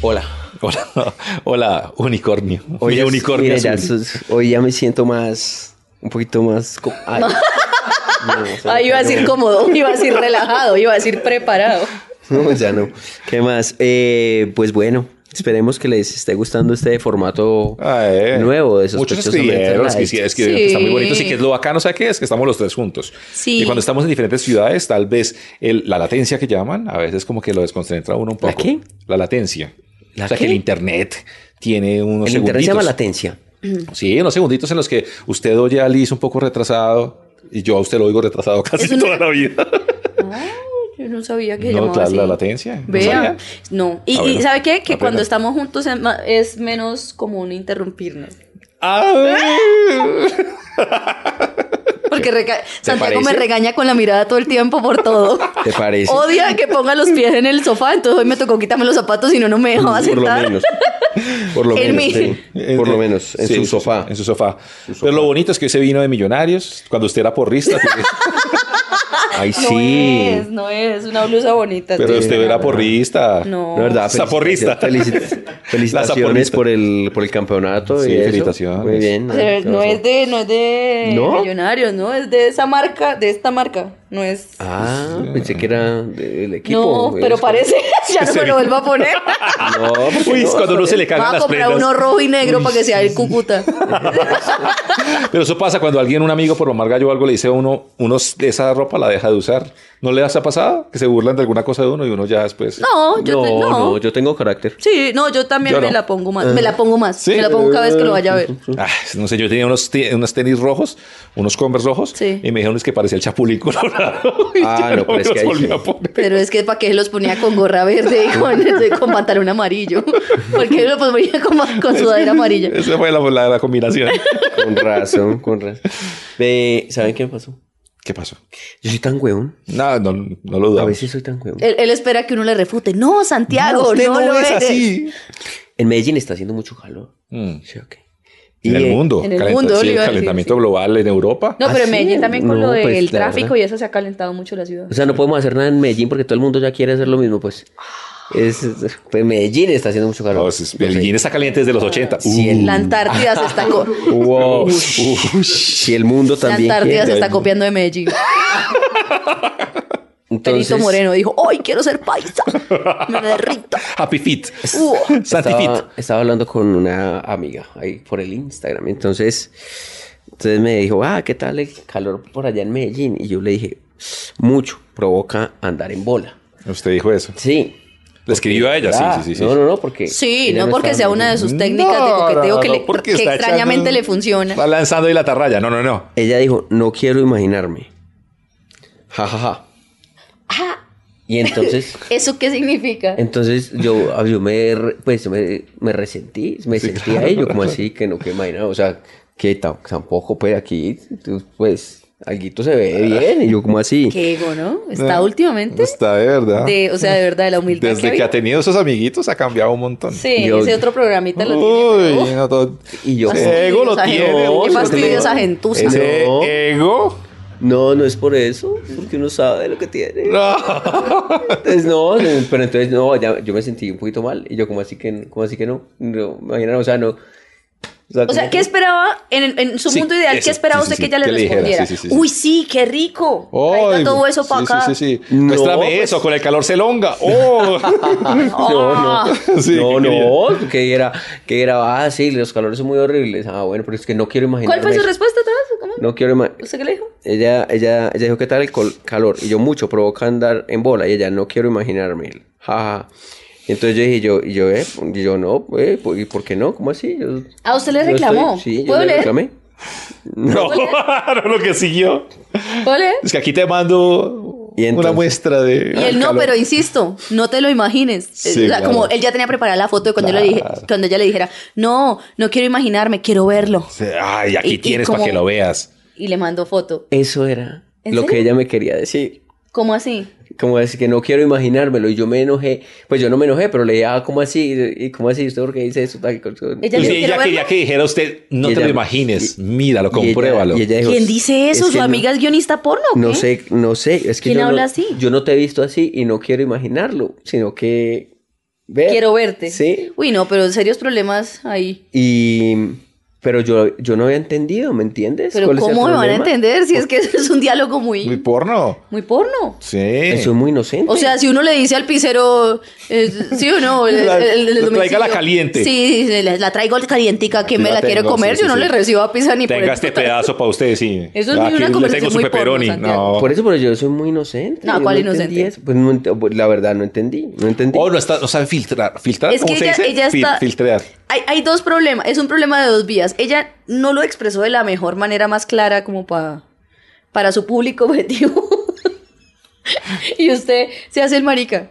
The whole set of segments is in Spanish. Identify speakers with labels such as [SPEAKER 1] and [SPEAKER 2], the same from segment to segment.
[SPEAKER 1] Hola.
[SPEAKER 2] Hola, hola unicornio. Hoy
[SPEAKER 1] Mira,
[SPEAKER 2] unicornio.
[SPEAKER 1] mira, ya
[SPEAKER 2] azul.
[SPEAKER 1] sos- hoy ya me siento más, un poquito más... co- Ay, no, se me
[SPEAKER 3] Ah, iba a
[SPEAKER 1] cayó.
[SPEAKER 3] decir cómodo, iba a decir relajado, iba a decir preparado.
[SPEAKER 1] No, ya no. ¿Qué más? Eh, pues bueno, esperemos que les esté gustando este formato
[SPEAKER 2] Ah, eh.
[SPEAKER 1] nuevo de
[SPEAKER 2] Muchos
[SPEAKER 1] Sospechosamente
[SPEAKER 2] escribieron,
[SPEAKER 1] Light.
[SPEAKER 2] que, sí, escribieron que está muy
[SPEAKER 3] Sí.
[SPEAKER 2] bonito. Así que lo bacano, ¿sabe qué es? Que estamos los tres juntos.
[SPEAKER 3] Sí.
[SPEAKER 2] Y cuando estamos en diferentes ciudades, tal vez el- la latencia que llaman, a veces como que lo desconcentra uno un poco.
[SPEAKER 1] ¿La qué?
[SPEAKER 2] La latencia.
[SPEAKER 1] ¿La
[SPEAKER 2] o sea,
[SPEAKER 1] qué?
[SPEAKER 2] que el internet tiene unos
[SPEAKER 1] El internet
[SPEAKER 2] segunditos.
[SPEAKER 1] se llama latencia.
[SPEAKER 2] Sí, unos segunditos en los que usted oye a Liz un poco retrasado y yo a usted lo oigo retrasado casi
[SPEAKER 3] Es una-
[SPEAKER 2] toda la vida.
[SPEAKER 3] Yo no sabía que
[SPEAKER 2] No,
[SPEAKER 3] llamaba
[SPEAKER 2] claro,
[SPEAKER 3] así.
[SPEAKER 2] la latencia. ¿No
[SPEAKER 3] Vea.
[SPEAKER 2] sabía?
[SPEAKER 3] No. Y,
[SPEAKER 2] Ah,
[SPEAKER 3] y
[SPEAKER 2] bueno.
[SPEAKER 3] ¿sabe qué? Que
[SPEAKER 2] Aprenda.
[SPEAKER 3] cuando estamos juntos es ma- es menos común interrumpirnos.
[SPEAKER 2] ¡Ay!
[SPEAKER 3] Porque reca- Santiago me
[SPEAKER 2] parece?
[SPEAKER 3] regaña con la mirada todo el tiempo por todo.
[SPEAKER 2] Ah,
[SPEAKER 1] ¿Te parece?
[SPEAKER 3] Odia que ponga los pies en el sofá, entonces hoy me tocó quitarme los zapatos y no, no me dejaba
[SPEAKER 1] Por lo
[SPEAKER 3] sentar.
[SPEAKER 1] menos. Por lo
[SPEAKER 3] En
[SPEAKER 1] menos.
[SPEAKER 3] mi-
[SPEAKER 1] sí. Eh, Por lo menos. En
[SPEAKER 2] Eh, Sí,
[SPEAKER 1] su sofá.
[SPEAKER 2] En su sofá.
[SPEAKER 1] sofá.
[SPEAKER 2] Pero lo bonito es que hoy se vino de Millonarios. Cuando usted era porrista. pues,
[SPEAKER 1] Ay,
[SPEAKER 3] No
[SPEAKER 1] sí.
[SPEAKER 3] es, no es, una blusa bonita.
[SPEAKER 2] pero este
[SPEAKER 3] tío.
[SPEAKER 2] usted era porrista.
[SPEAKER 3] No.
[SPEAKER 1] La verdad,
[SPEAKER 2] Zaporrista.
[SPEAKER 1] felicitaciones- felici- felicitaciones
[SPEAKER 2] zaporrista.
[SPEAKER 1] por el, por el campeonato.
[SPEAKER 2] Sí,
[SPEAKER 1] y eso.
[SPEAKER 2] felicitaciones.
[SPEAKER 1] Muy bien.
[SPEAKER 3] Pero no es de, no es de
[SPEAKER 1] ¿No?
[SPEAKER 3] Millonarios, no, es de esa marca, de esta marca, no es.
[SPEAKER 1] Ah, pensé que era del equipo.
[SPEAKER 3] no, pero
[SPEAKER 1] Es-
[SPEAKER 3] parece, ya no
[SPEAKER 2] Sí.
[SPEAKER 3] me lo vuelvo a poner.
[SPEAKER 1] No, porque
[SPEAKER 2] Uy,
[SPEAKER 1] no,
[SPEAKER 2] es cuando uno se le
[SPEAKER 3] Vamos
[SPEAKER 2] cagan
[SPEAKER 3] a
[SPEAKER 2] las
[SPEAKER 3] comprar
[SPEAKER 2] prendas.
[SPEAKER 3] uno rojo y negro para que sea el Cúcuta.
[SPEAKER 2] Pero eso pasa cuando alguien, un amigo por mamar gallo o algo, le dice a uno, uno esa ropa la deja de usar. ¿No le ha pasado? Que se burlan de alguna cosa de uno y uno ya después.
[SPEAKER 3] No, yo
[SPEAKER 1] no,
[SPEAKER 3] te- no.
[SPEAKER 1] no, yo tengo carácter.
[SPEAKER 3] Sí, no, yo también
[SPEAKER 2] Yo
[SPEAKER 3] me
[SPEAKER 2] no.
[SPEAKER 3] la pongo más. Me la pongo más.
[SPEAKER 2] Sí.
[SPEAKER 3] Me la pongo cada vez que lo vaya a ver.
[SPEAKER 2] Ah, no sé, yo tenía unos, te- unos tenis rojos, unos Converse rojos,
[SPEAKER 3] Sí.
[SPEAKER 2] y me dijeron es que parecía el chapulín colorado. y
[SPEAKER 1] Ah,
[SPEAKER 2] yo
[SPEAKER 1] no, pero
[SPEAKER 2] me
[SPEAKER 1] es que
[SPEAKER 2] los
[SPEAKER 1] ahí
[SPEAKER 2] volví
[SPEAKER 1] sí.
[SPEAKER 2] a poner.
[SPEAKER 3] Pero es que para qué los ponía con gorra verde y con, con pantalón amarillo. Porque lo ponía con, con sudadera amarilla.
[SPEAKER 2] Esa fue la, la- la combinación.
[SPEAKER 1] Con razón, con razón. Ve, ¿Saben qué me pasó?
[SPEAKER 2] ¿Qué pasó?
[SPEAKER 1] Yo soy tan hueón.
[SPEAKER 2] No, no, no lo
[SPEAKER 1] A
[SPEAKER 2] dudaba.
[SPEAKER 1] veces soy tan hueón.
[SPEAKER 3] Él, él espera que uno le refute. No, Santiago, no,
[SPEAKER 2] usted
[SPEAKER 3] lo
[SPEAKER 2] es
[SPEAKER 3] eres.
[SPEAKER 2] así.
[SPEAKER 1] En Medellín está haciendo mucho calor.
[SPEAKER 2] Mm.
[SPEAKER 1] Sí, ok.
[SPEAKER 2] En el
[SPEAKER 1] eh,
[SPEAKER 2] mundo.
[SPEAKER 3] en el
[SPEAKER 2] calenta-
[SPEAKER 3] mundo,
[SPEAKER 2] sí,
[SPEAKER 3] le iba a decir,
[SPEAKER 2] calentamiento global en Europa.
[SPEAKER 3] No, pero
[SPEAKER 1] ¿Ah,
[SPEAKER 3] en Medellín
[SPEAKER 1] sí?
[SPEAKER 3] también con
[SPEAKER 1] No,
[SPEAKER 3] lo del
[SPEAKER 1] pues, la
[SPEAKER 3] tráfico
[SPEAKER 1] verdad.
[SPEAKER 3] y eso se ha calentado mucho la ciudad.
[SPEAKER 1] O sea, no podemos hacer nada en Medellín porque todo el mundo ya quiere hacer lo mismo, pues. Es, pues Medellín está haciendo mucho calor.
[SPEAKER 2] No, Oh, es- el Guinness está caliente desde los 80.
[SPEAKER 1] Sí,
[SPEAKER 2] Uh,
[SPEAKER 1] el-
[SPEAKER 3] La Antártida se está, co-
[SPEAKER 1] Wow. Si el mundo
[SPEAKER 3] la
[SPEAKER 1] también
[SPEAKER 3] Antártida se
[SPEAKER 1] quiere.
[SPEAKER 3] está copiando de Medellín.
[SPEAKER 1] Entonces,
[SPEAKER 3] Perito Moreno dijo, hoy quiero ser paisa. Me derrito.
[SPEAKER 2] Happy Fit.
[SPEAKER 3] Uh.
[SPEAKER 2] Santi Fit.
[SPEAKER 1] estaba, estaba hablando con una amiga ahí por el Instagram. Entonces, entonces me dijo, ah, ¿qué tal el calor por allá en Medellín? Y yo le dije, mucho, provoca andar en bola.
[SPEAKER 2] Usted dijo eso.
[SPEAKER 1] Sí.
[SPEAKER 2] Le escribió a ella.
[SPEAKER 1] Ah,
[SPEAKER 2] Sí, sí, sí. sí.
[SPEAKER 1] No, no, no, porque.
[SPEAKER 3] Sí,
[SPEAKER 1] ella
[SPEAKER 3] no porque
[SPEAKER 1] estaba
[SPEAKER 3] sea
[SPEAKER 1] en
[SPEAKER 3] una de sus técnicas
[SPEAKER 2] No,
[SPEAKER 3] de coqueteo
[SPEAKER 2] no,
[SPEAKER 3] que,
[SPEAKER 2] no,
[SPEAKER 3] le-
[SPEAKER 2] porque
[SPEAKER 3] que
[SPEAKER 2] está
[SPEAKER 3] extrañamente
[SPEAKER 2] echando-
[SPEAKER 3] le funciona.
[SPEAKER 2] Está lanzando ahí la tarraya. No, no, no.
[SPEAKER 1] Ella dijo, no quiero imaginarme. Ja, ja, ja.
[SPEAKER 3] Ah,
[SPEAKER 1] Y entonces,
[SPEAKER 3] ¿Eso qué significa?
[SPEAKER 1] entonces yo, ah, yo me, re- pues, me, me resentí, me sentí a ello, como así, que no quiero imaginar, o sea, que ta- tampoco, pues, aquí, tú, pues, alguito se ve
[SPEAKER 2] Ah.
[SPEAKER 1] bien, y yo como así.
[SPEAKER 3] Qué ego, ¿no? Está
[SPEAKER 2] No,
[SPEAKER 3] últimamente.
[SPEAKER 2] Está de verdad.
[SPEAKER 3] de, o sea, de verdad, de la humildad.
[SPEAKER 2] Desde que
[SPEAKER 3] había.
[SPEAKER 2] ha tenido esos amiguitos ha cambiado un montón.
[SPEAKER 3] Sí,
[SPEAKER 1] Yo-
[SPEAKER 3] ese otro programita lo tiene. pero,
[SPEAKER 2] Uy,
[SPEAKER 3] uf,
[SPEAKER 2] no, todo-
[SPEAKER 1] Y yo,
[SPEAKER 3] Así.
[SPEAKER 2] ese ego lo
[SPEAKER 3] Esa gente,
[SPEAKER 2] tiene.
[SPEAKER 1] qué
[SPEAKER 2] uy, lo
[SPEAKER 1] fastidio
[SPEAKER 2] tiene.
[SPEAKER 1] esa
[SPEAKER 3] gentuza.
[SPEAKER 2] Ese
[SPEAKER 1] No.
[SPEAKER 2] ego.
[SPEAKER 1] no, no es por eso, porque uno sabe lo que tiene.
[SPEAKER 2] No.
[SPEAKER 1] Entonces, no, no, pero entonces, no, ya, yo me sentí un poquito mal, y yo como así que, como así que no, no, imaginar, o sea, no.
[SPEAKER 3] O sea,
[SPEAKER 1] como
[SPEAKER 3] ¿qué
[SPEAKER 1] que-
[SPEAKER 3] esperaba en, el- en su
[SPEAKER 2] Sí,
[SPEAKER 3] mundo ideal?
[SPEAKER 2] eso,
[SPEAKER 3] ¿Qué esperaba
[SPEAKER 2] sí, sí,
[SPEAKER 3] usted que
[SPEAKER 2] sí,
[SPEAKER 3] ella
[SPEAKER 2] que
[SPEAKER 3] le
[SPEAKER 2] le dijera,
[SPEAKER 3] respondiera?
[SPEAKER 2] sí, sí, sí.
[SPEAKER 3] Uy, sí, qué rico. Traiga
[SPEAKER 2] Ay,
[SPEAKER 3] todo eso para
[SPEAKER 2] sí,
[SPEAKER 3] acá.
[SPEAKER 2] Sí, sí, sí.
[SPEAKER 1] No,
[SPEAKER 2] Muéstrame
[SPEAKER 1] pues-
[SPEAKER 2] eso, con el calor se longa. Oh.
[SPEAKER 3] Ah.
[SPEAKER 1] No, no.
[SPEAKER 2] Sí,
[SPEAKER 1] no,
[SPEAKER 2] ¿qué
[SPEAKER 1] no. Que era, que era, ah, sí, los calores son muy horribles. Ah, bueno, pero es que no quiero imaginar.
[SPEAKER 3] ¿Cuál fue su respuesta otra vez? ¿Cómo?
[SPEAKER 1] No quiero imaginar.
[SPEAKER 3] ¿Usted qué le dijo?
[SPEAKER 1] Ella, ella, ella dijo, ¿qué tal el col- calor? Y yo, mucho, provoca andar en bola. Y ella, no quiero imaginarme. Ja, ja. Y entonces yo dije, yo, y yo, eh, y yo no, eh, pues, ¿y por qué no? ¿Cómo así? Yo-
[SPEAKER 3] Ah, usted le
[SPEAKER 1] yo estoy-
[SPEAKER 3] reclamó.
[SPEAKER 1] sí, yo
[SPEAKER 3] ¿Puedo
[SPEAKER 1] le
[SPEAKER 3] leer?
[SPEAKER 1] reclamé.
[SPEAKER 2] No, no, lo que siguió.
[SPEAKER 3] ¿Ole?
[SPEAKER 2] Es que aquí te mando
[SPEAKER 1] Y entonces-
[SPEAKER 2] una muestra de.
[SPEAKER 3] Y él no, pero insisto, no te lo imagines.
[SPEAKER 2] Sí,
[SPEAKER 3] o sea,
[SPEAKER 2] claro.
[SPEAKER 3] como él ya tenía preparada la foto de cuando, yo le dije,
[SPEAKER 2] Claro.
[SPEAKER 3] cuando ella le dijera, no, no quiero imaginarme, quiero verlo.
[SPEAKER 2] Ay, aquí
[SPEAKER 3] Y- y
[SPEAKER 2] tienes
[SPEAKER 3] como-
[SPEAKER 2] para que lo veas.
[SPEAKER 3] Y le mandó foto.
[SPEAKER 1] Eso era
[SPEAKER 3] ¿En
[SPEAKER 1] lo
[SPEAKER 3] serio?
[SPEAKER 1] que ella me quería decir.
[SPEAKER 3] ¿Cómo así?
[SPEAKER 1] Como es que no quiero imaginármelo y yo me enojé. Pues yo no me enojé, pero le dije, ah, ¿cómo así? ¿Y cómo así? ¿Usted por qué dice eso? Tal, tal, tal.
[SPEAKER 3] Ella
[SPEAKER 2] Y si
[SPEAKER 3] le dijo,
[SPEAKER 2] ella
[SPEAKER 3] "Quiero
[SPEAKER 2] quería
[SPEAKER 3] verlo".
[SPEAKER 2] que dijera usted, no
[SPEAKER 1] Y
[SPEAKER 2] te
[SPEAKER 1] ella-
[SPEAKER 2] lo imagines, míralo,
[SPEAKER 1] Y ella-
[SPEAKER 2] compruébalo.
[SPEAKER 1] y ella dijo,
[SPEAKER 3] ¿Quién dice eso?
[SPEAKER 1] "Es que
[SPEAKER 3] ¿Su
[SPEAKER 1] no-
[SPEAKER 3] amiga es guionista porno? o
[SPEAKER 1] No
[SPEAKER 3] qué?
[SPEAKER 1] sé, no sé. Es que
[SPEAKER 3] ¿Quién
[SPEAKER 1] yo
[SPEAKER 3] habla
[SPEAKER 1] no,
[SPEAKER 3] así?
[SPEAKER 1] Yo no te he visto así y no quiero imaginarlo, sino que Ver.
[SPEAKER 3] Quiero verte.
[SPEAKER 1] Sí.
[SPEAKER 3] Uy, no, pero serios problemas ahí.
[SPEAKER 1] Y, pero yo, yo no había entendido, ¿me entiendes?
[SPEAKER 3] Pero
[SPEAKER 1] ¿Cuál es el
[SPEAKER 3] ¿cómo me van a
[SPEAKER 1] problema?
[SPEAKER 3] entender si es que eso es un diálogo
[SPEAKER 2] Muy
[SPEAKER 3] muy,
[SPEAKER 2] porno.
[SPEAKER 3] muy porno?
[SPEAKER 2] Sí.
[SPEAKER 1] Eso es muy inocente.
[SPEAKER 3] O sea, si uno le dice al pizzero, eh, sí o no, el,
[SPEAKER 2] La-
[SPEAKER 3] el- el- el
[SPEAKER 2] la
[SPEAKER 3] domicilio.
[SPEAKER 2] tráigala caliente.
[SPEAKER 3] Sí, sí, la, la traigo calientica, que
[SPEAKER 2] Aquí
[SPEAKER 3] me
[SPEAKER 2] la
[SPEAKER 3] la quiere
[SPEAKER 2] tengo,
[SPEAKER 3] comer,
[SPEAKER 2] sí,
[SPEAKER 3] yo
[SPEAKER 2] sí,
[SPEAKER 3] no
[SPEAKER 2] sí.
[SPEAKER 3] le recibo a pizza ni por
[SPEAKER 2] Tenga
[SPEAKER 3] el
[SPEAKER 2] este
[SPEAKER 3] puta-
[SPEAKER 2] pedazo para usted, sí.
[SPEAKER 3] Eso es una
[SPEAKER 2] le
[SPEAKER 3] conversación
[SPEAKER 2] tengo su
[SPEAKER 3] muy porno,
[SPEAKER 2] pepperoni.
[SPEAKER 3] Santiago.
[SPEAKER 2] No.
[SPEAKER 1] Por eso, pero yo soy muy inocente.
[SPEAKER 3] No,
[SPEAKER 1] yo
[SPEAKER 3] ¿cuál
[SPEAKER 1] entendí
[SPEAKER 3] inocente?
[SPEAKER 1] eso. Pues no ent- pues, la verdad, no entendí. No entendí.
[SPEAKER 2] Oh, no, está, no sabe filtrar. ¿Filtrar?
[SPEAKER 3] Es que
[SPEAKER 2] ¿Cómo se
[SPEAKER 3] ella-
[SPEAKER 2] dice?
[SPEAKER 3] ella
[SPEAKER 2] Fil-
[SPEAKER 3] está-
[SPEAKER 2] filtrar.
[SPEAKER 3] Hay, hay dos problemas, es un problema de dos vías. Ella no lo expresó de la mejor manera más clara como para para su público objetivo. y usted se hace el marica.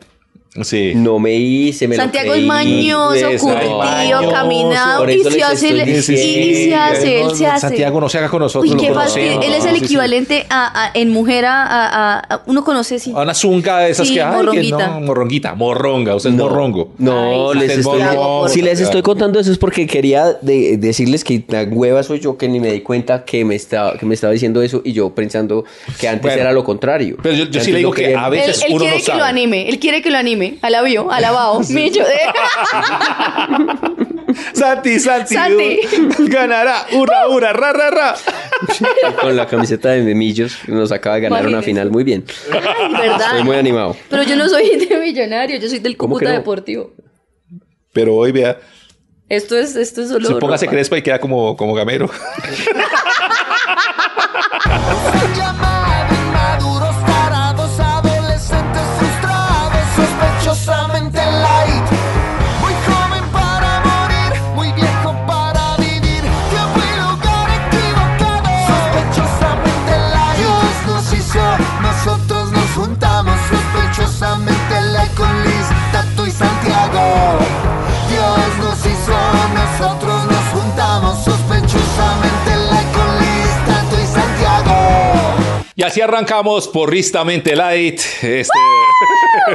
[SPEAKER 2] Sí.
[SPEAKER 1] No me hice, me lo
[SPEAKER 3] Santiago es
[SPEAKER 1] creí.
[SPEAKER 3] mañoso,
[SPEAKER 1] Exacto.
[SPEAKER 3] curtido,
[SPEAKER 2] mañoso.
[SPEAKER 3] caminado
[SPEAKER 1] Por
[SPEAKER 3] y
[SPEAKER 1] eso
[SPEAKER 3] se
[SPEAKER 1] les
[SPEAKER 3] hace el-
[SPEAKER 1] estoy
[SPEAKER 3] y- y se
[SPEAKER 1] diciendo.
[SPEAKER 3] hace, él
[SPEAKER 2] No,
[SPEAKER 3] se hace.
[SPEAKER 2] Santiago, no se haga con nosotros.
[SPEAKER 3] Uy,
[SPEAKER 2] lo
[SPEAKER 3] qué fastidio.
[SPEAKER 2] conocemos.
[SPEAKER 3] Él es el
[SPEAKER 2] Sí, sí.
[SPEAKER 3] equivalente a, a- en mujer a, a- a- a- uno conoce sí.
[SPEAKER 2] A una zunga de esas
[SPEAKER 3] Sí,
[SPEAKER 2] que hay.
[SPEAKER 3] morronguita.
[SPEAKER 2] no, morronguita, morronga, o sea, es
[SPEAKER 1] No.
[SPEAKER 2] morrongo.
[SPEAKER 1] No,
[SPEAKER 3] Ay,
[SPEAKER 1] les
[SPEAKER 2] Santiago,
[SPEAKER 1] estoy,
[SPEAKER 2] no,
[SPEAKER 1] si les
[SPEAKER 2] Santiago.
[SPEAKER 1] estoy contando eso es porque quería de- decirles que la hueva soy yo que ni me di cuenta que me estaba, que me estaba diciendo eso y yo pensando que antes
[SPEAKER 2] Bueno.
[SPEAKER 1] era lo contrario.
[SPEAKER 2] Pero yo- yo sí
[SPEAKER 1] Antes
[SPEAKER 2] le digo
[SPEAKER 1] no
[SPEAKER 2] que
[SPEAKER 1] quería-
[SPEAKER 2] a
[SPEAKER 3] Él,
[SPEAKER 2] veces
[SPEAKER 3] él
[SPEAKER 2] uno
[SPEAKER 3] quiere
[SPEAKER 2] no
[SPEAKER 3] que
[SPEAKER 2] sabe.
[SPEAKER 3] lo anime, él quiere que lo anime. Alabio, alabao, Millo.
[SPEAKER 2] Santi, Santi,
[SPEAKER 3] Santi.
[SPEAKER 2] ganará, ura, ura, ra, ra, ra.
[SPEAKER 1] con la camiseta de Memillos nos acaba de ganar una
[SPEAKER 3] Imagínense.
[SPEAKER 1] final muy bien.
[SPEAKER 3] Ay, ¿verdad?
[SPEAKER 1] Estoy muy animado.
[SPEAKER 3] Pero yo no soy de millonario, yo soy del
[SPEAKER 1] ¿Cómo que
[SPEAKER 3] Cúcuta
[SPEAKER 1] no?
[SPEAKER 3] Deportivo.
[SPEAKER 2] Pero hoy vea,
[SPEAKER 3] Esto es, esto es solo.
[SPEAKER 2] se póngase crespa y queda como, como gamero.
[SPEAKER 4] llamaban maduros tarados, adolescentes frustrados, sospechosamente light. Muy joven para morir, muy viejo para vivir. Tiempo y lugar equivocado, sospechosamente light. Dios nos hizo, nosotros nos juntamos, sospechosamente light con Liz, Tato y Santiago. Dios nos hizo, nosotros nos juntamos, sospechosamente light con Liz, Tato y Santiago.
[SPEAKER 2] Y así arrancamos porristamente light. Este...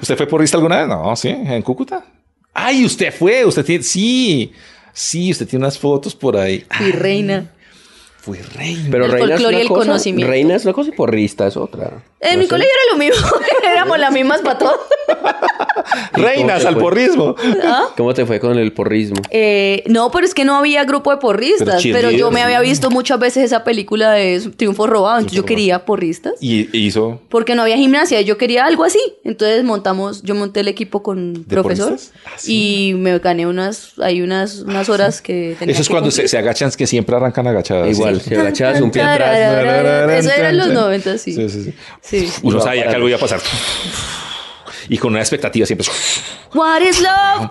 [SPEAKER 2] ¿Usted fue porrista alguna vez? No, sí, en Cúcuta. Ay, usted fue, usted tiene, sí, sí, usted tiene unas fotos por ahí.
[SPEAKER 3] Y reina.
[SPEAKER 2] Fue reina.
[SPEAKER 1] Pero
[SPEAKER 3] El
[SPEAKER 1] reina es
[SPEAKER 3] folclore y
[SPEAKER 1] una
[SPEAKER 3] el
[SPEAKER 1] cosa,
[SPEAKER 3] conocimiento.
[SPEAKER 1] reina es una cosa y porrista es otra.
[SPEAKER 3] En
[SPEAKER 1] No
[SPEAKER 3] Eh, mi
[SPEAKER 1] sé.
[SPEAKER 3] colegio era lo mismo. Éramos las mismas para todos.
[SPEAKER 2] Reinas
[SPEAKER 1] ¿Cómo
[SPEAKER 2] al
[SPEAKER 1] te fue?
[SPEAKER 2] porrismo.
[SPEAKER 1] ¿Cómo te fue con el porrismo?
[SPEAKER 3] Eh, no, pero es que no había grupo de
[SPEAKER 2] Pero
[SPEAKER 3] porristas. Pero, yo
[SPEAKER 2] cheerleaders,
[SPEAKER 3] me había
[SPEAKER 2] ¿no?
[SPEAKER 3] visto muchas veces esa película de Triunfo Robado. Entonces yo quería porristas.
[SPEAKER 2] Y y hizo
[SPEAKER 3] Porque no había gimnasia, yo quería algo así. Entonces montamos, yo monté el equipo con profesor
[SPEAKER 2] porristas? Ah, sí.
[SPEAKER 3] y me gané unas, hay unas, unas horas que tenía
[SPEAKER 2] Eso es
[SPEAKER 3] que
[SPEAKER 2] cuando se,
[SPEAKER 3] cumplir.
[SPEAKER 2] se agachan, que siempre arrancan agachadas.
[SPEAKER 1] Igual,
[SPEAKER 2] Ah, Sí.
[SPEAKER 1] se agachabas un pie atrás.
[SPEAKER 3] Eso era en los 90, sí.
[SPEAKER 2] Sí, sí, sí.
[SPEAKER 3] Sí.
[SPEAKER 2] Uno
[SPEAKER 1] Iba
[SPEAKER 2] sabía que
[SPEAKER 1] para-
[SPEAKER 2] algo iba a pasar. Y con una expectativa siempre.
[SPEAKER 3] What is love?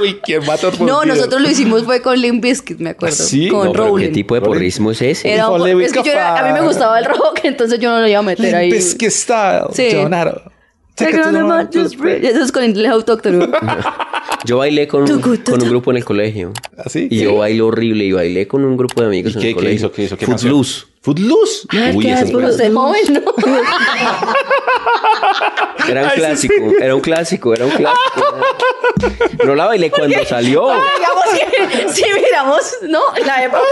[SPEAKER 2] Uy, qué mato.
[SPEAKER 3] No, nosotros lo hicimos fue con Limp Bizkit, me acuerdo.
[SPEAKER 2] ¿Ah, sí?
[SPEAKER 3] Con
[SPEAKER 1] No, pero ¿Qué
[SPEAKER 3] Rowling.
[SPEAKER 1] tipo de porrismo es ese?
[SPEAKER 3] Era un-
[SPEAKER 2] Con Limp
[SPEAKER 3] es que yo era- a mí me
[SPEAKER 2] Bizkit.
[SPEAKER 3] gustaba el rock, entonces yo no lo iba a meter ahí.
[SPEAKER 2] style.
[SPEAKER 3] Sí.
[SPEAKER 2] Leonardo.
[SPEAKER 3] Take it on the man, just breathe. Eso es con inglés autóctono.
[SPEAKER 1] Yo bailé con,
[SPEAKER 3] Tu, tu,
[SPEAKER 1] un-
[SPEAKER 3] tu,
[SPEAKER 1] con un
[SPEAKER 3] tu.
[SPEAKER 1] grupo en el colegio.
[SPEAKER 2] ¿Ah, sí?
[SPEAKER 1] Y yo bailo horrible y bailé con un grupo de amigos en
[SPEAKER 2] ¿Qué,
[SPEAKER 1] el
[SPEAKER 2] ¿Qué
[SPEAKER 1] colegio.
[SPEAKER 2] hizo? ¿Qué hizo? ¿Qué canción?
[SPEAKER 1] Footloose.
[SPEAKER 2] Footloose. Uy, ese es un
[SPEAKER 3] Pues
[SPEAKER 2] clásico.
[SPEAKER 3] de joven, ¿no?
[SPEAKER 1] Era un clásico, era un clásico, era un clásico. No la bailé cuando salió.
[SPEAKER 3] Digamos que si miramos, ¿no? La época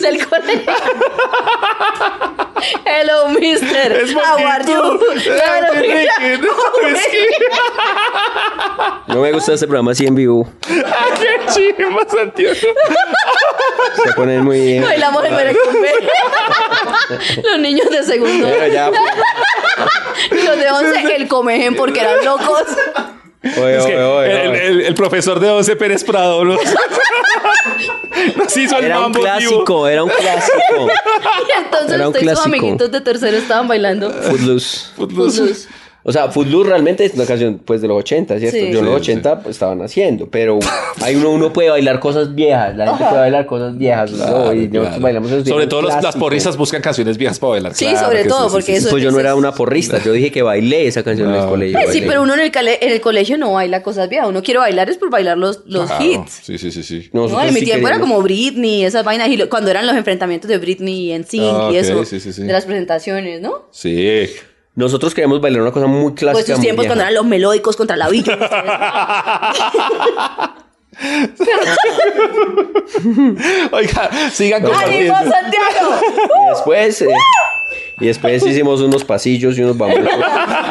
[SPEAKER 3] del colegio. Hello, mister. How are you? Ah, Claro, mira.
[SPEAKER 1] No me gusta ese programa así en vivo.
[SPEAKER 2] ¡Qué chimba, Santiago!
[SPEAKER 1] Se ponen muy bien.
[SPEAKER 3] Bailamos el merecumbe. Los niños de segundo.
[SPEAKER 1] Pero ya,
[SPEAKER 3] Y los de once, el comején, porque eran locos.
[SPEAKER 1] pues. Oye,
[SPEAKER 2] Es que
[SPEAKER 1] oye, oye,
[SPEAKER 2] el,
[SPEAKER 1] oye.
[SPEAKER 2] el- el profesor de 11 Pérez Prado nos, nos hizo el
[SPEAKER 1] Era un
[SPEAKER 2] mambo vivo.
[SPEAKER 1] clásico, era un clásico.
[SPEAKER 3] Y entonces
[SPEAKER 1] Era un
[SPEAKER 3] ustedes, sus
[SPEAKER 1] clásico.
[SPEAKER 3] amiguitos de tercero, estaban bailando.
[SPEAKER 1] Footloose.
[SPEAKER 3] Footloose.
[SPEAKER 1] O sea, Footloose realmente es una canción pues de los 80, ¿cierto?
[SPEAKER 3] Sí.
[SPEAKER 1] Yo en los
[SPEAKER 2] Sí, sí.
[SPEAKER 1] 80 pues, estaban haciendo, pero hay uno, uno puede bailar cosas viejas, la gente puede bailar cosas viejas, ¿no? Y nosotros
[SPEAKER 2] Claro.
[SPEAKER 1] bailamos esos
[SPEAKER 2] Sobre
[SPEAKER 1] viejos
[SPEAKER 2] todo los- las
[SPEAKER 1] clásicos.
[SPEAKER 2] porristas buscan canciones viejas para bailar.
[SPEAKER 3] Sí, sobre
[SPEAKER 2] que
[SPEAKER 3] todo, porque eso
[SPEAKER 1] Pues yo no
[SPEAKER 3] eso
[SPEAKER 1] era
[SPEAKER 3] es-
[SPEAKER 1] una porrista, yo dije que bailé esa canción en el
[SPEAKER 2] No.
[SPEAKER 1] colegio.
[SPEAKER 3] Pues sí,
[SPEAKER 1] bailé.
[SPEAKER 3] pero uno en el, cale- en el colegio no baila cosas viejas. Uno quiere bailar es por bailar los, los
[SPEAKER 2] Claro,
[SPEAKER 3] hits.
[SPEAKER 2] Sí, sí, sí, sí.
[SPEAKER 1] Nosotros
[SPEAKER 3] no, en mi
[SPEAKER 1] sí
[SPEAKER 3] tiempo era
[SPEAKER 1] queríamos.
[SPEAKER 3] como Britney, esas vainas, y lo- cuando eran los enfrentamientos de Britney en Sync
[SPEAKER 2] Ah,
[SPEAKER 3] y
[SPEAKER 2] ok,
[SPEAKER 3] eso,
[SPEAKER 2] sí, sí, sí.
[SPEAKER 3] de las presentaciones, ¿no?
[SPEAKER 2] Sí.
[SPEAKER 1] Nosotros queríamos bailar una cosa muy clásica.
[SPEAKER 3] Pues sus
[SPEAKER 1] muy
[SPEAKER 3] tiempos
[SPEAKER 1] vieja.
[SPEAKER 3] cuando eran los melódicos contra la villa.
[SPEAKER 2] Oiga, sigan compartiendo.
[SPEAKER 3] ¡Ánimo, Santiago!
[SPEAKER 1] Y Después, eh, Y después hicimos unos pasillos y unos bambucos.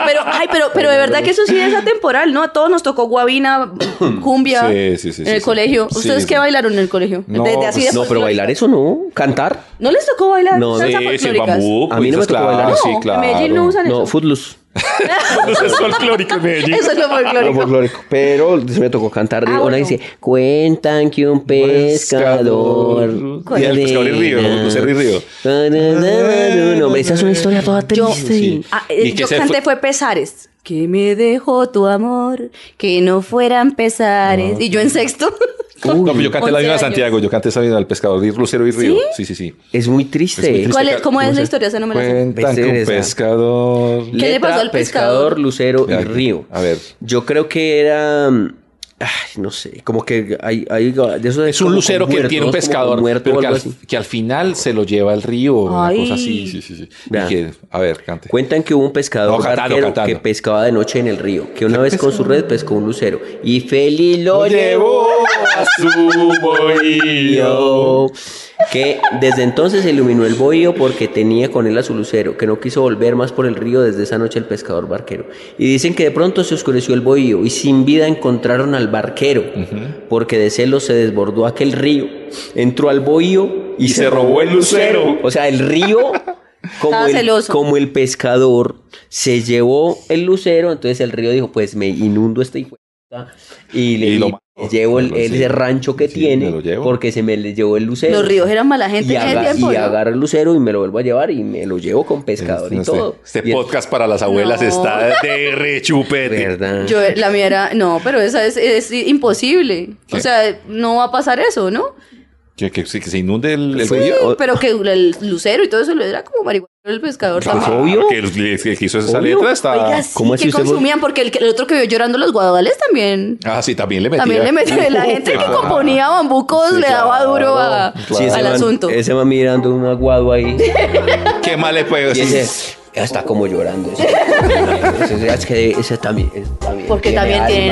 [SPEAKER 3] Pero, ay, pero, pero de verdad que eso sí es atemporal, ¿no? A todos nos tocó guabina, cumbia
[SPEAKER 2] Sí, sí, sí,
[SPEAKER 3] en
[SPEAKER 2] sí,
[SPEAKER 3] el
[SPEAKER 2] sí.
[SPEAKER 3] colegio.
[SPEAKER 2] Sí,
[SPEAKER 3] ¿Ustedes
[SPEAKER 2] sí.
[SPEAKER 3] qué bailaron en el colegio?
[SPEAKER 2] No,
[SPEAKER 3] Desde así de
[SPEAKER 2] pues
[SPEAKER 1] No, pero
[SPEAKER 3] folclórico.
[SPEAKER 1] bailar eso no. Cantar.
[SPEAKER 3] ¿No les tocó bailar
[SPEAKER 1] No,
[SPEAKER 3] salsa
[SPEAKER 2] Sí, sí, el
[SPEAKER 3] folclóricas?
[SPEAKER 2] bambú.
[SPEAKER 1] A mí no me
[SPEAKER 2] pues,
[SPEAKER 1] tocó
[SPEAKER 2] claro,
[SPEAKER 1] bailar.
[SPEAKER 2] Sí,
[SPEAKER 3] No,
[SPEAKER 2] claro.
[SPEAKER 3] en Medellín no usan
[SPEAKER 1] No,
[SPEAKER 3] eso.
[SPEAKER 1] footloose.
[SPEAKER 2] Eso es folclórico en Medellín.
[SPEAKER 3] Eso es lo
[SPEAKER 1] Lo
[SPEAKER 3] folclórico.
[SPEAKER 1] folclórico. Pero se me tocó cantar. de
[SPEAKER 3] Ah,
[SPEAKER 1] una
[SPEAKER 3] bueno.
[SPEAKER 1] dice, cuentan que un pescador...
[SPEAKER 2] Y el pescador y río, Lucero y río.
[SPEAKER 1] No, hombre, esa es una historia toda
[SPEAKER 3] Yo,
[SPEAKER 1] triste.
[SPEAKER 2] Sí.
[SPEAKER 3] ah, eh,
[SPEAKER 2] Y que
[SPEAKER 3] yo
[SPEAKER 2] se
[SPEAKER 3] canté
[SPEAKER 2] fue-
[SPEAKER 3] fue Pesares. Que me dejó tu amor, que no fueran pesares. Y yo en sexto.
[SPEAKER 2] Ah, No, pero yo canté la
[SPEAKER 3] 11
[SPEAKER 2] misma de
[SPEAKER 3] años.
[SPEAKER 2] Santiago, yo canté esa misma del pescador y Lucero y Río. Sí, sí, sí.
[SPEAKER 1] Es muy
[SPEAKER 2] Es muy
[SPEAKER 1] triste.
[SPEAKER 2] triste.
[SPEAKER 3] ¿Cuál es- cómo es la
[SPEAKER 2] Lucero-
[SPEAKER 3] historia? Esa no me la sé.
[SPEAKER 2] Cuentan que un
[SPEAKER 1] Esa.
[SPEAKER 2] pescador.
[SPEAKER 3] ¿Qué le pasó al pescador?
[SPEAKER 1] Lucero y
[SPEAKER 2] Ya,
[SPEAKER 1] Río.
[SPEAKER 2] a ver.
[SPEAKER 1] Yo creo que era. mm, ay, no sé, como que hay, hay de eso
[SPEAKER 2] Es un lucero que tiene un pescador,
[SPEAKER 1] muerto
[SPEAKER 2] pero
[SPEAKER 1] o
[SPEAKER 2] que
[SPEAKER 1] algo
[SPEAKER 2] al,
[SPEAKER 1] así.
[SPEAKER 2] que al final se lo lleva el río, una
[SPEAKER 3] Ay.
[SPEAKER 2] cosa así. Sí, sí, sí. Y
[SPEAKER 1] Vea.
[SPEAKER 2] que- a ver, cante.
[SPEAKER 1] Cuentan que hubo un pescador
[SPEAKER 2] No, cantando,
[SPEAKER 1] barquero
[SPEAKER 2] cantando.
[SPEAKER 1] que pescaba de noche en el río, que una vez con su red pescó un lucero y feliz lo llevó
[SPEAKER 2] a su bohío.
[SPEAKER 1] que desde entonces se iluminó el bohío porque tenía con él a su lucero, que no quiso volver más por el río desde esa noche el pescador barquero. Y dicen que de pronto se oscureció el bohío y sin vida encontraron al barquero, porque de celos se desbordó aquel río, entró al bohío y,
[SPEAKER 2] Y se robó el lucero.
[SPEAKER 1] O sea, el río... Como
[SPEAKER 3] Estaba
[SPEAKER 1] el,
[SPEAKER 3] celoso.
[SPEAKER 1] como el pescador se llevó el lucero, entonces el río dijo, pues me inundo este hijo de puta y le
[SPEAKER 2] Y lo
[SPEAKER 1] y
[SPEAKER 2] mató.
[SPEAKER 1] llevo el,
[SPEAKER 2] Lo- sí.
[SPEAKER 1] ese rancho que
[SPEAKER 2] Sí,
[SPEAKER 1] tiene
[SPEAKER 2] me lo llevo.
[SPEAKER 1] porque se me le llevó el lucero.
[SPEAKER 3] Los ríos eran mala gente
[SPEAKER 1] Y,
[SPEAKER 3] en ese
[SPEAKER 1] aga-
[SPEAKER 3] tiempo,
[SPEAKER 1] y
[SPEAKER 3] ¿no?
[SPEAKER 1] agarra el lucero y me lo vuelvo a llevar y me lo llevo con pescador y
[SPEAKER 2] Este-
[SPEAKER 1] todo.
[SPEAKER 2] Este
[SPEAKER 1] Y es-
[SPEAKER 2] podcast para las abuelas
[SPEAKER 3] No.
[SPEAKER 2] está de rechupete.
[SPEAKER 1] ¿Verdad?
[SPEAKER 3] Yo, la mía era, no, pero esa es, es imposible.
[SPEAKER 2] ¿Qué?
[SPEAKER 3] O sea, no va a pasar eso, ¿no?
[SPEAKER 2] Que, que- sí, que se inunde el, el
[SPEAKER 1] Fue-
[SPEAKER 2] río.
[SPEAKER 1] O-
[SPEAKER 3] Pero que el lucero y todo eso lo era como marihuana el pescador
[SPEAKER 2] Claro,
[SPEAKER 3] también.
[SPEAKER 1] obvio.
[SPEAKER 2] Que el, el que hizo esa
[SPEAKER 1] Obvio.
[SPEAKER 2] letra está.
[SPEAKER 3] pues, Oiga, sí,
[SPEAKER 1] ¿Cómo es
[SPEAKER 3] que
[SPEAKER 1] que usted fue-
[SPEAKER 3] consumían, porque el, que- el otro que vio llorando los guadales también.
[SPEAKER 2] Ah, sí, también le metía.
[SPEAKER 3] También le metió la
[SPEAKER 2] Uh,
[SPEAKER 3] gente que
[SPEAKER 2] claro.
[SPEAKER 3] componía bambucos
[SPEAKER 2] Sí,
[SPEAKER 3] le daba
[SPEAKER 2] claro,
[SPEAKER 3] duro a-
[SPEAKER 2] claro.
[SPEAKER 1] ese
[SPEAKER 3] al
[SPEAKER 1] man-
[SPEAKER 3] asunto.
[SPEAKER 1] Ese va mirando un aguado ahí
[SPEAKER 2] Qué mal le puedo
[SPEAKER 1] y
[SPEAKER 2] decir.
[SPEAKER 1] ese está como llorando. ese. Ese- es que ese también, ese también
[SPEAKER 3] Porque también tiene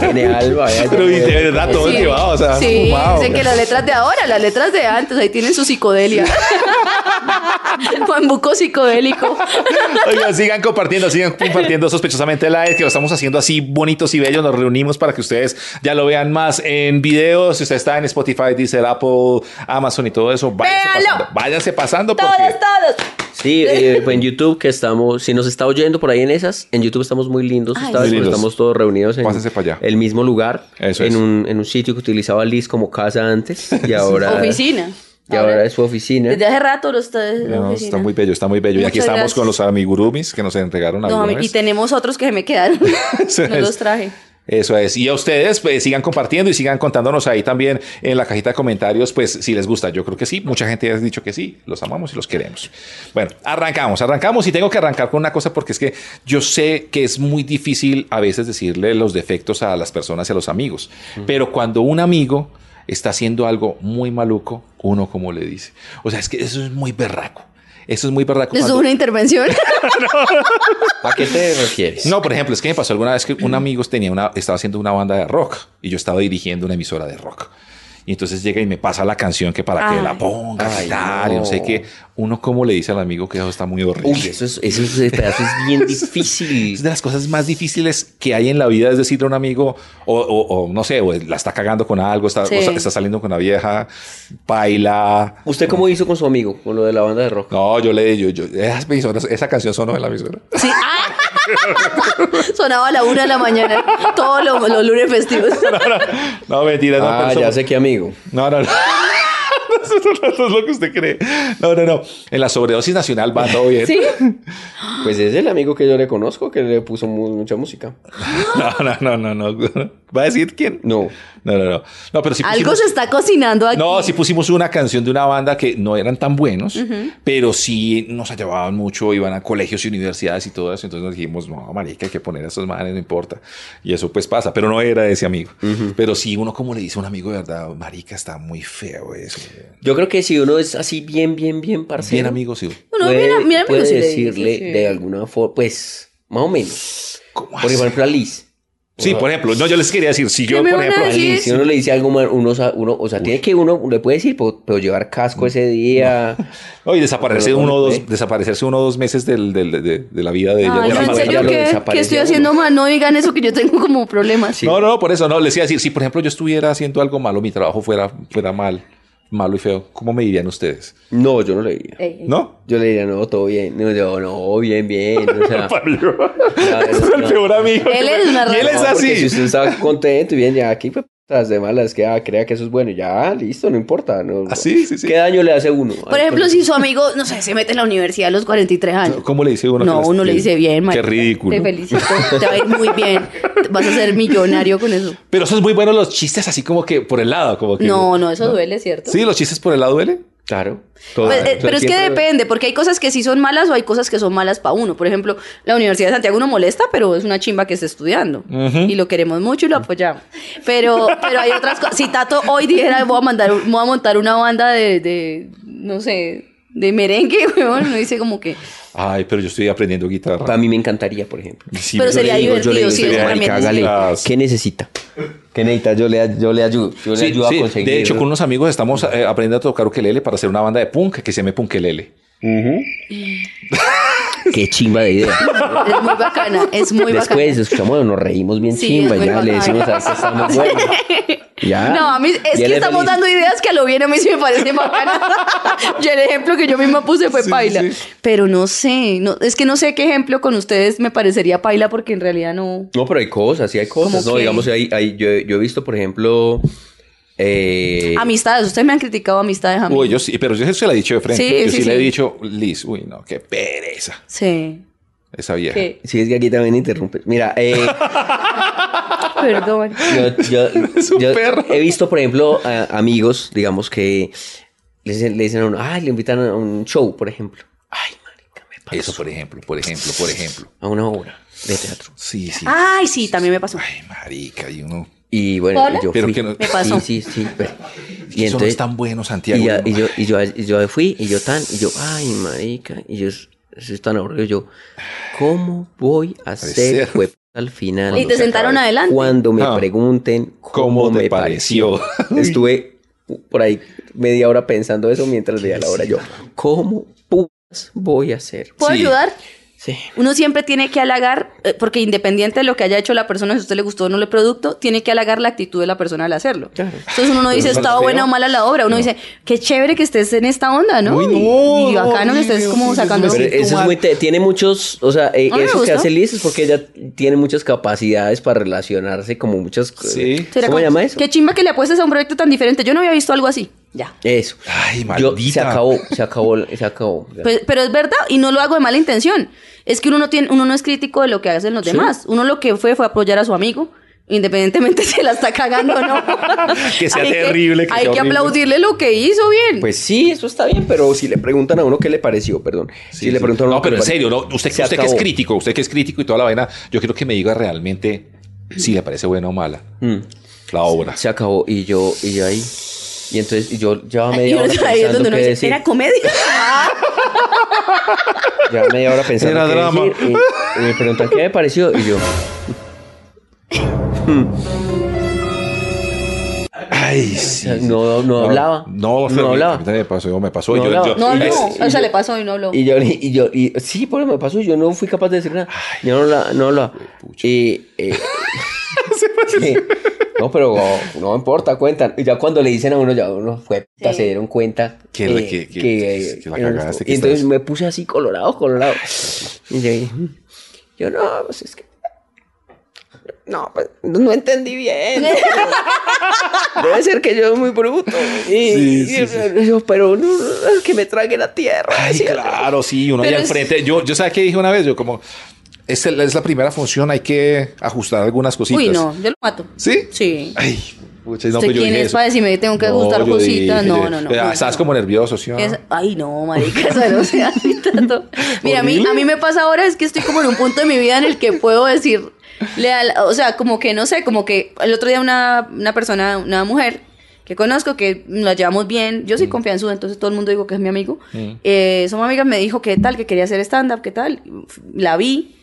[SPEAKER 1] Tiene alma. ya
[SPEAKER 2] Pero y
[SPEAKER 1] tiene-
[SPEAKER 2] de verdad, todo
[SPEAKER 3] Sí.
[SPEAKER 2] llevado, o sea,
[SPEAKER 3] sí,
[SPEAKER 2] fumado.
[SPEAKER 3] dicen que las letras de ahora, las letras de antes, ahí tienen su psicodelia. Bambuco psicodélico.
[SPEAKER 2] Oigan, sigan compartiendo, sigan compartiendo sospechosamente la que lo estamos haciendo así bonitos y bellos. Nos reunimos para que ustedes ya lo vean más en videos. Si usted está en Spotify, Deezer, Apple, Amazon y todo eso, váyanse
[SPEAKER 3] ¡Véalo!
[SPEAKER 2] pasando. Váyanse pasando porque
[SPEAKER 3] todos, todos.
[SPEAKER 1] Sí, eh, pues en YouTube que estamos, si nos está oyendo por ahí en esas, en YouTube estamos muy lindos,
[SPEAKER 3] Ay,
[SPEAKER 1] esta vez,
[SPEAKER 2] Muy
[SPEAKER 1] porque
[SPEAKER 2] lindos.
[SPEAKER 1] estamos todos reunidos en
[SPEAKER 2] Pásense pa' allá.
[SPEAKER 1] el mismo lugar,
[SPEAKER 2] Eso
[SPEAKER 1] en,
[SPEAKER 2] es.
[SPEAKER 1] un, en un sitio que utilizaba Liz como casa antes y ahora
[SPEAKER 3] Oficina.
[SPEAKER 1] Y ahora, es su oficina.
[SPEAKER 3] Desde hace rato los está en la
[SPEAKER 2] No,
[SPEAKER 3] oficina.
[SPEAKER 2] está muy bello, está muy bello. y
[SPEAKER 3] Muchas
[SPEAKER 2] aquí estamos
[SPEAKER 3] gracias.
[SPEAKER 2] con los amigurumis que nos entregaron
[SPEAKER 3] No,
[SPEAKER 2] alguna
[SPEAKER 3] mami,
[SPEAKER 2] vez.
[SPEAKER 3] y tenemos otros que se me quedaron.
[SPEAKER 2] Eso
[SPEAKER 3] no
[SPEAKER 2] es.
[SPEAKER 3] los traje.
[SPEAKER 2] Eso es. Y a ustedes, pues sigan compartiendo y sigan contándonos ahí también en la cajita de comentarios, pues si les gusta. Yo creo que sí. Mucha gente ha dicho que sí. Los amamos y los queremos. Bueno, arrancamos, arrancamos. Y tengo que arrancar con una cosa porque es que yo sé que es muy difícil a veces decirle los defectos a las personas y a los amigos. Pero cuando un amigo está haciendo algo muy maluco, uno como le dice. O sea, es que eso es muy berraco. Eso es muy berraco.
[SPEAKER 3] Eso es
[SPEAKER 2] cuando-
[SPEAKER 3] una intervención.
[SPEAKER 1] ¿A qué te refieres?
[SPEAKER 2] no, por ejemplo, es que me pasó alguna vez que un amigo tenía una, estaba haciendo una banda de rock y yo estaba dirigiendo una emisora de rock. Y entonces llega y me pasa la canción que para que
[SPEAKER 3] Ay.
[SPEAKER 2] la ponga
[SPEAKER 1] Ay,
[SPEAKER 2] y tal, y no sé
[SPEAKER 1] no.
[SPEAKER 2] qué. Uno, como le dice al amigo que eso está muy horrible?
[SPEAKER 1] Uy, eso es, eso es, ese pedazo es bien difícil.
[SPEAKER 2] Es de las cosas más difíciles que hay en la vida es decirle a un amigo, o, o- o no sé, o la está cagando con algo, está,
[SPEAKER 3] Sí.
[SPEAKER 2] o sea, está saliendo con una vieja, baila.
[SPEAKER 1] ¿Usted cómo hizo con su amigo, con lo de la banda de rock?
[SPEAKER 2] No, yo le digo, yo, esas emisoras- esa canción sonó en la emisora.
[SPEAKER 3] Sí. ¡Ah! Sonaba a la una de la mañana. Todos los, los lunes festivos.
[SPEAKER 2] No, mentira, no,
[SPEAKER 1] ah,
[SPEAKER 2] pero
[SPEAKER 1] ya
[SPEAKER 2] somos-
[SPEAKER 1] sé qué amigo.
[SPEAKER 2] No, no, no. Eso no es lo que usted cree. No, no, no. En la sobredosis nacional va todo bien.
[SPEAKER 3] Sí.
[SPEAKER 1] Pues es el amigo que yo le conozco que le puso mu- mucha música.
[SPEAKER 2] No, no, no, no, no. ¿Va a decir quién?
[SPEAKER 1] No.
[SPEAKER 2] No, no, no. No, pero si
[SPEAKER 3] Algo se está cocinando aquí.
[SPEAKER 2] No, sí pusimos una canción de una banda que no eran tan buenos, pero sí nos llevaban mucho, iban a colegios y universidades y todo eso. Entonces nos dijimos, no, marica, hay que poner a esos manes, no importa. Y eso pues pasa, pero no era ese amigo. Pero sí, uno como le dice a un amigo de verdad, marica, está muy feo eso.
[SPEAKER 1] Yo creo que si uno es así bien, bien, bien parcero.
[SPEAKER 2] Bien amigo, sí.
[SPEAKER 3] Uno,
[SPEAKER 1] puede,
[SPEAKER 3] mira, mira,
[SPEAKER 1] puede
[SPEAKER 3] amigo, si le dice,
[SPEAKER 1] decirle
[SPEAKER 3] sí.
[SPEAKER 1] de alguna forma, pues, más o menos.
[SPEAKER 2] ¿Cómo
[SPEAKER 1] Porque, por ejemplo, a Liz.
[SPEAKER 2] Sí, por ejemplo, no, yo les quería decir, si yo,
[SPEAKER 3] ¿Qué me
[SPEAKER 2] por
[SPEAKER 3] van a
[SPEAKER 2] ejemplo,
[SPEAKER 3] decir?
[SPEAKER 1] Y si uno le dice algo, mal, uno, sa- uno o sea, tiene que uno, le puede decir, pero, pero llevar casco ese día.
[SPEAKER 2] no, y desaparecer
[SPEAKER 1] Pero,
[SPEAKER 2] uno o
[SPEAKER 1] ¿eh?
[SPEAKER 2] dos, desaparecerse uno o dos meses del, del- de, de la vida de ella.
[SPEAKER 3] Ay,
[SPEAKER 2] de la
[SPEAKER 3] no, en
[SPEAKER 2] madre.
[SPEAKER 1] ya
[SPEAKER 3] serio,
[SPEAKER 1] lo
[SPEAKER 3] ¿qué,
[SPEAKER 1] desapareció
[SPEAKER 3] qué estoy
[SPEAKER 1] uno.
[SPEAKER 3] haciendo mal? No digan eso que yo tengo como problemas.
[SPEAKER 1] Sí.
[SPEAKER 2] No, no, por eso no. Les iba a decir, si por ejemplo yo estuviera haciendo algo malo, mi trabajo fuera, fuera mal, malo y feo, ¿cómo me dirían ustedes?
[SPEAKER 1] No, yo no le diría.
[SPEAKER 3] Ey, ey.
[SPEAKER 2] ¿No?
[SPEAKER 1] Yo le diría, no, todo bien. No, yo, no, bien, bien. O sea,
[SPEAKER 2] Pablo.
[SPEAKER 1] la verdad,
[SPEAKER 2] es el
[SPEAKER 1] no.
[SPEAKER 2] peor amigo.
[SPEAKER 3] Él es una
[SPEAKER 2] Y él
[SPEAKER 1] No,
[SPEAKER 2] es
[SPEAKER 1] porque
[SPEAKER 2] así.
[SPEAKER 1] Si usted está contento y bien, ya aquí, pues, tras de malas, que ah, crea que eso es bueno. Ya, listo, no importa. No,
[SPEAKER 2] Ah, sí, sí, sí.
[SPEAKER 1] ¿Qué daño le hace uno?
[SPEAKER 3] Por ejemplo, si su amigo, no sé, se mete en la universidad a los 43 años.
[SPEAKER 2] ¿Cómo le dice uno?
[SPEAKER 3] No,
[SPEAKER 2] que las-
[SPEAKER 3] uno le
[SPEAKER 2] que-
[SPEAKER 3] dice bien,
[SPEAKER 2] Qué
[SPEAKER 3] marica, Te
[SPEAKER 2] ridículo.
[SPEAKER 3] felicito, te va a ir muy bien. Vas a ser millonario con eso.
[SPEAKER 2] Pero eso es muy bueno, los chistes así como que por el lado, como que.
[SPEAKER 3] No, no, eso duele, ¿cierto?
[SPEAKER 2] Sí, los chistes por el lado duele.
[SPEAKER 1] Claro.
[SPEAKER 3] Pues, eh,
[SPEAKER 1] Todo-
[SPEAKER 3] pero es que
[SPEAKER 1] siempre-
[SPEAKER 3] depende, porque hay cosas que sí son malas o hay cosas que son malas para uno. Por ejemplo, la Universidad de Santiago uno molesta, pero es una chimba que está estudiando. Y lo queremos mucho y lo apoyamos. Pero, pero hay otras cosas. Si Tato hoy dijera, voy a, mandar, un- voy a montar una banda de, de, no sé, de merengue, weón, uno dice como que...
[SPEAKER 2] Ay, pero yo estoy aprendiendo guitarra.
[SPEAKER 1] Para mí me encantaría, por ejemplo.
[SPEAKER 2] Sí,
[SPEAKER 3] Pero
[SPEAKER 2] yo
[SPEAKER 3] sería
[SPEAKER 2] le digo, yo
[SPEAKER 3] divertido,
[SPEAKER 2] le digo,
[SPEAKER 3] sí,
[SPEAKER 2] yo le digo,
[SPEAKER 3] es una
[SPEAKER 2] "Marica,
[SPEAKER 3] herramienta
[SPEAKER 2] hágale".
[SPEAKER 3] distinta.
[SPEAKER 2] Las-
[SPEAKER 1] ¿Qué necesita? ¿Qué necesita? Yo le, yo le ayudo. Yo le
[SPEAKER 2] Sí,
[SPEAKER 1] ayudo
[SPEAKER 2] sí.
[SPEAKER 1] a conseguir.
[SPEAKER 2] De hecho, con unos amigos estamos eh, aprendiendo a tocar ukelele para hacer una banda de punk que se llame Punkelele.
[SPEAKER 1] Qué chimba de idea.
[SPEAKER 3] Es muy bacana, es muy bacana.
[SPEAKER 1] Después escuchamos, nos reímos bien
[SPEAKER 3] Sí,
[SPEAKER 1] chimba.
[SPEAKER 3] es muy
[SPEAKER 1] Ya le
[SPEAKER 3] bacana.
[SPEAKER 1] decimos "Ah, a ver que estamos buenos. Ya.
[SPEAKER 3] No, a mí es
[SPEAKER 1] Y él
[SPEAKER 3] que estamos
[SPEAKER 1] feliz.
[SPEAKER 3] dando ideas que a lo bien a mí sí me parecen bacanas. Yo el ejemplo que yo misma puse fue
[SPEAKER 2] Sí,
[SPEAKER 3] paila.
[SPEAKER 2] sí.
[SPEAKER 3] Pero no sé, no, es que no sé qué ejemplo con ustedes me parecería paila porque en realidad no.
[SPEAKER 1] No, pero hay cosas, sí hay cosas.
[SPEAKER 3] ¿Cómo
[SPEAKER 1] No,
[SPEAKER 3] qué?
[SPEAKER 1] digamos, hay, hay- yo, yo he visto, por ejemplo. eh,
[SPEAKER 3] Amistades, ustedes me han criticado amistades a mí.
[SPEAKER 2] Uy, yo sí, pero yo eso se la he dicho de frente.
[SPEAKER 3] Ah, Sí,
[SPEAKER 2] yo sí,
[SPEAKER 3] sí,
[SPEAKER 2] le he
[SPEAKER 3] sí.
[SPEAKER 2] dicho, Liz, uy, no, qué pereza
[SPEAKER 3] Sí.
[SPEAKER 2] esa vieja.
[SPEAKER 3] que-
[SPEAKER 1] Sí, es que aquí también interrumpes. Mira, eh,
[SPEAKER 3] Perdón.
[SPEAKER 1] yo, yo-
[SPEAKER 2] Es un
[SPEAKER 1] yo
[SPEAKER 2] perro.
[SPEAKER 1] he visto, por ejemplo, a- amigos, digamos, que le dicen, le dicen a uno, ay, le invitan a un show, por ejemplo. Ay, marica, me pasó.
[SPEAKER 2] Eso, por ejemplo, por ejemplo, por ejemplo.
[SPEAKER 1] A una obra de teatro.
[SPEAKER 2] Sí, sí.
[SPEAKER 3] Ay, sí, también me pasó.
[SPEAKER 2] Ay, marica, y uno.
[SPEAKER 1] Y bueno,
[SPEAKER 3] ¿Hola?
[SPEAKER 1] yo
[SPEAKER 2] Pero
[SPEAKER 1] fui.
[SPEAKER 2] que no- Me
[SPEAKER 3] pasó.
[SPEAKER 1] Sí, sí, sí. pero-
[SPEAKER 2] Y eso no es tan bueno, Santiago.
[SPEAKER 1] Y, ya-
[SPEAKER 2] ¿no?
[SPEAKER 1] y yo, y, yo, y yo fui, y yo tan, y yo, ay, marica, y yo soy tan aburrido, yo, ¿cómo voy a
[SPEAKER 2] Parecer.
[SPEAKER 1] hacer jue- al final?
[SPEAKER 3] Y te
[SPEAKER 1] se
[SPEAKER 3] sentaron
[SPEAKER 1] acabe?
[SPEAKER 3] adelante.
[SPEAKER 1] Cuando me
[SPEAKER 2] Ah.
[SPEAKER 1] pregunten cómo,
[SPEAKER 2] ¿Cómo te
[SPEAKER 1] me pareció.
[SPEAKER 2] pareció?
[SPEAKER 1] Estuve por ahí media hora pensando eso mientras leía la hora. Yo, ¿cómo putas voy a hacer?
[SPEAKER 3] ¿Puedo
[SPEAKER 2] Sí.
[SPEAKER 3] ayudar?
[SPEAKER 1] Sí.
[SPEAKER 3] Uno siempre tiene que halagar, eh, porque independiente de lo que haya hecho la persona, si a usted le gustó o no le producto, tiene que halagar la actitud de la persona al hacerlo.
[SPEAKER 1] Claro.
[SPEAKER 3] Entonces uno no dice,
[SPEAKER 2] eso no
[SPEAKER 3] estaba
[SPEAKER 2] es
[SPEAKER 3] buena
[SPEAKER 2] feo.
[SPEAKER 3] o mala la obra. Uno dice, qué chévere que estés en esta onda, ¿no?
[SPEAKER 2] Uy, no,
[SPEAKER 3] y bacano que estés
[SPEAKER 2] Dios,
[SPEAKER 3] como
[SPEAKER 2] Dios,
[SPEAKER 3] sacando.
[SPEAKER 2] Dios,
[SPEAKER 1] Pero
[SPEAKER 2] Sí, tú
[SPEAKER 1] eso es
[SPEAKER 2] mal.
[SPEAKER 1] muy te- tiene muchos, o sea, eh,
[SPEAKER 3] Ah, me
[SPEAKER 1] eso que
[SPEAKER 3] gustó.
[SPEAKER 1] hace Liz es porque ella tiene muchas capacidades para relacionarse como muchas eh,
[SPEAKER 2] Sí.
[SPEAKER 1] ¿Cómo
[SPEAKER 3] Será como,
[SPEAKER 1] llama eso?
[SPEAKER 3] Qué chimba que le apuestas a un proyecto tan diferente. Yo no había visto algo así. Ya.
[SPEAKER 1] Eso.
[SPEAKER 2] Ay,
[SPEAKER 1] Yo-
[SPEAKER 2] maldita. Pues,
[SPEAKER 1] se acabó, se acabó, se acabó.
[SPEAKER 3] Pe- Pues, pero es verdad, y no lo hago de mala intención. Es que uno no, tiene, uno no es crítico de lo que hacen los demás. Uno lo que fue fue apoyar a su amigo, independientemente si la está cagando o no.
[SPEAKER 2] Que sea
[SPEAKER 3] Hay
[SPEAKER 2] terrible, que
[SPEAKER 3] hay
[SPEAKER 2] sea
[SPEAKER 3] que
[SPEAKER 2] horrible.
[SPEAKER 3] aplaudirle lo que hizo bien.
[SPEAKER 1] Pues sí, eso está bien, pero si le preguntan a uno qué le pareció, perdón.
[SPEAKER 2] Sí,
[SPEAKER 1] si
[SPEAKER 2] sí.
[SPEAKER 1] le preguntan a uno
[SPEAKER 2] No,
[SPEAKER 1] qué
[SPEAKER 2] pero
[SPEAKER 1] le
[SPEAKER 2] en
[SPEAKER 1] pareció,
[SPEAKER 2] serio, no, usted,
[SPEAKER 1] se
[SPEAKER 2] usted que es
[SPEAKER 1] acabó.
[SPEAKER 2] crítico, usted que es crítico y toda la vaina, yo quiero que me diga realmente si le parece buena o mala
[SPEAKER 1] Mm.
[SPEAKER 2] la obra.
[SPEAKER 1] Se acabó y yo, y yo ahí. Y entonces y yo llevaba
[SPEAKER 3] y
[SPEAKER 1] media
[SPEAKER 3] uno
[SPEAKER 1] hora
[SPEAKER 3] está ahí
[SPEAKER 1] pensando
[SPEAKER 3] donde uno
[SPEAKER 1] qué
[SPEAKER 3] dice,
[SPEAKER 1] decir.
[SPEAKER 3] era comedia.
[SPEAKER 1] Llevaba media hora pensando
[SPEAKER 2] Era
[SPEAKER 1] qué
[SPEAKER 2] drama.
[SPEAKER 1] decir, y, y me preguntan qué me pareció y yo,
[SPEAKER 2] Ay, sí. sí.
[SPEAKER 1] no, no hablaba.
[SPEAKER 2] No,
[SPEAKER 1] No
[SPEAKER 2] Fermín,
[SPEAKER 1] hablaba.
[SPEAKER 2] a mí también me pasó, me pasó. yo,
[SPEAKER 1] No hablaba.
[SPEAKER 2] yo-
[SPEAKER 3] No habló.
[SPEAKER 2] es-
[SPEAKER 3] o sea, le pasó y no habló.
[SPEAKER 1] Y yo, y yo, y sí, por me pasó, yo no fui capaz de decir nada. Yo no la, no la. Y, eh, sí. no, pero no, no importa, cuentan. Y ya cuando le dicen a uno, ya uno fue, puta,
[SPEAKER 3] Sí.
[SPEAKER 1] se dieron cuenta
[SPEAKER 2] Que la- que- que- que- que la cagaste, que
[SPEAKER 1] y entonces
[SPEAKER 2] estás-
[SPEAKER 1] me puse así colorado, colorado. Y yo, "Mm". yo, no, pues es que. No, pues no entendí bien. Debe ser que yo soy muy bruto. Y,
[SPEAKER 2] Sí, sí,
[SPEAKER 1] y- yo, pero no, no, que me trague la tierra.
[SPEAKER 2] Ay,
[SPEAKER 1] decía yo.
[SPEAKER 2] claro, sí, uno
[SPEAKER 3] Pero
[SPEAKER 2] allá
[SPEAKER 3] es-
[SPEAKER 2] enfrente. Yo, yo sabía que dije una vez, yo como, esta es la- es la primera función, hay que ajustar algunas cositas.
[SPEAKER 3] Uy, no, yo lo mato.
[SPEAKER 2] ¿Sí?
[SPEAKER 3] Sí.
[SPEAKER 2] Ay, pucha, no,
[SPEAKER 3] ¿Usted
[SPEAKER 2] pero yo
[SPEAKER 3] quién
[SPEAKER 2] dije
[SPEAKER 3] es
[SPEAKER 2] eso.
[SPEAKER 3] para decirme que tengo que ajustar
[SPEAKER 2] yo dije,
[SPEAKER 3] cositas? No,
[SPEAKER 2] yo-
[SPEAKER 3] no, no.
[SPEAKER 2] Ah,
[SPEAKER 3] Uy,
[SPEAKER 2] Estabas
[SPEAKER 3] no.
[SPEAKER 2] como nervioso, ¿sí? o no?
[SPEAKER 3] Es- ay, no, marica, eso no sea así tanto. Mira, a mí,
[SPEAKER 2] Horrible.
[SPEAKER 3] a mí me pasa ahora es que estoy como en un punto de mi vida en el que puedo decir, leal, o sea, como que no sé, como que el otro día una, una persona, una mujer que conozco, que la llevamos bien, yo soy
[SPEAKER 2] Mm.
[SPEAKER 3] confianzuda, entonces todo el mundo digo que es mi amigo, eh, somos amigas, me dijo qué tal, que quería hacer stand-up, qué tal, la vi.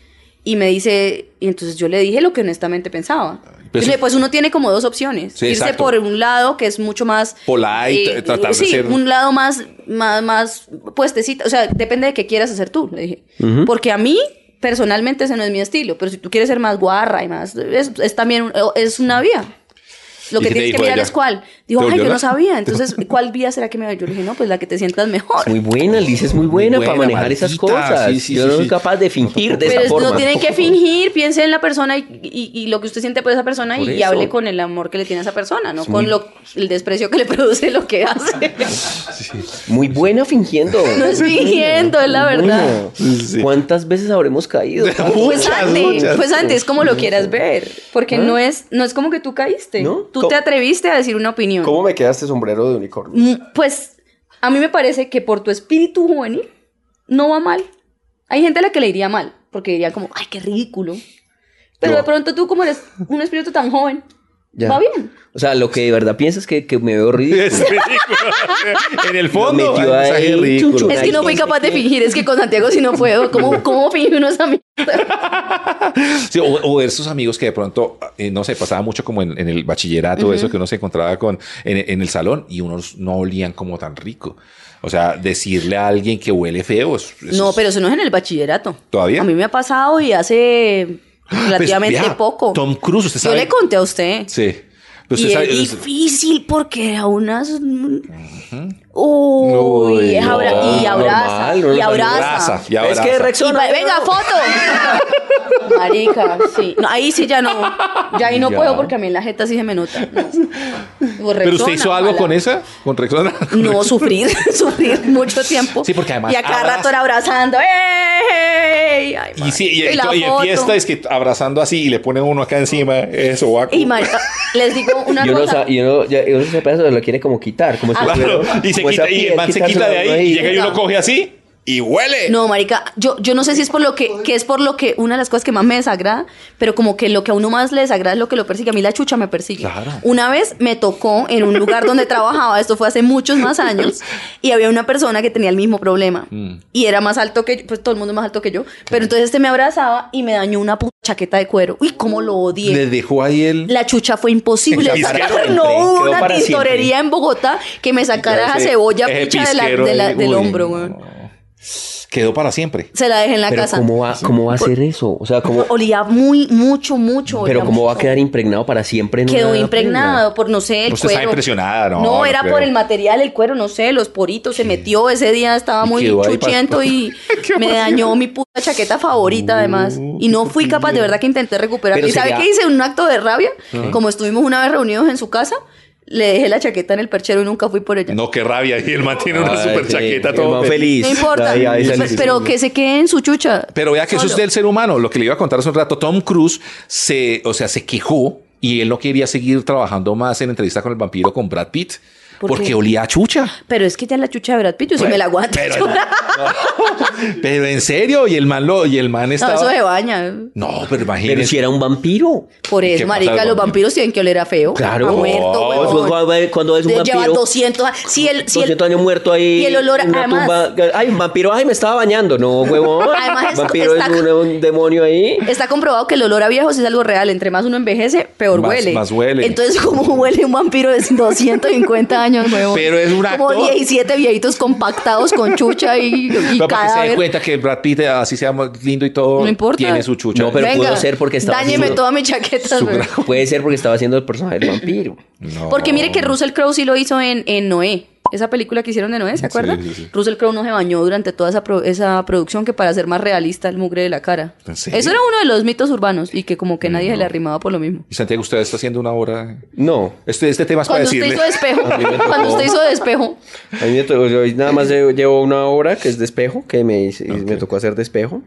[SPEAKER 3] Y me dice, y entonces yo le dije lo que honestamente pensaba.
[SPEAKER 2] Pues
[SPEAKER 3] Yo le dije,
[SPEAKER 2] sí.
[SPEAKER 3] pues uno tiene como dos opciones.
[SPEAKER 2] Sí,
[SPEAKER 3] Irse
[SPEAKER 2] exacto.
[SPEAKER 3] por un lado que es mucho más...
[SPEAKER 2] Polite, eh, tratar de
[SPEAKER 3] sí,
[SPEAKER 2] ser-
[SPEAKER 3] un lado más, más, más puestecito. O sea, depende de qué quieras hacer tú, le dije. Porque a mí, personalmente, ese no es mi estilo. Pero si tú quieres ser más guarra y más... Es, es también... un- Es una vía. Lo
[SPEAKER 2] ¿Y
[SPEAKER 3] que
[SPEAKER 2] qué te
[SPEAKER 3] tienes que
[SPEAKER 2] dijo
[SPEAKER 3] mirar
[SPEAKER 2] ella?
[SPEAKER 3] es cuál.
[SPEAKER 2] ¿Te
[SPEAKER 3] Dijo, ay,
[SPEAKER 2] volvió
[SPEAKER 3] yo no
[SPEAKER 2] loca?
[SPEAKER 3] sabía. Entonces, ¿cuál vía será que me va? Yo le dije, no, pues la que te sientas mejor.
[SPEAKER 1] Muy buena, Liz es muy buena,
[SPEAKER 2] Buena,
[SPEAKER 1] para manejar esas
[SPEAKER 2] maldita.
[SPEAKER 1] cosas.
[SPEAKER 2] Sí, sí,
[SPEAKER 1] Yo
[SPEAKER 2] sí,
[SPEAKER 1] no soy
[SPEAKER 2] sí.
[SPEAKER 1] capaz de fingir de
[SPEAKER 3] Pero
[SPEAKER 1] esa
[SPEAKER 3] es-
[SPEAKER 1] forma.
[SPEAKER 3] no tienen que fingir, piense en la persona y, y- y lo que usted siente por esa persona
[SPEAKER 1] Por
[SPEAKER 3] y,
[SPEAKER 1] eso.
[SPEAKER 3] hable con el amor que le tiene a esa persona, no
[SPEAKER 1] Es
[SPEAKER 3] con
[SPEAKER 1] muy-
[SPEAKER 3] lo, el desprecio que le produce lo que hace.
[SPEAKER 1] Muy buena fingiendo.
[SPEAKER 3] No es fingiendo, es la
[SPEAKER 1] Muy buena.
[SPEAKER 3] verdad.
[SPEAKER 2] Sí.
[SPEAKER 1] ¿Cuántas veces habremos caído?
[SPEAKER 3] Pues antes,
[SPEAKER 2] muchas. ¿Ah?
[SPEAKER 3] pues antes, como lo quieras ver, porque no es, no es como que tú caíste,
[SPEAKER 1] ¿No?
[SPEAKER 3] tú
[SPEAKER 1] ¿Cómo?
[SPEAKER 3] te atreviste a decir una opinión.
[SPEAKER 1] me quedaste sombrero de unicornio?
[SPEAKER 3] Mm, Pues a mí me parece que por tu espíritu juvenil no va mal. Hay gente a la que le iría mal, porque diría como, ay, qué ridículo. Pero
[SPEAKER 1] No.
[SPEAKER 3] de pronto tú como eres un espíritu tan joven,
[SPEAKER 1] Ya.
[SPEAKER 3] va bien.
[SPEAKER 1] O sea, lo que de verdad piensas que, que me veo ridículo.
[SPEAKER 2] Es ridículo. en el fondo,
[SPEAKER 1] metió
[SPEAKER 2] hay un mensaje
[SPEAKER 1] ahí,
[SPEAKER 2] ridículo.
[SPEAKER 1] chun, chun.
[SPEAKER 3] Es que no fui capaz de fingir, es que con Santiago si no puedo. ¿Cómo, cómo finge unos amigos?
[SPEAKER 2] Sí, o, o esos amigos que de pronto, eh, no sé, pasaba mucho como en, en el bachillerato, eso que uno se encontraba con en, en el salón y unos no olían como tan rico. O sea, decirle a alguien que huele feo. es- es-
[SPEAKER 3] No, pero eso no es en el bachillerato.
[SPEAKER 2] ¿Todavía?
[SPEAKER 3] A mí me ha pasado y hace
[SPEAKER 2] Pues,
[SPEAKER 3] relativamente
[SPEAKER 2] vea,
[SPEAKER 3] poco.
[SPEAKER 2] Tom Cruise, usted
[SPEAKER 3] Yo
[SPEAKER 2] sabe.
[SPEAKER 3] le conté a usted.
[SPEAKER 2] Sí. Pero usted
[SPEAKER 3] y
[SPEAKER 2] sabe-
[SPEAKER 3] es difícil porque era unas. Uy,
[SPEAKER 2] Uy,
[SPEAKER 3] es abra-
[SPEAKER 2] no,
[SPEAKER 3] y abraza.
[SPEAKER 1] normal, no,
[SPEAKER 3] y
[SPEAKER 1] no,
[SPEAKER 3] abraza.
[SPEAKER 2] abraza, y
[SPEAKER 1] Es
[SPEAKER 2] abraza.
[SPEAKER 1] que
[SPEAKER 3] Y
[SPEAKER 1] Rexona.
[SPEAKER 3] va- venga, foto. Marica, sí. No, ahí sí ya no. Ya ahí no
[SPEAKER 2] Ya.
[SPEAKER 3] puedo porque a mí en la jeta sí se me nota. No.
[SPEAKER 2] Pero usted hizo algo con
[SPEAKER 3] eso
[SPEAKER 2] esa, con Rexona.
[SPEAKER 3] No, sufrir, sufrir mucho tiempo.
[SPEAKER 2] Sí, porque además
[SPEAKER 3] Y a cada
[SPEAKER 2] abraza-
[SPEAKER 3] rato era abrazando. ¡Ey! Ay,
[SPEAKER 2] Y sí, y,
[SPEAKER 3] marica,
[SPEAKER 2] y-
[SPEAKER 3] la
[SPEAKER 2] y en
[SPEAKER 3] foto.
[SPEAKER 2] fiesta es que abrazando así y le pone uno acá encima, eso va.
[SPEAKER 3] Y marica, les digo una
[SPEAKER 1] Yo no,
[SPEAKER 3] cosa. Ah,
[SPEAKER 1] sa- yo no, ya, yo no sé ese pedazo lo quiere como quitar, como si
[SPEAKER 2] Claro,
[SPEAKER 1] fuera-
[SPEAKER 2] y se
[SPEAKER 1] como
[SPEAKER 2] quita,
[SPEAKER 1] esa
[SPEAKER 2] y el
[SPEAKER 1] piel,
[SPEAKER 2] man se
[SPEAKER 1] quitársela
[SPEAKER 2] quita de ahí, y llega y uno
[SPEAKER 3] Venga.
[SPEAKER 2] coge así y huele.
[SPEAKER 3] No, marica, yo, yo no sé si es por lo que, que es por lo que, una de las cosas que más me desagrada, pero como que lo que a uno más le desagrada es lo que lo persigue. A mí la chucha me persigue.
[SPEAKER 2] Claro.
[SPEAKER 3] Una vez me tocó en un lugar donde trabajaba, esto fue hace muchos más años, y había una persona que tenía el mismo problema.
[SPEAKER 2] Mm.
[SPEAKER 3] Y era más alto que yo, pues todo el mundo más alto que yo. Pero entonces este me abrazaba y me dañó una puta chaqueta de cuero. Uy, cómo lo odié.
[SPEAKER 2] Le dejó ahí el.
[SPEAKER 3] La chucha fue imposible.
[SPEAKER 2] El
[SPEAKER 3] sacar.
[SPEAKER 2] disquero
[SPEAKER 1] del
[SPEAKER 3] No
[SPEAKER 1] tren,
[SPEAKER 3] hubo
[SPEAKER 1] quedó
[SPEAKER 3] una
[SPEAKER 1] para
[SPEAKER 3] tintorería
[SPEAKER 1] siempre.
[SPEAKER 3] en Bogotá que me sacara esa
[SPEAKER 2] Ese-
[SPEAKER 3] cebolla
[SPEAKER 2] ese
[SPEAKER 3] pucha de la-
[SPEAKER 2] pisquero
[SPEAKER 3] de la-
[SPEAKER 2] ahí,
[SPEAKER 3] del
[SPEAKER 2] uy,
[SPEAKER 3] hombro,
[SPEAKER 2] no.
[SPEAKER 3] weón.
[SPEAKER 2] Quedó para siempre.
[SPEAKER 3] Se la dejé en la
[SPEAKER 1] Pero
[SPEAKER 3] casa.
[SPEAKER 1] ¿cómo va, ¿cómo va a ser eso? O sea, ¿cómo,
[SPEAKER 3] Olía muy, mucho, mucho.
[SPEAKER 1] pero
[SPEAKER 3] olía
[SPEAKER 1] ¿cómo va a
[SPEAKER 3] mucho.
[SPEAKER 1] quedar impregnado para siempre? en
[SPEAKER 3] Quedó
[SPEAKER 1] una
[SPEAKER 3] impregnado por, no sé, el
[SPEAKER 2] Usted
[SPEAKER 3] cuero.
[SPEAKER 2] estaba impresionada, ¿no?
[SPEAKER 3] No,
[SPEAKER 2] no
[SPEAKER 3] era
[SPEAKER 2] creo.
[SPEAKER 3] por el material, el cuero, no sé, los poritos, se metió, ese día estaba
[SPEAKER 2] Y
[SPEAKER 3] muy
[SPEAKER 2] quedó ahí pa-
[SPEAKER 3] chuchiento y me dañó mi puta chaqueta favorita además. Y no fui capaz, de verdad que intenté recuperar.
[SPEAKER 1] Uh, Pero
[SPEAKER 3] ¿Y sabe
[SPEAKER 1] sería-
[SPEAKER 3] qué hice? Un acto de rabia. Como estuvimos una vez reunidos en su casa, le dejé la chaqueta en el perchero y nunca fui por ella.
[SPEAKER 2] No, qué rabia. Y el man tiene
[SPEAKER 1] pierna.
[SPEAKER 2] una
[SPEAKER 1] Ay,
[SPEAKER 2] super
[SPEAKER 1] sí,
[SPEAKER 2] chaqueta
[SPEAKER 1] el
[SPEAKER 2] todo
[SPEAKER 1] man feliz.
[SPEAKER 3] No importa,
[SPEAKER 1] Ahí, ahí
[SPEAKER 3] Pe-
[SPEAKER 1] sale.
[SPEAKER 3] pero que se quede en su chucha.
[SPEAKER 2] Pero vea que eso es
[SPEAKER 3] Solo.
[SPEAKER 2] del ser humano. Lo que le iba a contar hace un rato, Tom Cruise se, o sea, se quejó y él no quería seguir trabajando más en entrevista con el vampiro con Brad Pitt
[SPEAKER 3] ¿Por
[SPEAKER 2] porque
[SPEAKER 3] qué?
[SPEAKER 2] olía a chucha.
[SPEAKER 3] Pero es que ya la chucha de Brad Pitt, yo sí me la aguanto.
[SPEAKER 2] Pero, pero en serio, y el man lo, y el man
[SPEAKER 3] No,
[SPEAKER 2] estaba.
[SPEAKER 3] eso se baña.
[SPEAKER 2] No, pero
[SPEAKER 1] Pero
[SPEAKER 2] imagínese.
[SPEAKER 1] si era un vampiro.
[SPEAKER 3] Por
[SPEAKER 2] ¿Y
[SPEAKER 3] eso,
[SPEAKER 2] qué pasa
[SPEAKER 3] marica,
[SPEAKER 2] con-
[SPEAKER 3] los vampiros tienen que oler a feo.
[SPEAKER 1] Claro.
[SPEAKER 3] A muerto,
[SPEAKER 2] Oh,
[SPEAKER 1] Pues,
[SPEAKER 3] huevón.
[SPEAKER 1] cuando ve- Cuando es un
[SPEAKER 3] De- Lleva
[SPEAKER 1] vampiro.
[SPEAKER 3] 200 años. Si el, si el-
[SPEAKER 1] 200 años muerto ahí.
[SPEAKER 3] y el olor,
[SPEAKER 1] en una
[SPEAKER 3] además-
[SPEAKER 1] tumba. Ay, un vampiro, ay, me estaba bañando. No, huevón.
[SPEAKER 3] Además, es-
[SPEAKER 1] vampiro
[SPEAKER 3] está-
[SPEAKER 1] es un, un demonio ahí.
[SPEAKER 3] Está comprobado que el olor a viejo sí es algo real. Entre más uno envejece, peor
[SPEAKER 2] Más-
[SPEAKER 3] huele.
[SPEAKER 2] más huele.
[SPEAKER 3] Entonces, como huele un vampiro de 250 años, huevón?
[SPEAKER 2] Pero es un
[SPEAKER 3] Como
[SPEAKER 2] actor.
[SPEAKER 3] 17 viejitos compactados con chucha y, y
[SPEAKER 2] No, para que se dé
[SPEAKER 3] cadáver.
[SPEAKER 2] cuenta que Brad Pitt, eh, así sea lindo y todo,
[SPEAKER 3] No importa.
[SPEAKER 2] tiene su chucha.
[SPEAKER 1] No, pero- pudo ser porque estaba
[SPEAKER 3] Dáñeme
[SPEAKER 1] haciendo
[SPEAKER 3] toda mi chaqueta.
[SPEAKER 2] su
[SPEAKER 3] huevón.
[SPEAKER 2] gra-
[SPEAKER 1] Puede ser porque estaba haciendo el personaje del vampiro.
[SPEAKER 2] No.
[SPEAKER 3] Porque mire que Russell Crowe sí lo hizo en, en Noé. Esa película que hicieron de Noé, ¿se acuerdan?
[SPEAKER 2] sí, sí.
[SPEAKER 3] Russell Crowe no se bañó durante toda esa, pro- esa producción que para ser más realista el mugre de la cara.
[SPEAKER 2] ¿En
[SPEAKER 3] Eso
[SPEAKER 2] serio?
[SPEAKER 3] era uno de los mitos urbanos y que como que nadie se le arrimaba por lo mismo.
[SPEAKER 2] Y Santiago, usted está haciendo una hora.
[SPEAKER 1] No.
[SPEAKER 2] Este, este tema es para
[SPEAKER 3] Cuando usted
[SPEAKER 2] decirle.
[SPEAKER 3] hizo despejo,
[SPEAKER 1] A mí me tocó.
[SPEAKER 3] cuando usted hizo despejo,
[SPEAKER 1] A mí me tocó- yo nada más llevo, llevo una hora que es de espejo, que me, hice- me tocó hacer de espejo.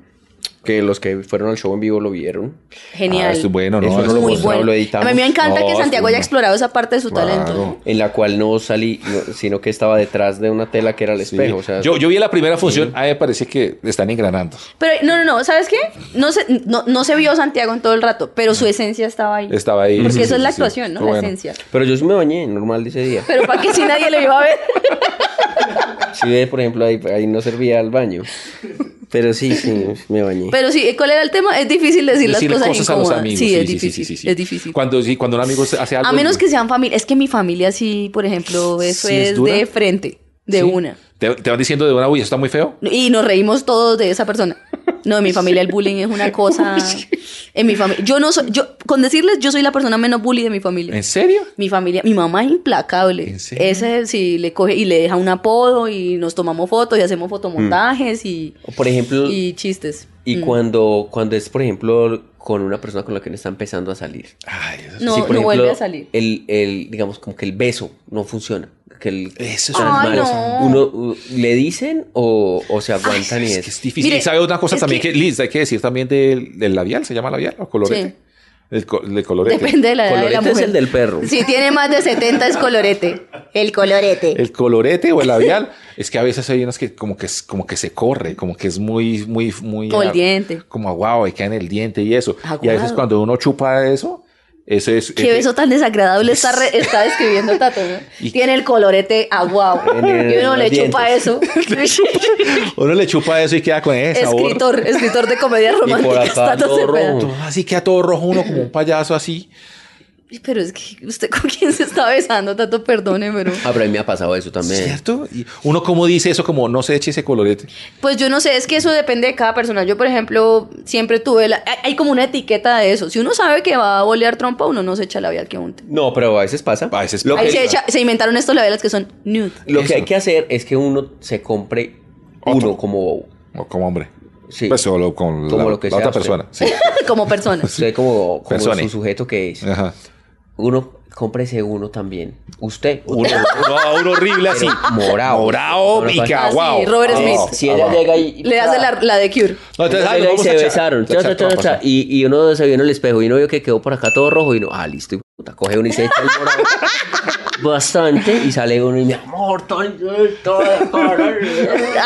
[SPEAKER 1] Que los que fueron al show en vivo lo vieron.
[SPEAKER 2] Ah,
[SPEAKER 3] genial.
[SPEAKER 2] esto es bueno,
[SPEAKER 1] Eso
[SPEAKER 2] ¿no?
[SPEAKER 1] no
[SPEAKER 2] Esto
[SPEAKER 1] lo
[SPEAKER 2] es
[SPEAKER 3] Muy
[SPEAKER 1] mostramos,
[SPEAKER 3] bueno.
[SPEAKER 1] lo editamos.
[SPEAKER 3] A mí me
[SPEAKER 2] No,
[SPEAKER 3] encanta que
[SPEAKER 2] esto
[SPEAKER 3] Santiago
[SPEAKER 2] es
[SPEAKER 3] haya
[SPEAKER 2] bueno.
[SPEAKER 3] explorado esa parte de su
[SPEAKER 2] Claro.
[SPEAKER 3] talento.
[SPEAKER 1] En la cual no salí, no, sino que estaba detrás de una tela que era el
[SPEAKER 2] Sí.
[SPEAKER 1] espejo. O sea,
[SPEAKER 2] yo, yo vi la primera función, a mí me parece que están engranando.
[SPEAKER 3] Pero no, no, no, ¿sabes qué? No se, no, no se vio Santiago en todo el rato, pero su esencia estaba ahí.
[SPEAKER 2] Estaba ahí.
[SPEAKER 3] Porque
[SPEAKER 2] Sí,
[SPEAKER 3] eso
[SPEAKER 2] sí,
[SPEAKER 3] es la
[SPEAKER 2] sí, sí.
[SPEAKER 3] actuación, ¿no?
[SPEAKER 2] Qué
[SPEAKER 3] La
[SPEAKER 2] bueno.
[SPEAKER 3] esencia.
[SPEAKER 1] Pero yo sí me bañé normal ese día.
[SPEAKER 3] Pero para que si nadie lo iba a ver.
[SPEAKER 1] Si ve, por ejemplo, ahí, ahí no servía al baño. Pero sí, sí, me bañé.
[SPEAKER 3] Pero sí, ¿cuál era el tema? Es difícil decir las
[SPEAKER 2] Decirle
[SPEAKER 3] cosas,
[SPEAKER 2] cosas a los
[SPEAKER 3] incómodas.
[SPEAKER 2] amigos.
[SPEAKER 3] sí, es
[SPEAKER 2] sí,
[SPEAKER 3] difícil.
[SPEAKER 2] sí, sí.
[SPEAKER 3] Es difícil.
[SPEAKER 2] Cuando, sí, cuando un amigo se- hace algo.
[SPEAKER 3] A menos que sean familia. Es que mi familia sí, por ejemplo, eso
[SPEAKER 2] Sí, es
[SPEAKER 3] es,
[SPEAKER 2] dura.
[SPEAKER 3] de frente, de
[SPEAKER 2] Sí.
[SPEAKER 3] una.
[SPEAKER 2] Te, te van diciendo de una, uy, eso está muy feo.
[SPEAKER 3] Y nos reímos todos de esa persona. No, en mi familia el bullying es una cosa. En mi familia. Yo no soy. Yo, con decirles, yo soy la persona menos bully de mi familia.
[SPEAKER 2] ¿En serio?
[SPEAKER 3] Mi familia, mi mamá es implacable.
[SPEAKER 2] ¿En serio?
[SPEAKER 3] Ese si le coge y le deja un apodo y nos tomamos fotos y hacemos fotomontajes y,
[SPEAKER 1] O, Por
[SPEAKER 2] Mm.
[SPEAKER 1] ejemplo, y,
[SPEAKER 3] y chistes.
[SPEAKER 1] cuando, cuando es, por ejemplo, con una persona con la que no está empezando a salir.
[SPEAKER 2] Ay, eso
[SPEAKER 3] No,
[SPEAKER 2] sí,
[SPEAKER 1] Si, por
[SPEAKER 3] no
[SPEAKER 1] ejemplo,
[SPEAKER 3] vuelve a salir.
[SPEAKER 1] El, el, digamos, como que el beso no funciona. Que el,
[SPEAKER 2] Eso es
[SPEAKER 1] tan
[SPEAKER 2] una
[SPEAKER 3] Ay,
[SPEAKER 1] malo.
[SPEAKER 3] no.
[SPEAKER 1] Uno uh, le dicen o, o se aguantan y
[SPEAKER 2] Es que
[SPEAKER 1] es.
[SPEAKER 2] es difícil.
[SPEAKER 3] Mire,
[SPEAKER 2] y sabe otra cosa
[SPEAKER 3] es
[SPEAKER 2] también que,
[SPEAKER 3] que-
[SPEAKER 2] Liz, hay que decir también del, del labial, se llama labial o colorete.
[SPEAKER 3] Sí.
[SPEAKER 2] El, co- del colorete.
[SPEAKER 3] Depende de la edad de la
[SPEAKER 1] Colorete
[SPEAKER 3] mujer.
[SPEAKER 1] es el del perro.
[SPEAKER 3] Si tiene más de 70 es colorete. El colorete.
[SPEAKER 2] El colorete o el labial, es que a veces hay unas que como que es- como que se corre, como que es muy muy muy
[SPEAKER 3] Como el
[SPEAKER 2] ah,
[SPEAKER 3] diente.
[SPEAKER 2] Como aguado, y queda en el diente y eso. Y a veces
[SPEAKER 3] Aguado.
[SPEAKER 2] cuando uno chupa eso, eso es
[SPEAKER 3] Qué
[SPEAKER 2] eh,
[SPEAKER 3] beso tan desagradable está, re- está describiendo Tato. ¿no?
[SPEAKER 2] Y-
[SPEAKER 3] Tiene el colorete aguado.
[SPEAKER 1] En- en
[SPEAKER 3] Y uno
[SPEAKER 1] los
[SPEAKER 3] le chupa
[SPEAKER 1] dientes.
[SPEAKER 3] eso.
[SPEAKER 2] uno le chupa eso y queda con ese sabor.
[SPEAKER 3] escritor, escritor de comedias
[SPEAKER 1] por
[SPEAKER 3] románticas.
[SPEAKER 1] acá
[SPEAKER 3] Tato
[SPEAKER 1] ando
[SPEAKER 3] Cepeda.
[SPEAKER 1] rojo.
[SPEAKER 2] Todo así queda todo rojo uno como un payaso así.
[SPEAKER 3] Pero es que usted con quién se está besando, Tato, perdóneme, pero.
[SPEAKER 1] Ah, pero a mí me ha pasado eso también.
[SPEAKER 2] ¿Cierto? Y uno como dice eso, como no se eche ese colorete.
[SPEAKER 3] Pues yo no sé, es que eso depende de cada persona. Yo, por ejemplo, siempre tuve la... hay- Hay como una etiqueta de eso. Si uno sabe que va a bolear trompa, uno no se echa labial que unte.
[SPEAKER 1] No, pero a veces pasa.
[SPEAKER 2] A veces
[SPEAKER 1] Lo
[SPEAKER 2] pasa.
[SPEAKER 3] Ahí
[SPEAKER 1] que-
[SPEAKER 3] se, echa- se inventaron estos labiales que son nude.
[SPEAKER 1] Lo
[SPEAKER 2] Eso.
[SPEAKER 1] que hay que hacer es que uno se compre
[SPEAKER 2] Otro.
[SPEAKER 1] uno como bobo.
[SPEAKER 2] O como hombre.
[SPEAKER 1] Sí.
[SPEAKER 2] Pues solo con
[SPEAKER 1] Como
[SPEAKER 2] la,
[SPEAKER 1] lo que
[SPEAKER 2] la otra
[SPEAKER 1] sea
[SPEAKER 2] persona. Sí.
[SPEAKER 3] como personas.
[SPEAKER 1] Usted como, como
[SPEAKER 2] Persone.
[SPEAKER 1] su sujeto que es.
[SPEAKER 2] Ajá.
[SPEAKER 1] Uno, cómprese uno también. Usted.
[SPEAKER 2] Uno, uno- uno horrible así.
[SPEAKER 1] Pero morado.
[SPEAKER 2] Morado
[SPEAKER 1] No,
[SPEAKER 2] y
[SPEAKER 1] no,
[SPEAKER 2] que
[SPEAKER 1] no.
[SPEAKER 2] aguao.
[SPEAKER 3] Ah, sí, Robert
[SPEAKER 2] Aguao,
[SPEAKER 3] Smith.
[SPEAKER 1] Si
[SPEAKER 2] aguao.
[SPEAKER 1] ella llega y.
[SPEAKER 3] Le hace la, la de Cure.
[SPEAKER 2] No, entonces, ah, nos
[SPEAKER 1] Llega y
[SPEAKER 2] vamos
[SPEAKER 1] se
[SPEAKER 2] a echar.
[SPEAKER 1] besaron, cha, cha, cha, cha, cha, y, y uno se vio en el espejo y uno vio que quedó por acá todo rojo y uno, ah, listo, y puta, coge uno y se echa el morado bastante y sale uno y mi amor, tan- toda cara".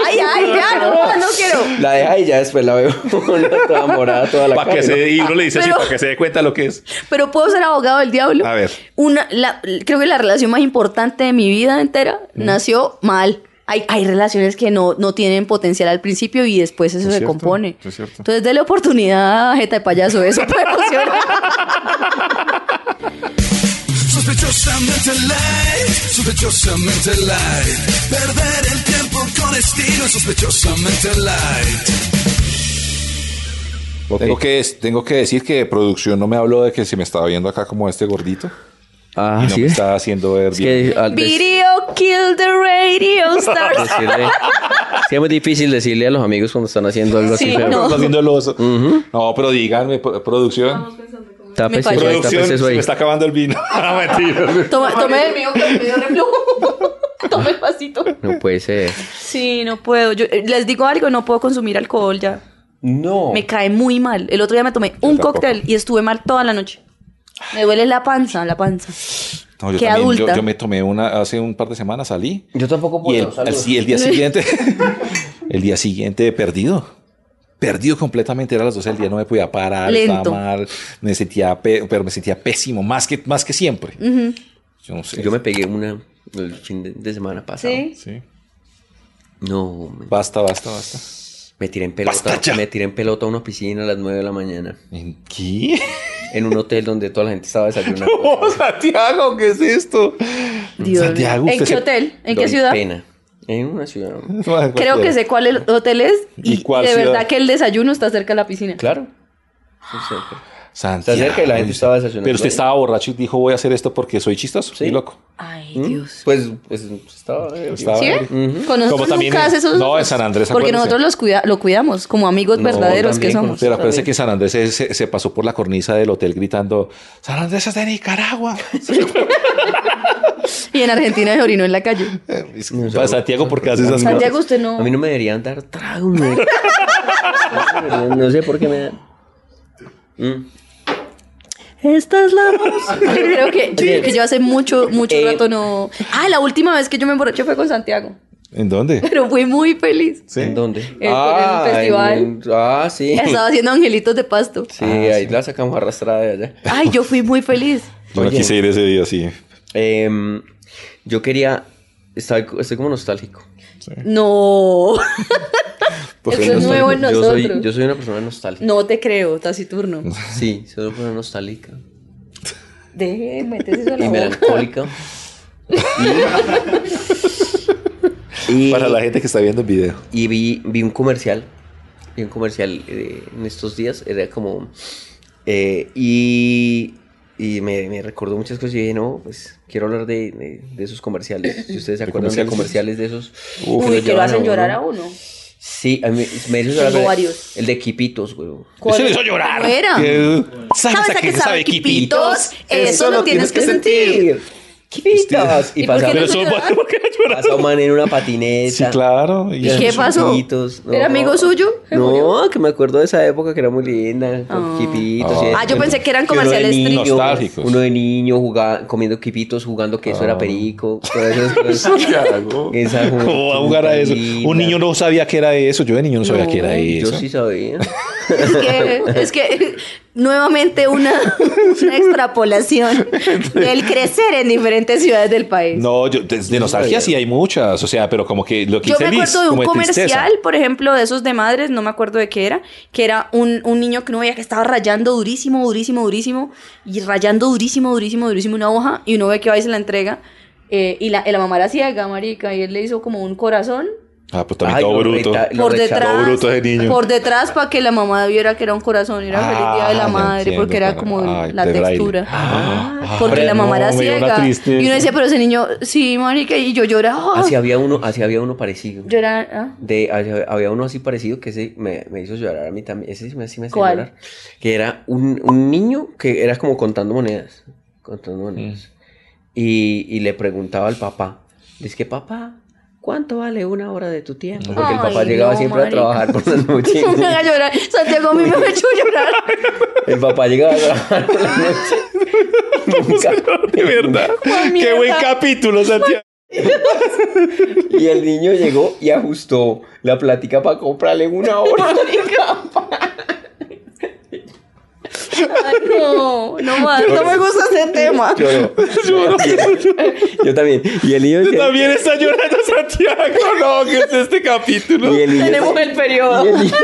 [SPEAKER 3] Ay, ay, ya, no, no quiero.
[SPEAKER 1] la deja y ya después la veo uno toda morada, toda la
[SPEAKER 2] Para
[SPEAKER 1] cara,
[SPEAKER 2] que se,
[SPEAKER 1] y uno,
[SPEAKER 2] y uno le dice
[SPEAKER 3] Pero-
[SPEAKER 2] así, para que se dé cuenta lo que es.
[SPEAKER 3] Pero puedo ser abogado del diablo.
[SPEAKER 2] A ver.
[SPEAKER 3] Una, la- creo que la relación más importante de mi vida entera
[SPEAKER 2] Mm.
[SPEAKER 3] nació mal. Hay, hay relaciones que no, no tienen potencial al principio y después eso
[SPEAKER 2] Es
[SPEAKER 3] se
[SPEAKER 2] cierto,
[SPEAKER 3] compone.
[SPEAKER 2] es cierto.
[SPEAKER 3] Entonces, déle oportunidad a Jeta de Payaso. Eso puede funcionar.
[SPEAKER 5] Sospechosamente light, sospechosamente light. Perder el tiempo con estilo, sospechosamente light.
[SPEAKER 2] Tengo, que, tengo que decir que producción no me habló de que se me estaba viendo acá como este gordito.
[SPEAKER 1] Ah,
[SPEAKER 2] y no
[SPEAKER 1] sí.
[SPEAKER 2] me
[SPEAKER 1] es.
[SPEAKER 2] estaba haciendo ver
[SPEAKER 1] Es
[SPEAKER 2] bien.
[SPEAKER 1] que al des-
[SPEAKER 3] Video kill the radio stars.
[SPEAKER 1] decirle- sí, es muy difícil decirle a los amigos cuando están haciendo algo
[SPEAKER 3] Sí,
[SPEAKER 1] así. pero-
[SPEAKER 3] no.
[SPEAKER 2] Está haciendo el oso. No, pero díganme, pro- producción.
[SPEAKER 1] Tápese,
[SPEAKER 3] Me falló.
[SPEAKER 1] ahí,
[SPEAKER 2] Producción,
[SPEAKER 1] tápese eso
[SPEAKER 2] se
[SPEAKER 1] ahí.
[SPEAKER 2] me está acabando el vino. Ah, mentira.
[SPEAKER 3] Toma, tome el mío que me dio reflujo. Tome el pasito.
[SPEAKER 1] No puede ser.
[SPEAKER 3] Sí, no puedo. Yo, eh, les digo algo, no puedo consumir alcohol ya.
[SPEAKER 1] No.
[SPEAKER 3] Me cae muy mal. El otro día me tomé un
[SPEAKER 2] Oh. tampoco.
[SPEAKER 3] cóctel y estuve mal toda la noche. Me duele la panza, la panza.
[SPEAKER 2] No, yo
[SPEAKER 3] Qué
[SPEAKER 2] también, yo,
[SPEAKER 3] adulta.
[SPEAKER 2] yo me tomé una hace un par de semanas, salí.
[SPEAKER 1] Yo tampoco
[SPEAKER 2] Y
[SPEAKER 1] puedo.
[SPEAKER 2] el, al-
[SPEAKER 1] saludos.
[SPEAKER 2] sí, el día siguiente, el día siguiente perdido. Perdido completamente, era las 12 del día, no me podía parar,
[SPEAKER 3] Lento.
[SPEAKER 2] estaba mal, me sentía, pe- pero me sentía pésimo, más que, más que siempre. Yo no sé.
[SPEAKER 1] Yo me pegué una el fin de, de semana pasado.
[SPEAKER 2] Sí.
[SPEAKER 1] No, me,
[SPEAKER 2] Basta, basta, basta.
[SPEAKER 1] me tiré en pelota.
[SPEAKER 2] Basta ya.
[SPEAKER 1] Me tiré en pelota a una piscina a las 9 de la mañana.
[SPEAKER 2] ¿En qué?
[SPEAKER 1] En un hotel donde toda la gente estaba desayunando.
[SPEAKER 2] No, Santiago, ¿qué es esto?
[SPEAKER 3] Dios
[SPEAKER 2] Santiago,
[SPEAKER 3] mío.
[SPEAKER 2] usted
[SPEAKER 3] ¿En qué
[SPEAKER 2] se-
[SPEAKER 3] hotel? ¿En qué
[SPEAKER 1] Doy
[SPEAKER 3] ciudad?
[SPEAKER 1] Pena. En una ciudad.
[SPEAKER 3] Creo que sé cuál el hotel es.
[SPEAKER 2] ¿Y
[SPEAKER 3] Y,
[SPEAKER 2] cuál
[SPEAKER 3] de
[SPEAKER 2] ciudad?
[SPEAKER 3] verdad que el desayuno está cerca de la piscina.
[SPEAKER 1] Claro. Sí, cerca.
[SPEAKER 2] Santiago.
[SPEAKER 1] Se acerca y la gente estaba desayunando.
[SPEAKER 2] Pero usted estaba borracho y dijo, voy a hacer esto porque soy chistoso.
[SPEAKER 1] Sí.
[SPEAKER 2] Sí, loco.
[SPEAKER 3] Ay,
[SPEAKER 2] ¿Mm?
[SPEAKER 3] Dios.
[SPEAKER 1] Pues, pues estaba.
[SPEAKER 2] Estaba-
[SPEAKER 3] ¿Sí? ve? Con
[SPEAKER 2] Como
[SPEAKER 3] nosotros
[SPEAKER 2] también
[SPEAKER 3] nunca
[SPEAKER 2] en-
[SPEAKER 3] hace esos
[SPEAKER 2] no, en San Andrés,
[SPEAKER 3] Porque
[SPEAKER 2] acuérdese.
[SPEAKER 3] nosotros los cuida- lo cuidamos como amigos
[SPEAKER 1] No,
[SPEAKER 3] verdaderos que
[SPEAKER 1] también con
[SPEAKER 3] somos.
[SPEAKER 1] usted.
[SPEAKER 2] Pero acuérdense que San Andrés se, se- se pasó por la cornisa del hotel gritando, San Andrés es de Nicaragua.
[SPEAKER 3] Y en Argentina se orinó en la calle.
[SPEAKER 2] Eh, Para Santiago, porque hace esas cosas?
[SPEAKER 3] Santiago, usted no.
[SPEAKER 1] A mí no me deberían dar trago. me- No, sé por qué me dan. Mm.
[SPEAKER 3] Esta es la voz. Yo creo que, yo, creo que yo hace mucho, mucho
[SPEAKER 1] Eh,
[SPEAKER 3] rato no. Ah, la última vez que yo me emborraché fue con Santiago.
[SPEAKER 2] ¿En dónde?
[SPEAKER 3] Pero fui muy feliz.
[SPEAKER 2] Sí.
[SPEAKER 1] ¿En dónde?
[SPEAKER 3] en un festival. Ah,
[SPEAKER 1] en- ah, sí.
[SPEAKER 3] Estaba haciendo angelitos de pasto.
[SPEAKER 1] Sí, ahí la sacamos arrastrada de allá.
[SPEAKER 3] Ay, yo fui muy feliz.
[SPEAKER 2] Yo no
[SPEAKER 1] Oye.
[SPEAKER 2] quise ir ese día, sí.
[SPEAKER 1] Em, yo quería. Estoy, estoy como nostálgico.
[SPEAKER 3] No.
[SPEAKER 2] Porque yo
[SPEAKER 3] Eso es
[SPEAKER 2] estoy-
[SPEAKER 3] nuevo en
[SPEAKER 1] yo, soy,
[SPEAKER 3] nosotros.
[SPEAKER 1] yo soy una persona nostálgica.
[SPEAKER 3] No te creo, taciturno.
[SPEAKER 1] Sí, soy una persona nostálgica.
[SPEAKER 3] Deje, metes eso a
[SPEAKER 1] Y
[SPEAKER 3] la boca.
[SPEAKER 1] melancólica. Y- y-
[SPEAKER 2] Para la gente que está viendo el video.
[SPEAKER 1] y vi, vi un comercial, vi un comercial eh, en estos días, era como, eh, y, y me, me recordó muchas cosas y dije, no, pues quiero hablar de, de- de esos comerciales, si ustedes se acuerdan de
[SPEAKER 2] comerciales?
[SPEAKER 1] comerciales de esos.
[SPEAKER 2] Uf.
[SPEAKER 1] lo
[SPEAKER 3] Uy, que lo
[SPEAKER 1] llevan
[SPEAKER 3] hacen llorar
[SPEAKER 1] uno.
[SPEAKER 3] a uno.
[SPEAKER 1] Sí, a mí me hizo llorar.
[SPEAKER 3] Tengo
[SPEAKER 1] el-
[SPEAKER 3] varios.
[SPEAKER 1] El de Quipitos, güey.
[SPEAKER 3] ¿Cuál
[SPEAKER 2] Eso le
[SPEAKER 3] era?
[SPEAKER 2] hizo llorar.
[SPEAKER 3] ¿Cómo era?
[SPEAKER 2] Que- ¿Sabes,
[SPEAKER 3] ¿Sabes a qué sabe Quipitos? Eso lo tienes que sentir.
[SPEAKER 1] Quipitos. Y
[SPEAKER 3] ¿Y por qué
[SPEAKER 1] pasaba,
[SPEAKER 2] Pero
[SPEAKER 3] no-
[SPEAKER 2] eso
[SPEAKER 3] llorar?
[SPEAKER 2] ¿por qué llorar?
[SPEAKER 1] pasaba un man en una patineta.
[SPEAKER 2] Sí, claro. Y
[SPEAKER 3] ¿Y qué
[SPEAKER 1] Los
[SPEAKER 3] pasó?
[SPEAKER 1] quipitos, no.
[SPEAKER 3] ¿Era amigo suyo? ¿Se
[SPEAKER 1] No,
[SPEAKER 3] murió?
[SPEAKER 1] que me acuerdo de esa época que era muy linda, con
[SPEAKER 3] Ah.
[SPEAKER 1] quipitos.
[SPEAKER 2] Ah.
[SPEAKER 1] y eso.
[SPEAKER 3] Ah, yo pensé que eran
[SPEAKER 1] uno de
[SPEAKER 3] comerciales
[SPEAKER 1] niño,
[SPEAKER 3] tristes.
[SPEAKER 2] Nostálgicos. Ah.
[SPEAKER 1] Uno de niño jugaba, comiendo quipitos, jugando que eso era perico. todas esas cosas. Esa ju-
[SPEAKER 2] ¿Cómo va a jugar a eso?
[SPEAKER 1] linda.
[SPEAKER 2] Un niño no sabía que era eso. Yo de niño no sabía que era
[SPEAKER 1] Yo
[SPEAKER 2] eso.
[SPEAKER 1] sí sabía.
[SPEAKER 3] Es que, es que nuevamente una, una extrapolación del crecer en diferentes ciudades del país.
[SPEAKER 2] No, yo, de, de nostalgia sí hay muchas, o sea, pero como que lo que
[SPEAKER 3] Yo
[SPEAKER 2] dice
[SPEAKER 3] me
[SPEAKER 2] Liz,
[SPEAKER 3] acuerdo de un
[SPEAKER 2] como
[SPEAKER 3] comercial,
[SPEAKER 2] tristeza.
[SPEAKER 3] por ejemplo, de esos de madres, no me acuerdo de qué era, que era un, un niño que uno veía que estaba rayando durísimo, durísimo, durísimo, y rayando durísimo, durísimo, durísimo una hoja, y uno ve que va y se la entrega, eh, y la, y la mamá era ciega, marica, y él le hizo como un corazón
[SPEAKER 2] Ah, pues también
[SPEAKER 1] Ay,
[SPEAKER 2] todo
[SPEAKER 1] lo
[SPEAKER 2] bruto.
[SPEAKER 1] reta- lo
[SPEAKER 3] por
[SPEAKER 1] rechazó.
[SPEAKER 3] detrás,
[SPEAKER 2] bruto ese niño.
[SPEAKER 3] por detrás para que la mamá viera que era un corazón, y era feliz día de
[SPEAKER 2] Ah,
[SPEAKER 3] la
[SPEAKER 2] ya
[SPEAKER 3] madre,
[SPEAKER 2] entiendo,
[SPEAKER 3] porque era
[SPEAKER 2] claro.
[SPEAKER 3] como el-
[SPEAKER 2] Ay,
[SPEAKER 3] la
[SPEAKER 2] de braille.
[SPEAKER 3] textura.
[SPEAKER 2] Ah,
[SPEAKER 3] Porque
[SPEAKER 2] ah,
[SPEAKER 3] la mamá
[SPEAKER 2] no,
[SPEAKER 3] era
[SPEAKER 2] me dio una
[SPEAKER 3] ciega.
[SPEAKER 2] tristeza.
[SPEAKER 3] Y uno decía, pero ese niño, sí, marica, y yo lloraba.
[SPEAKER 1] Así había uno, así había uno parecido.
[SPEAKER 3] Yo era, ah.
[SPEAKER 1] De, había- había uno así parecido que ese me, me hizo llorar a mí también. Ese sí me, sí me hacía
[SPEAKER 3] ¿Cuál?
[SPEAKER 1] llorar. Que era un, un niño que era como contando monedas. Contando monedas. Y, y le preguntaba al papá. Dice que papá, ¿cuánto vale una hora de tu tiempo? Porque el
[SPEAKER 3] Ay,
[SPEAKER 1] papá llegaba
[SPEAKER 3] no,
[SPEAKER 1] siempre
[SPEAKER 3] marica.
[SPEAKER 1] a trabajar por la noche.
[SPEAKER 3] me haga llorar. Santiago a mí me ha hecho llorar.
[SPEAKER 1] el papá llegaba a trabajar por la noche. Nunca.
[SPEAKER 2] De verdad. Qué
[SPEAKER 3] mierda.
[SPEAKER 2] buen capítulo, Santiago.
[SPEAKER 1] Y el niño llegó y ajustó la plática para comprarle una hora.
[SPEAKER 3] Ay, no, no más. No me gusta ese tema.
[SPEAKER 1] Lloró. Yo también. Y el niño
[SPEAKER 2] Tú
[SPEAKER 1] se-
[SPEAKER 2] También está llorando Santiago. No, que es este capítulo.
[SPEAKER 1] y el niño-
[SPEAKER 3] Tenemos el
[SPEAKER 1] Y
[SPEAKER 3] periodo.
[SPEAKER 1] el, niño,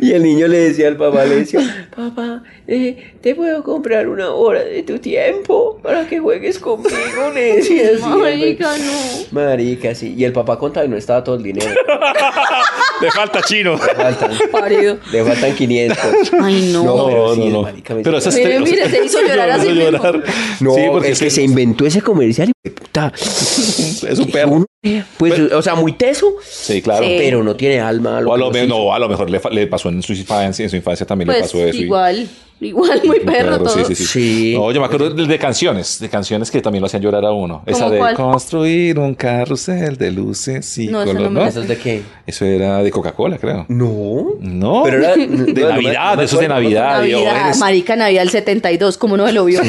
[SPEAKER 1] y el niño le decía al papá, le decía, papá, eh, te puedo comprar una hora de tu tiempo para que juegues conmigo, le decía así.
[SPEAKER 3] Marica, no.
[SPEAKER 1] Marica, sí. Y el papá contaba y no estaba todo el dinero.
[SPEAKER 2] Le falta chino.
[SPEAKER 1] Le faltan,
[SPEAKER 3] Parido.
[SPEAKER 1] le faltan 500.
[SPEAKER 3] Ay, no.
[SPEAKER 1] No, pero
[SPEAKER 2] No,
[SPEAKER 1] sí,
[SPEAKER 2] no, no.
[SPEAKER 1] marica, me
[SPEAKER 2] Pero
[SPEAKER 1] hizo
[SPEAKER 2] esas
[SPEAKER 3] llorar. Mire, mire, se hizo llorar a sí mismo.
[SPEAKER 1] No,
[SPEAKER 2] No, sí, porque
[SPEAKER 1] es que se inventó ese comercial y puta.
[SPEAKER 2] es un perro.
[SPEAKER 1] Uno, pues, o sea, muy teso,
[SPEAKER 2] Sí, claro.
[SPEAKER 3] Sí.
[SPEAKER 1] pero no tiene alma.
[SPEAKER 2] O a lo,
[SPEAKER 1] que
[SPEAKER 2] me-
[SPEAKER 1] nos hizo.
[SPEAKER 2] no, a lo mejor le, fa- le pasó en su infancia, en su infancia también le
[SPEAKER 3] Pues
[SPEAKER 2] pasó eso. y-
[SPEAKER 3] igual. Igual, muy
[SPEAKER 2] Muy
[SPEAKER 3] perro
[SPEAKER 2] perro,
[SPEAKER 3] todo.
[SPEAKER 2] Sí, sí, sí.
[SPEAKER 1] Sí.
[SPEAKER 2] No, yo me acuerdo de, de canciones, de canciones que también lo hacían llorar a uno. Esa de
[SPEAKER 3] cuál?
[SPEAKER 2] construir un carrusel de luces y
[SPEAKER 3] No, esa no
[SPEAKER 2] color,
[SPEAKER 3] me
[SPEAKER 2] ¿no?
[SPEAKER 3] la
[SPEAKER 1] ¿Eso es de qué?
[SPEAKER 2] Eso era de Coca-Cola, creo.
[SPEAKER 1] No.
[SPEAKER 2] No.
[SPEAKER 1] Pero era-
[SPEAKER 2] de
[SPEAKER 1] no, no me-
[SPEAKER 2] Navidad,
[SPEAKER 1] no me
[SPEAKER 2] eso es de
[SPEAKER 1] acuerdo.
[SPEAKER 2] Navidad. Ah, Dios,
[SPEAKER 3] Navidad,
[SPEAKER 2] eres-
[SPEAKER 3] marica, Navidad del 72, ¿cómo no se lo vio?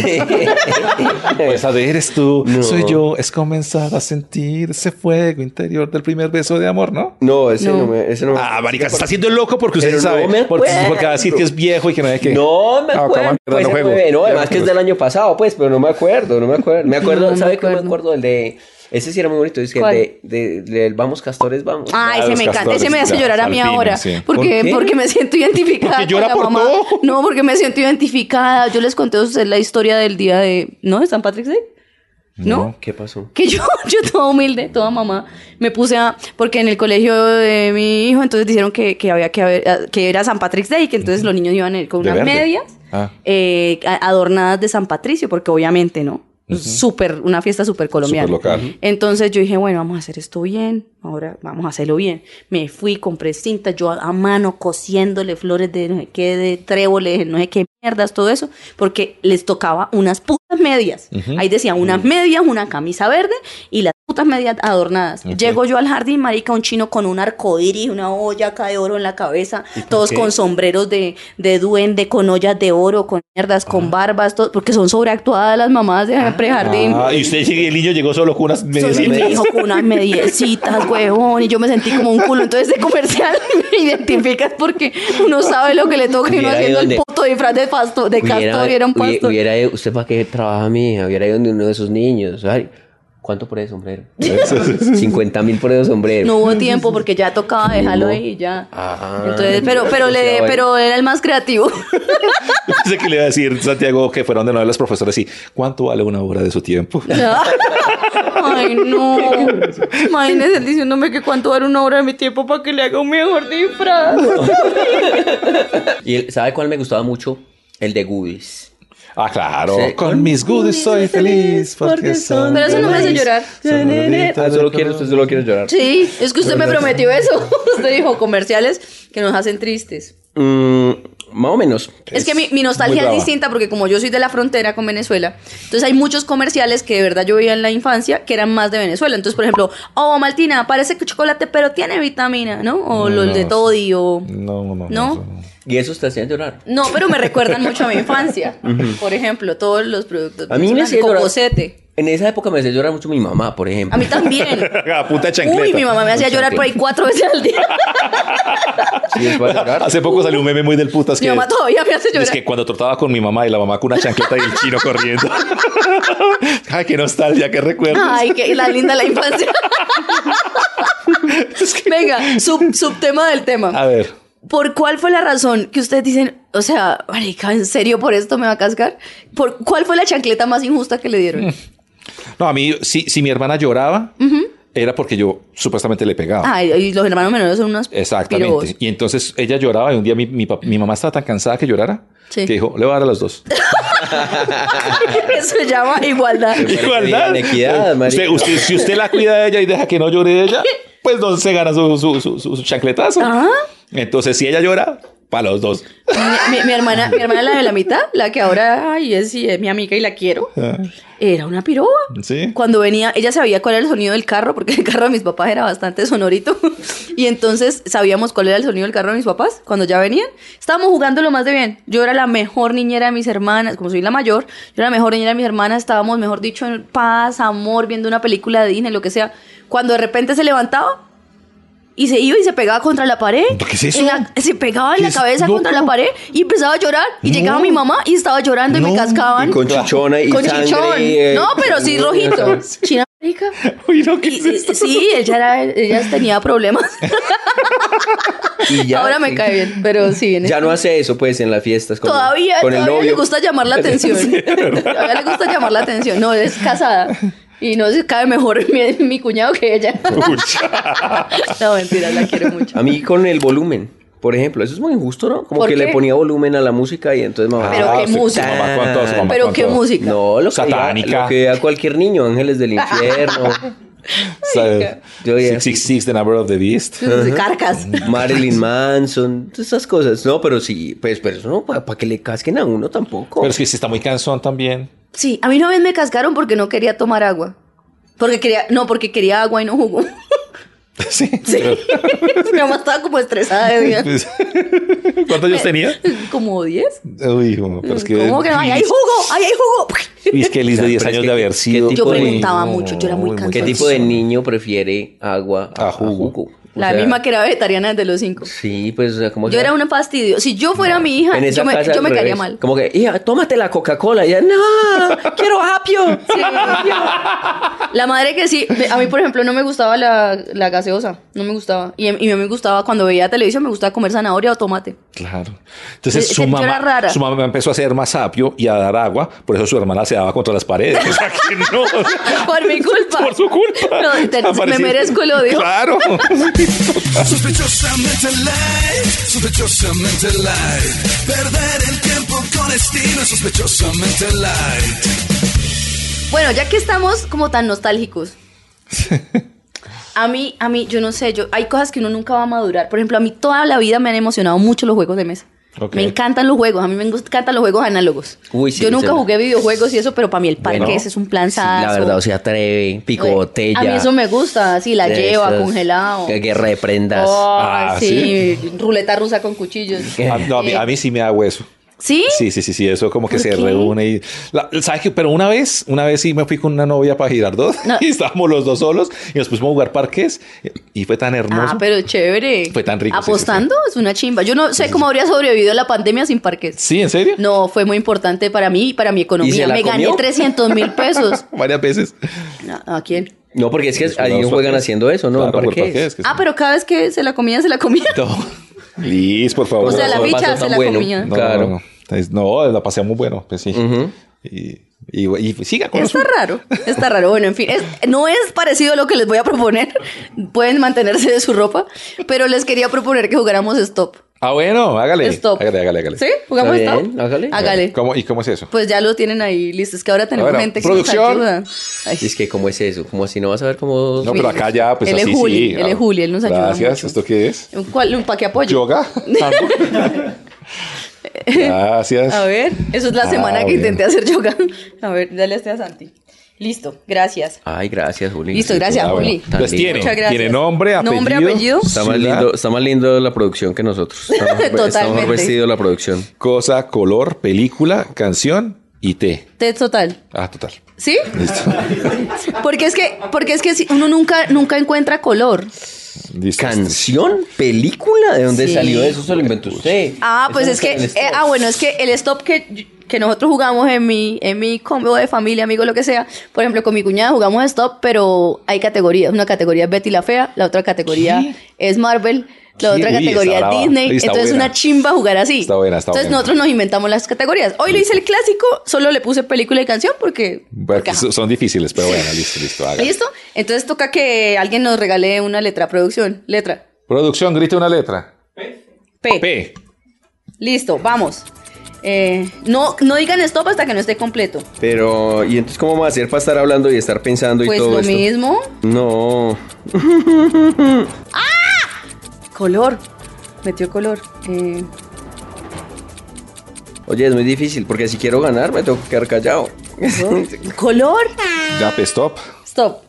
[SPEAKER 2] esa de eres tú,
[SPEAKER 1] No.
[SPEAKER 2] soy yo, es comenzar a sentir ese fuego interior del primer beso de amor, ¿no?
[SPEAKER 1] No, ese no,
[SPEAKER 3] No.
[SPEAKER 1] me. Ese no me-
[SPEAKER 2] Ah, marica, se está haciendo loco porque usted
[SPEAKER 1] Pero
[SPEAKER 2] sabe.
[SPEAKER 1] no me
[SPEAKER 2] porque, porque
[SPEAKER 1] acuerdo.
[SPEAKER 2] va a decir que es viejo y que no hay que.
[SPEAKER 1] No me
[SPEAKER 2] Ah,
[SPEAKER 1] acuerdo.
[SPEAKER 2] cabrón,
[SPEAKER 1] pues,
[SPEAKER 2] no
[SPEAKER 1] ese
[SPEAKER 2] juego.
[SPEAKER 1] nueve, no,
[SPEAKER 2] Ya
[SPEAKER 1] además que es del año pasado, pues, pero no me acuerdo, no me acuerdo. Me acuerdo,
[SPEAKER 3] No, no me
[SPEAKER 1] ¿sabe qué me
[SPEAKER 3] acuerdo.
[SPEAKER 1] acuerdo? El de. Ese sí era muy bonito, es que el
[SPEAKER 3] ¿Cuál?
[SPEAKER 1] de, de- del Vamos Castores, vamos.
[SPEAKER 3] Ay,
[SPEAKER 2] Ah,
[SPEAKER 3] se
[SPEAKER 2] los
[SPEAKER 3] me encanta, ese me
[SPEAKER 2] castores,
[SPEAKER 3] hace
[SPEAKER 2] ya,
[SPEAKER 3] llorar a mí
[SPEAKER 2] alpinos,
[SPEAKER 3] ahora.
[SPEAKER 2] sí.
[SPEAKER 1] ¿Por
[SPEAKER 3] Porque,
[SPEAKER 1] qué?
[SPEAKER 3] porque me siento identificada
[SPEAKER 2] Porque llora
[SPEAKER 3] con la
[SPEAKER 2] por
[SPEAKER 3] mamá.
[SPEAKER 2] todo.
[SPEAKER 3] No, porque me siento identificada. Yo les conté a ustedes la historia del día de. ¿No? ¿De San Patrick's Day? ¿No?
[SPEAKER 1] ¿Qué pasó?
[SPEAKER 3] que yo, yo toda humilde, toda mamá, me puse a, porque en el colegio de mi hijo, entonces dijeron que, que había que haber, ah, que era San Patrick's Day, que entonces los niños iban a ir con
[SPEAKER 2] De
[SPEAKER 3] unas
[SPEAKER 2] verde.
[SPEAKER 3] medias
[SPEAKER 2] Ah.
[SPEAKER 3] eh, a- adornadas de San Patricio, porque obviamente, ¿no? Súper, una fiesta súper colombiana.
[SPEAKER 2] Superlocal.
[SPEAKER 3] Entonces yo dije, bueno, vamos a hacer esto bien, ahora vamos a hacerlo bien. Me fui, compré cinta, yo a, a mano cosiéndole flores de no sé qué, de tréboles, de no sé qué mierdas, todo eso, porque les tocaba unas putas medias. Ahí decía unas medias, una camisa verde y las putas medias adornadas. Llego yo al jardín, marica, un chino con un arcoíris, una olla acá de oro en la cabeza, todos
[SPEAKER 1] qué?
[SPEAKER 3] con sombreros de, de duende, con ollas de oro, con mierdas, con barbas, todo, porque son sobreactuadas las mamás de prejardín.
[SPEAKER 2] Ah, y usted llega y el niño llegó solo con unas
[SPEAKER 3] Solo
[SPEAKER 2] medicinas.
[SPEAKER 3] me dijo con unas mediecitas, huevón, y yo me sentí como un culo. Entonces, ese comercial me identificas porque uno sabe lo que le toca y uno
[SPEAKER 1] Hubiera
[SPEAKER 3] haciendo
[SPEAKER 1] ido
[SPEAKER 3] el
[SPEAKER 1] donde-
[SPEAKER 3] puto disfraz de, pasto, de castor y era un
[SPEAKER 1] hubiera-
[SPEAKER 3] pastor.
[SPEAKER 1] hubiera- usted para qué trabaja, mija, hubiera ido de uno de esos niños. ay. ¿Cuánto por ese sombrero? 50 mil por ese sombrero.
[SPEAKER 3] No hubo tiempo porque ya tocaba dejarlo ahí y ya.
[SPEAKER 1] Ah.
[SPEAKER 3] Entonces, pero, pero,
[SPEAKER 1] O sea,
[SPEAKER 3] le,
[SPEAKER 1] bueno.
[SPEAKER 3] pero era el más creativo.
[SPEAKER 2] Pensé que le iba a decir, Santiago, que fueron de nuevo los profesores y ¿cuánto vale una hora de su tiempo?
[SPEAKER 3] Ay, no. Imagínese él diciéndome que cuánto vale una hora de mi tiempo para que le haga un mejor disfraz.
[SPEAKER 1] ¿Y el- sabe cuál me gustaba mucho? El de Goodies.
[SPEAKER 2] Ah, claro.
[SPEAKER 1] Sí.
[SPEAKER 2] Con mis goodies soy feliz porque son.
[SPEAKER 3] Pero eso no me hace
[SPEAKER 2] feliz.
[SPEAKER 3] llorar.
[SPEAKER 2] Son bonitas
[SPEAKER 1] Ah,
[SPEAKER 2] de
[SPEAKER 1] solo quiero, usted solo quiere llorar.
[SPEAKER 3] Sí, es que usted me prometió eso. Usted dijo comerciales que nos hacen tristes.
[SPEAKER 1] Mm, más o menos.
[SPEAKER 3] Es que mi, mi
[SPEAKER 2] muy
[SPEAKER 3] nostalgia es
[SPEAKER 2] brava.
[SPEAKER 3] distinta porque como yo soy de la frontera con Venezuela, entonces hay muchos comerciales que de verdad yo veía en la infancia que eran más de Venezuela. Entonces, por ejemplo, oh, Maltina, parece que chocolate, pero tiene vitamina, ¿no? O
[SPEAKER 2] No,
[SPEAKER 3] los de
[SPEAKER 2] no,
[SPEAKER 3] Toddy o...
[SPEAKER 2] No, no, no.
[SPEAKER 3] ¿No?
[SPEAKER 2] no, no.
[SPEAKER 1] Y eso te hacían llorar.
[SPEAKER 3] No, pero me recuerdan mucho a mi infancia. Por ejemplo, todos los productos.
[SPEAKER 1] A mí me hacía llorar.
[SPEAKER 3] Cocosete.
[SPEAKER 1] En esa época me hacía llorar mucho mi mamá, por ejemplo.
[SPEAKER 3] A mí también.
[SPEAKER 2] A punta de chancleta.
[SPEAKER 3] Uy, mi mamá me hacía llorar por ahí cuatro veces al día.
[SPEAKER 1] Sí, es para llorar.
[SPEAKER 2] Hace poco salió un meme muy del putas
[SPEAKER 3] mi
[SPEAKER 2] que.
[SPEAKER 3] mamá todavía me hace llorar.
[SPEAKER 2] Es que cuando trataba con mi mamá y la mamá con una chancleta y el chino corriendo. Ay, qué nostalgia, qué recuerdo.
[SPEAKER 3] Ay, qué la linda la infancia. Venga, sub, subtema del tema.
[SPEAKER 2] A ver.
[SPEAKER 3] ¿Por cuál fue la razón que ustedes dicen, o sea, marica, ¿en serio por esto me va a cascar? ¿Por cuál fue la chancleta más injusta que le dieron?
[SPEAKER 2] No, a mí, si, si mi hermana lloraba, era porque yo supuestamente le pegaba.
[SPEAKER 3] Ay, Ah, y los hermanos menores son unos
[SPEAKER 2] Exactamente.
[SPEAKER 3] pirobos.
[SPEAKER 2] Y entonces ella lloraba y un día mi, mi pap- mi mamá estaba tan cansada que llorara
[SPEAKER 3] Sí.
[SPEAKER 2] que dijo, le voy a dar a los dos.
[SPEAKER 3] Eso se llama igualdad.
[SPEAKER 1] Igualdad. Equidad,
[SPEAKER 2] usted,
[SPEAKER 1] marica.
[SPEAKER 2] usted- si usted la cuida de ella y deja que no llore ella, pues no se gana su, su, su- su- su chancletazo.
[SPEAKER 3] Ah.
[SPEAKER 2] Entonces, si ella llora, para los dos.
[SPEAKER 3] mi, mi- mi hermana, mi hermana, la de la mitad, la que ahora ay, es, sí, es mi amiga y la quiero, era una piroba.
[SPEAKER 2] Sí.
[SPEAKER 3] Cuando venía, ella sabía cuál era el sonido del carro, porque el carro de mis papás era bastante sonorito. Y entonces sabíamos cuál era el sonido del carro de mis papás cuando ya venían. Estábamos jugando lo más de bien. Yo era la mejor niñera de mis hermanas, como soy la mayor, yo era la mejor niñera de mis hermanas. Estábamos, mejor dicho, en paz, amor, viendo una película de Disney, lo que sea. Cuando de repente se levantaba, y se iba y se pegaba contra la pared.
[SPEAKER 2] ¿Qué es eso?
[SPEAKER 3] En la- se pegaba en
[SPEAKER 2] ¿Qué
[SPEAKER 3] la
[SPEAKER 2] es
[SPEAKER 3] cabeza
[SPEAKER 2] loco?
[SPEAKER 3] contra la pared y empezaba a llorar. Y
[SPEAKER 2] No.
[SPEAKER 3] llegaba mi mamá y estaba llorando y me
[SPEAKER 2] No.
[SPEAKER 3] cascaban.
[SPEAKER 1] Y con chichona y
[SPEAKER 3] Con
[SPEAKER 1] sangre
[SPEAKER 3] chichón.
[SPEAKER 1] y, eh,
[SPEAKER 3] no, pero sí rojito. China rica.
[SPEAKER 2] Uy, no, ¿qué
[SPEAKER 3] Y-
[SPEAKER 2] es esto?
[SPEAKER 3] sí, ella, era, ella tenía problemas.
[SPEAKER 1] Y ya,
[SPEAKER 3] Ahora me
[SPEAKER 1] sí.
[SPEAKER 3] cae bien, pero sí viene.
[SPEAKER 1] Ya no hace eso, pues, en las fiestas. Con,
[SPEAKER 3] este todavía
[SPEAKER 1] con
[SPEAKER 3] todavía
[SPEAKER 1] el
[SPEAKER 3] le
[SPEAKER 1] novio.
[SPEAKER 3] gusta llamar la atención. todavía le gusta llamar la atención. No, es casada. Y no se cae mejor mi, mi cuñado que ella. no, mentira, la quiero mucho.
[SPEAKER 1] A mí con el volumen, por ejemplo. Eso es muy injusto, ¿no? Como
[SPEAKER 3] ¿Por
[SPEAKER 1] que
[SPEAKER 3] qué?
[SPEAKER 1] le ponía volumen a la música y entonces mamá.
[SPEAKER 3] Pero
[SPEAKER 2] Ah,
[SPEAKER 3] qué
[SPEAKER 2] su- su
[SPEAKER 3] música.
[SPEAKER 2] mamá con todo, su mamá
[SPEAKER 3] Pero
[SPEAKER 2] con
[SPEAKER 3] qué
[SPEAKER 2] todo.
[SPEAKER 3] música.
[SPEAKER 1] No, lo que,
[SPEAKER 2] Satánica.
[SPEAKER 1] Diga, lo que diga cualquier niño, ángeles del infierno,
[SPEAKER 2] ¿Sabe?
[SPEAKER 1] Yo ya-
[SPEAKER 2] 666, The Number of the Beast.
[SPEAKER 3] Carcas.
[SPEAKER 1] Marilyn Manson, todas esas cosas. No, pero sí, pues, pero eso no, para que le casquen a uno tampoco.
[SPEAKER 2] Pero es que si está muy cansón también.
[SPEAKER 3] Sí, a mí una vez me cascaron porque no quería tomar agua. Porque quería, no, porque quería agua y no jugo.
[SPEAKER 2] Sí.
[SPEAKER 3] Sí. Mi mamá estaba como estresada de día.
[SPEAKER 2] Pues, ¿Cuántos años tenía?
[SPEAKER 3] Como 10.
[SPEAKER 2] Uy, hijo, pero es que.
[SPEAKER 3] ¿Cómo que? ¡Ay, hay jugo! ¡Ay, hay jugo!
[SPEAKER 2] Y es que Liz de
[SPEAKER 1] Pero
[SPEAKER 2] 10
[SPEAKER 1] es
[SPEAKER 2] años
[SPEAKER 1] que-
[SPEAKER 2] de haber
[SPEAKER 1] ¿qué
[SPEAKER 2] sido.
[SPEAKER 1] tipo
[SPEAKER 3] Yo
[SPEAKER 1] de-
[SPEAKER 3] preguntaba mucho, yo era muy
[SPEAKER 1] ¿Qué
[SPEAKER 3] cansada.
[SPEAKER 1] tipo de niño prefiere agua a,
[SPEAKER 2] A
[SPEAKER 1] a
[SPEAKER 2] jugo.
[SPEAKER 1] jugo? O
[SPEAKER 3] La
[SPEAKER 1] sea,
[SPEAKER 3] misma que era vegetariana desde los 5.
[SPEAKER 1] Sí, pues, o sea, como
[SPEAKER 3] Yo era una fastidio. Si yo fuera mi hija,
[SPEAKER 1] En esa
[SPEAKER 3] yo me,
[SPEAKER 1] casa
[SPEAKER 3] yo
[SPEAKER 1] al
[SPEAKER 3] me caería
[SPEAKER 1] revés.
[SPEAKER 3] mal.
[SPEAKER 1] Como que, hija, tómate la Coca-Cola. Y ella, no, quiero apio.
[SPEAKER 3] Sí, obvio. La madre que sí, a mí por ejemplo no me gustaba la, la gaseosa, no me gustaba. Y, y a mí me gustaba cuando veía televisión, me gustaba comer zanahoria o tomate.
[SPEAKER 2] Claro. Entonces
[SPEAKER 3] Es que
[SPEAKER 2] su
[SPEAKER 3] yo
[SPEAKER 2] mamá,
[SPEAKER 3] era rara.
[SPEAKER 2] su mamá empezó a ser más sapio y a dar agua, por eso su hermana se daba contra las paredes. O sea que no.
[SPEAKER 3] Por mi culpa.
[SPEAKER 2] Por su culpa.
[SPEAKER 3] No, te- me
[SPEAKER 2] Apareció-
[SPEAKER 3] merezco el odio.
[SPEAKER 2] Claro.
[SPEAKER 5] Sospechosamente light, sospechosamente light. Perder el tiempo con estilo, sospechosamente light.
[SPEAKER 3] Bueno, ya que estamos como tan nostálgicos. A mí, a mí, yo no sé, yo, hay cosas que uno nunca va a madurar. Por ejemplo, a mí toda la vida me han emocionado mucho los juegos de mesa.
[SPEAKER 2] Ok.
[SPEAKER 3] Me encantan los juegos, a mí me encantan los juegos análogos.
[SPEAKER 1] Uy, sí,
[SPEAKER 3] yo nunca
[SPEAKER 1] sí.
[SPEAKER 3] jugué videojuegos y eso, pero para mí el parque
[SPEAKER 1] Bueno,
[SPEAKER 3] ese es un plan
[SPEAKER 1] sí, La verdad, o sea, atreve, pico
[SPEAKER 3] Oye,
[SPEAKER 1] botella.
[SPEAKER 3] A mí eso me gusta, así la
[SPEAKER 1] de
[SPEAKER 3] lleva
[SPEAKER 1] esas,
[SPEAKER 3] congelado.
[SPEAKER 1] que Guerra de prendas.
[SPEAKER 3] Oh,
[SPEAKER 2] Ah,
[SPEAKER 3] sí, ruleta rusa con cuchillos.
[SPEAKER 2] A- no, a mí, a mí sí me da hueso.
[SPEAKER 3] Eh. ¿Sí?
[SPEAKER 2] Sí, sí, sí, sí, eso como que
[SPEAKER 3] ¿Por
[SPEAKER 2] se
[SPEAKER 3] qué?
[SPEAKER 2] reúne y... la- ¿Sabes qué? Pero una vez, una vez sí me fui con una novia para Girardot
[SPEAKER 3] No.
[SPEAKER 2] y estábamos los dos solos y nos pusimos a jugar parques y fue tan hermoso.
[SPEAKER 3] Ah, pero chévere.
[SPEAKER 2] Fue tan rico, sí, sí,
[SPEAKER 3] Apostando es una chimba. Yo no sé cómo habría sobrevivido a la pandemia sin parques.
[SPEAKER 2] Sí, ¿en serio?
[SPEAKER 3] No, fue muy importante para mí y para mi
[SPEAKER 1] ¿Y se
[SPEAKER 3] economía.
[SPEAKER 1] la
[SPEAKER 3] Me gané
[SPEAKER 1] comió?
[SPEAKER 3] 300 mil pesos.
[SPEAKER 2] Varias veces.
[SPEAKER 3] No, ¿A quién?
[SPEAKER 1] No, porque es que
[SPEAKER 2] Los
[SPEAKER 1] ahí
[SPEAKER 2] jugadores
[SPEAKER 1] no juegan
[SPEAKER 2] parques.
[SPEAKER 1] haciendo eso, ¿no?
[SPEAKER 2] Claro,
[SPEAKER 1] ¿Para
[SPEAKER 2] jugar
[SPEAKER 1] qué es?
[SPEAKER 2] parques, que
[SPEAKER 3] Ah,
[SPEAKER 2] sí.
[SPEAKER 3] pero cada vez que se la comía, se la comía.
[SPEAKER 2] No. Liz, por favor.
[SPEAKER 3] O sea, la
[SPEAKER 1] no, no
[SPEAKER 3] ficha
[SPEAKER 1] pasó
[SPEAKER 3] se
[SPEAKER 1] tan
[SPEAKER 3] la
[SPEAKER 1] bueno.
[SPEAKER 3] comía.
[SPEAKER 2] No,
[SPEAKER 1] Claro.
[SPEAKER 2] No, no. Entonces, no, la pasé muy bueno, pues sí. y, y- y siga con los-
[SPEAKER 3] Está raro, está raro. Bueno, en fin, es- no es parecido a lo que les voy a proponer. Pueden mantenerse de su ropa, pero les quería proponer que jugáramos stop.
[SPEAKER 2] Ah, bueno, hágale.
[SPEAKER 3] Stop.
[SPEAKER 2] Hágale, hágale, hágale.
[SPEAKER 3] ¿Sí? ¿Jugamos
[SPEAKER 1] Está
[SPEAKER 3] stop?
[SPEAKER 1] bien, hágale.
[SPEAKER 3] Hágale.
[SPEAKER 2] ¿Cómo- ¿Y cómo es eso?
[SPEAKER 3] Pues ya lo tienen ahí listo. Es que ahora tenemos
[SPEAKER 2] Bueno,
[SPEAKER 3] gente que
[SPEAKER 2] producción.
[SPEAKER 3] nos ayuda. Ay,
[SPEAKER 1] Y es que, ¿cómo es eso? Como así no vas a ver cómo...
[SPEAKER 2] No, pero acá ya, pues
[SPEAKER 3] Él es
[SPEAKER 2] así
[SPEAKER 3] Juli,
[SPEAKER 2] sí.
[SPEAKER 3] él es
[SPEAKER 2] claro.
[SPEAKER 3] Juli, él nos ayuda
[SPEAKER 2] Gracias.
[SPEAKER 3] mucho.
[SPEAKER 2] ¿Esto qué es?
[SPEAKER 3] ¿Un cual- un pa' que apoyo?
[SPEAKER 2] ¿Yoga? ¿Tango? Gracias.
[SPEAKER 3] A ver, eso es la
[SPEAKER 2] Ah,
[SPEAKER 3] semana que
[SPEAKER 2] bien.
[SPEAKER 3] intenté hacer yoga. A ver, dale este a Santi. Listo, gracias.
[SPEAKER 1] Ay, gracias, Juli.
[SPEAKER 3] Listo, gracias,
[SPEAKER 2] Ah, bueno.
[SPEAKER 3] Juli.
[SPEAKER 2] Entonces
[SPEAKER 1] Tan
[SPEAKER 2] tiene,
[SPEAKER 1] lindo.
[SPEAKER 3] Muchas gracias.
[SPEAKER 2] tiene nombre, apellido.
[SPEAKER 3] Nombre, apellido.
[SPEAKER 1] Está más,
[SPEAKER 2] ciudad,
[SPEAKER 1] lindo, está más lindo la producción que nosotros. Está más- Está
[SPEAKER 3] Totalmente.
[SPEAKER 1] mejor vestido la producción.
[SPEAKER 2] Cosa, color, película, canción y té.
[SPEAKER 3] Te total.
[SPEAKER 2] Ah, total.
[SPEAKER 3] ¿Sí?
[SPEAKER 2] Listo.
[SPEAKER 3] Porque es que, porque es que si- uno nunca, nunca encuentra color.
[SPEAKER 2] Listo. este,
[SPEAKER 1] ¿Canción? ¿Película? ¿De dónde
[SPEAKER 3] Sí.
[SPEAKER 1] salió eso? Se lo inventó usted.
[SPEAKER 3] Ah, pues
[SPEAKER 1] Eso
[SPEAKER 3] es
[SPEAKER 1] no
[SPEAKER 3] que,
[SPEAKER 1] está en el
[SPEAKER 3] eh,
[SPEAKER 1] stop.
[SPEAKER 3] ah, bueno, es que el stop que, que nosotros jugamos en mi, en mi combo de familia, amigo, lo que sea, por ejemplo, con mi cuñada jugamos stop, pero hay categorías. Una categoría es Betty la Fea, la otra categoría es Marvel, la
[SPEAKER 2] ¿Qué?
[SPEAKER 3] otra
[SPEAKER 2] Uy,
[SPEAKER 3] categoría
[SPEAKER 2] está
[SPEAKER 3] es
[SPEAKER 2] brava.
[SPEAKER 3] Disney.
[SPEAKER 2] Está
[SPEAKER 3] Entonces es
[SPEAKER 2] buena.
[SPEAKER 3] una chimba jugar así.
[SPEAKER 2] Está buena, está
[SPEAKER 3] Entonces
[SPEAKER 2] buena.
[SPEAKER 3] nosotros nos inventamos las categorías. Hoy le hice el clásico, solo le puse película y canción porque...
[SPEAKER 2] Bueno,
[SPEAKER 3] porque, ajá.
[SPEAKER 2] so- son difíciles, pero bueno, listo, listo. hágale.
[SPEAKER 3] ¿Listo? Entonces toca que alguien nos regale una letra, producción, letra.
[SPEAKER 2] Producción, grite una letra.
[SPEAKER 3] P.
[SPEAKER 2] P.
[SPEAKER 3] Listo, vamos. Eh, no, no digan stop hasta que no esté completo.
[SPEAKER 1] Pero, ¿y entonces cómo va a hacer para estar hablando y estar pensando y
[SPEAKER 3] Pues
[SPEAKER 1] todo
[SPEAKER 3] lo
[SPEAKER 1] esto?
[SPEAKER 3] mismo.
[SPEAKER 1] No.
[SPEAKER 3] Color. Metió color. Eh,
[SPEAKER 1] Oye, es muy difícil, porque si quiero ganar me tengo que quedar callado.
[SPEAKER 3] color.
[SPEAKER 2] Ya, P, stop.
[SPEAKER 3] Stop.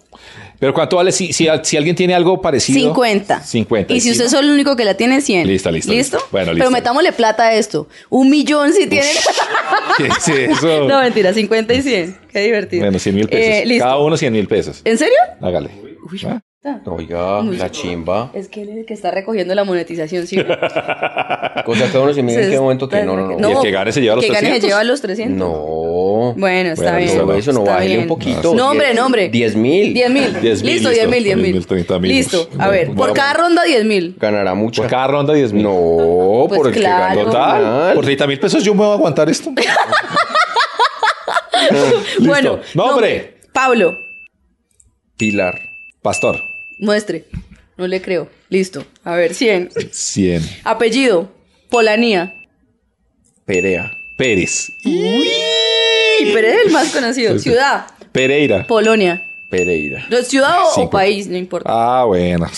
[SPEAKER 2] Pero ¿cuánto vale si, si, si alguien tiene algo parecido?
[SPEAKER 3] 50.
[SPEAKER 2] 50.
[SPEAKER 3] Y si usted es el único que la tiene, 100.
[SPEAKER 2] Listo, listo,
[SPEAKER 3] ¿Listo?
[SPEAKER 2] listo. Bueno,
[SPEAKER 3] Pero
[SPEAKER 2] listo.
[SPEAKER 3] metámosle plata a esto. Un millón si tienen.
[SPEAKER 2] ¿Qué es eso?
[SPEAKER 3] no, mentira, 50 y 100. Qué divertido.
[SPEAKER 2] Bueno, 100 mil pesos.
[SPEAKER 3] Eh, listo.
[SPEAKER 2] Cada uno 100 mil pesos.
[SPEAKER 3] ¿En serio?
[SPEAKER 2] Hágale. ¿Ah?
[SPEAKER 1] Oiga,
[SPEAKER 3] Uy.
[SPEAKER 1] la chimba.
[SPEAKER 3] Es que él es el que está recogiendo la monetización, sí.
[SPEAKER 1] Cosa que uno se mira en qué momento que no, no, no.
[SPEAKER 2] Y el que gane se lleva los
[SPEAKER 3] que gane se
[SPEAKER 2] 300.
[SPEAKER 3] lleva los 300.
[SPEAKER 1] No.
[SPEAKER 3] Bueno, está
[SPEAKER 2] Bueno,
[SPEAKER 3] bien.
[SPEAKER 2] listo,
[SPEAKER 1] Eso no
[SPEAKER 3] Está
[SPEAKER 1] baile
[SPEAKER 3] bien.
[SPEAKER 1] un poquito.
[SPEAKER 3] No, hombre, no, hombre.
[SPEAKER 1] 10 mil.
[SPEAKER 3] 10 mil.
[SPEAKER 2] 10.000,
[SPEAKER 3] Listo,
[SPEAKER 2] listo.
[SPEAKER 3] 10 mil, 10 mil.
[SPEAKER 2] 30.000.
[SPEAKER 3] Listo. A
[SPEAKER 2] Bueno,
[SPEAKER 3] ver,
[SPEAKER 2] bueno.
[SPEAKER 3] por cada ronda 10 mil.
[SPEAKER 1] Ganará mucho.
[SPEAKER 2] Por Pues cada ronda 10 mil.
[SPEAKER 1] No,
[SPEAKER 3] Pues
[SPEAKER 1] por el
[SPEAKER 3] claro.
[SPEAKER 1] que ganó.
[SPEAKER 2] Total. Por 30 mil pesos yo me voy a aguantar esto. Listo.
[SPEAKER 3] Bueno.
[SPEAKER 2] Nombre.
[SPEAKER 3] Pablo,
[SPEAKER 1] Pilar.
[SPEAKER 2] Pastor.
[SPEAKER 3] muestre. No le creo. Listo. A ver, 100.
[SPEAKER 2] 100.
[SPEAKER 3] Apellido, Polanía.
[SPEAKER 1] Perea.
[SPEAKER 2] Pérez.
[SPEAKER 3] Sí, pero es el más conocido.
[SPEAKER 2] Sí.
[SPEAKER 3] Ciudad,
[SPEAKER 2] Pereira.
[SPEAKER 3] Polonia.
[SPEAKER 1] Pereira.
[SPEAKER 3] No, Ciudad o- o,
[SPEAKER 2] Cinco.
[SPEAKER 3] país, no importa.
[SPEAKER 2] Ah, bueno.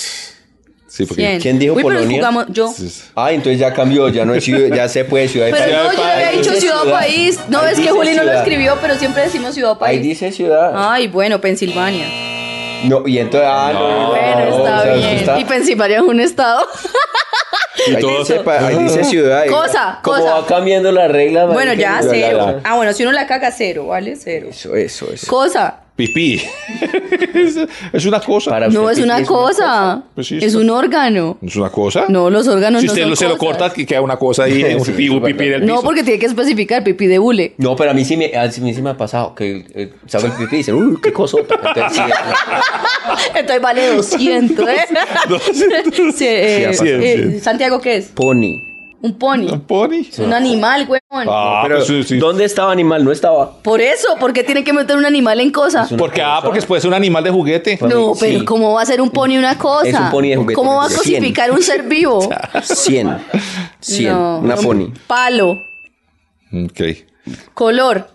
[SPEAKER 2] Sí, porque...
[SPEAKER 3] 100.
[SPEAKER 1] ¿Quién dijo
[SPEAKER 3] Uy, pero
[SPEAKER 1] Polonia?
[SPEAKER 3] jugamos- yo.
[SPEAKER 2] Sí, sí.
[SPEAKER 1] Ah, entonces ya cambió, ya no es ciudad, ya se puede ciudad y
[SPEAKER 3] Pero
[SPEAKER 1] país.
[SPEAKER 3] no, yo le había
[SPEAKER 1] Ahí
[SPEAKER 3] dicho
[SPEAKER 1] dice
[SPEAKER 3] ciudad o país. No,
[SPEAKER 1] Ahí
[SPEAKER 3] es que
[SPEAKER 1] dice
[SPEAKER 3] Juli no lo
[SPEAKER 1] ciudad.
[SPEAKER 3] escribió, pero siempre decimos ciudad o
[SPEAKER 1] Ahí
[SPEAKER 3] país. Ah.
[SPEAKER 1] dice ciudad.
[SPEAKER 3] Ay, bueno, Pensilvania.
[SPEAKER 1] No, y entonces, ah, no, no, no,
[SPEAKER 3] Bueno,
[SPEAKER 1] no, o
[SPEAKER 3] está
[SPEAKER 1] sea,
[SPEAKER 3] bien.
[SPEAKER 1] está-
[SPEAKER 3] Y Pensilvania es un estado.
[SPEAKER 1] ahí,
[SPEAKER 2] todo-
[SPEAKER 1] dice, pa- ahí dice ciudad. y-
[SPEAKER 3] Cosa,
[SPEAKER 1] Como
[SPEAKER 3] cosa.
[SPEAKER 1] va cambiando la regla.
[SPEAKER 3] Bueno, ya,
[SPEAKER 2] la- la-
[SPEAKER 3] cero.
[SPEAKER 2] la-
[SPEAKER 3] Ah, bueno, si uno la caga, cero, ¿vale? Cero.
[SPEAKER 1] Eso, eso, eso.
[SPEAKER 3] Cosa.
[SPEAKER 2] Pipí. es, es una cosa.
[SPEAKER 1] Para
[SPEAKER 3] No,
[SPEAKER 1] usted,
[SPEAKER 3] es
[SPEAKER 1] pipí
[SPEAKER 3] una cosa.
[SPEAKER 2] Pues sí,
[SPEAKER 3] Es
[SPEAKER 2] está-
[SPEAKER 3] un órgano.
[SPEAKER 2] ¿Es una cosa?
[SPEAKER 3] No, los órganos
[SPEAKER 2] Si
[SPEAKER 3] no
[SPEAKER 2] usted
[SPEAKER 3] son
[SPEAKER 2] lo- se lo
[SPEAKER 3] cosas.
[SPEAKER 2] corta, que queda una cosa ahí. un
[SPEAKER 1] sí,
[SPEAKER 2] pipí,
[SPEAKER 1] sí,
[SPEAKER 2] un
[SPEAKER 1] es
[SPEAKER 2] pipí en el piso.
[SPEAKER 3] No, porque tiene que especificar pipí de hule.
[SPEAKER 1] No, pero a mí sí me, a mí sí me ha pasado que eh, saco el pipí y dicen, uy, qué cosota. Entonces, sí,
[SPEAKER 3] Entonces vale 200, ¿eh?
[SPEAKER 2] 200.
[SPEAKER 3] Sí, eh,
[SPEAKER 1] Sí,
[SPEAKER 2] ha pasado.
[SPEAKER 3] eh, Santiago, ¿qué es?
[SPEAKER 1] Pony.
[SPEAKER 3] Un pony.
[SPEAKER 2] ¿Un pony?
[SPEAKER 3] Es un animal, huevón.
[SPEAKER 2] Ah,
[SPEAKER 1] pero,
[SPEAKER 2] pues sí, sí.
[SPEAKER 1] ¿dónde estaba animal? No estaba.
[SPEAKER 3] Por eso, porque tiene que meter un animal en cosa.
[SPEAKER 2] Porque, ah, porque después es un animal de juguete.
[SPEAKER 3] No,
[SPEAKER 1] Sí.
[SPEAKER 3] pero ¿cómo va a ser un pony una cosa?
[SPEAKER 1] Es un pony de juguete.
[SPEAKER 3] ¿Cómo va a
[SPEAKER 1] Cien.
[SPEAKER 3] cosificar un ser vivo?
[SPEAKER 1] 100. 100.
[SPEAKER 3] No.
[SPEAKER 1] Una pony.
[SPEAKER 3] Palo.
[SPEAKER 2] Ok.
[SPEAKER 3] Color.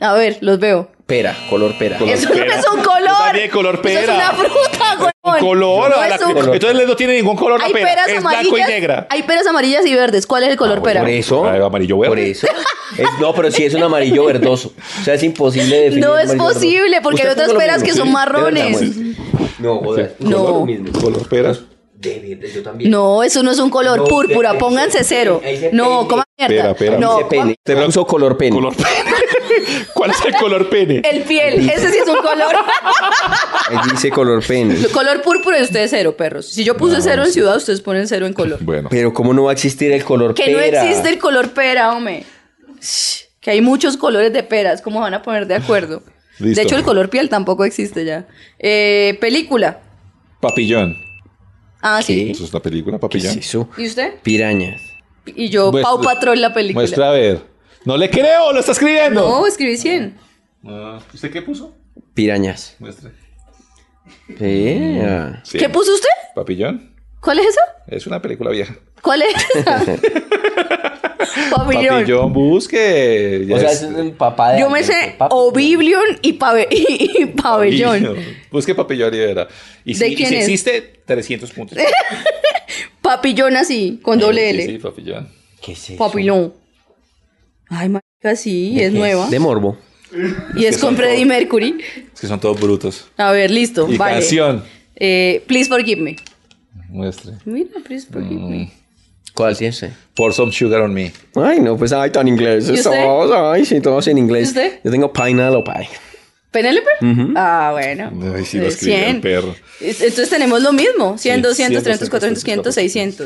[SPEAKER 3] A ver, los veo.
[SPEAKER 1] Pera, color pera.
[SPEAKER 2] Color
[SPEAKER 3] Eso no
[SPEAKER 2] pera.
[SPEAKER 3] es un
[SPEAKER 2] Yo
[SPEAKER 3] color.
[SPEAKER 2] también color
[SPEAKER 3] Eso es
[SPEAKER 2] pera.
[SPEAKER 3] una fruta, güey.
[SPEAKER 2] color.
[SPEAKER 3] No
[SPEAKER 2] a la-
[SPEAKER 3] es un-
[SPEAKER 2] Entonces no tiene ningún color la
[SPEAKER 3] Hay
[SPEAKER 2] pera.
[SPEAKER 3] peras
[SPEAKER 2] Es
[SPEAKER 3] amarillas.
[SPEAKER 2] blanco y negra.
[SPEAKER 3] Hay peras amarillas y verdes. ¿Cuál es el color pera?
[SPEAKER 1] Por eso.
[SPEAKER 2] Ah, amarillo verde.
[SPEAKER 1] Por eso. Es- no, pero sí es un amarillo verdoso. O sea, es imposible definir.
[SPEAKER 3] No
[SPEAKER 1] un
[SPEAKER 3] es
[SPEAKER 1] amarillo
[SPEAKER 3] posible,
[SPEAKER 1] verdoso.
[SPEAKER 3] porque
[SPEAKER 1] Usted
[SPEAKER 3] hay otras
[SPEAKER 1] puso lo
[SPEAKER 3] peras
[SPEAKER 1] mismo,
[SPEAKER 3] que son
[SPEAKER 1] sí, de verdad,
[SPEAKER 3] marrones.
[SPEAKER 1] bueno. No, pues. joder.
[SPEAKER 3] No.
[SPEAKER 1] color mismo.
[SPEAKER 2] Color pera.
[SPEAKER 1] De verdad, yo también.
[SPEAKER 3] No, eso no es un color
[SPEAKER 1] No,
[SPEAKER 3] púrpura,
[SPEAKER 1] ahí se-
[SPEAKER 3] pónganse cero.
[SPEAKER 1] ahí se
[SPEAKER 3] No,
[SPEAKER 1] pene.
[SPEAKER 3] coma mierda.
[SPEAKER 2] Espera, espera.
[SPEAKER 3] No,
[SPEAKER 1] Ese pene. Te puso color pene.
[SPEAKER 2] Color pene. ¿Cuál es el color pene?
[SPEAKER 3] el piel, ese sí es un color.
[SPEAKER 1] Ahí dice color pene.
[SPEAKER 3] color púrpura y ustedes cero, perros. Si yo puse cero en ciudad, ustedes ponen cero en color.
[SPEAKER 2] Bueno.
[SPEAKER 1] Pero ¿cómo no va a existir el color
[SPEAKER 3] Que no
[SPEAKER 1] pera?
[SPEAKER 3] existe el color pera, hombre. Shh, Que hay muchos colores de peras, ¿cómo van a poner de acuerdo?
[SPEAKER 2] Listo.
[SPEAKER 3] De hecho, el color piel tampoco existe ya. Eh, película.
[SPEAKER 2] Papillón.
[SPEAKER 3] Ah, sí.
[SPEAKER 2] Eso es la película,
[SPEAKER 1] ¿Qué es
[SPEAKER 2] papillón.
[SPEAKER 1] eso?
[SPEAKER 3] ¿Y usted?
[SPEAKER 1] Pirañas.
[SPEAKER 3] Y yo,
[SPEAKER 2] Muestra-
[SPEAKER 3] Pau Patrón, la película.
[SPEAKER 2] Muestra a ver. No le creo, lo está escribiendo.
[SPEAKER 3] No, escribí 100.
[SPEAKER 2] Ah, ¿Usted qué puso?
[SPEAKER 1] Pirañas.
[SPEAKER 2] Muestre.
[SPEAKER 1] Pea.
[SPEAKER 2] Sí.
[SPEAKER 3] ¿Qué puso usted?
[SPEAKER 2] Papillón.
[SPEAKER 3] ¿Cuál es esa?
[SPEAKER 2] Es una película vieja.
[SPEAKER 3] ¿Cuál es esa? Pabellón.
[SPEAKER 2] Papillón, busque. Ya
[SPEAKER 1] O sea,
[SPEAKER 2] es-
[SPEAKER 1] es el papá de
[SPEAKER 3] Yo me
[SPEAKER 1] alguien,
[SPEAKER 3] sé
[SPEAKER 1] papi.
[SPEAKER 3] Oblivion y, pave- y Pabellón.
[SPEAKER 2] Busque papillón y verá. Y si,
[SPEAKER 3] ¿De
[SPEAKER 2] y
[SPEAKER 3] quién
[SPEAKER 2] si
[SPEAKER 3] es?
[SPEAKER 2] existe, 300 puntos.
[SPEAKER 3] Papillón así, con
[SPEAKER 2] Sí,
[SPEAKER 3] doble L.
[SPEAKER 2] sí, papillón.
[SPEAKER 1] ¿Qué es eso?
[SPEAKER 3] Papillón. Ay, marica, sí, es nueva.
[SPEAKER 1] De morbo.
[SPEAKER 3] Y es
[SPEAKER 2] que
[SPEAKER 3] con
[SPEAKER 2] son
[SPEAKER 3] Freddie
[SPEAKER 2] todos.
[SPEAKER 3] Mercury.
[SPEAKER 2] Es que son todos brutos.
[SPEAKER 3] A ver, listo,
[SPEAKER 2] Y
[SPEAKER 3] vale.
[SPEAKER 2] canción.
[SPEAKER 3] Eh, please forgive me.
[SPEAKER 2] Muestre.
[SPEAKER 3] Mira, please forgive
[SPEAKER 2] Mm.
[SPEAKER 3] me.
[SPEAKER 1] ¿Cuál es ese?
[SPEAKER 2] Pour some sugar on me.
[SPEAKER 1] Ay, no, pues ay, tan inglés.
[SPEAKER 3] ¿Y usted?
[SPEAKER 1] Todos, ay, sí, todos en inglés.
[SPEAKER 3] ¿Y usted?
[SPEAKER 1] Yo tengo Pineapple
[SPEAKER 3] ¿Penélope? Ah, bueno.
[SPEAKER 2] Ay, sí lo escribió el
[SPEAKER 3] 100.
[SPEAKER 2] perro.
[SPEAKER 3] Es- Entonces tenemos lo mismo: 100,
[SPEAKER 2] Sí,
[SPEAKER 3] 200, 300,
[SPEAKER 2] 400,
[SPEAKER 3] 400, 500,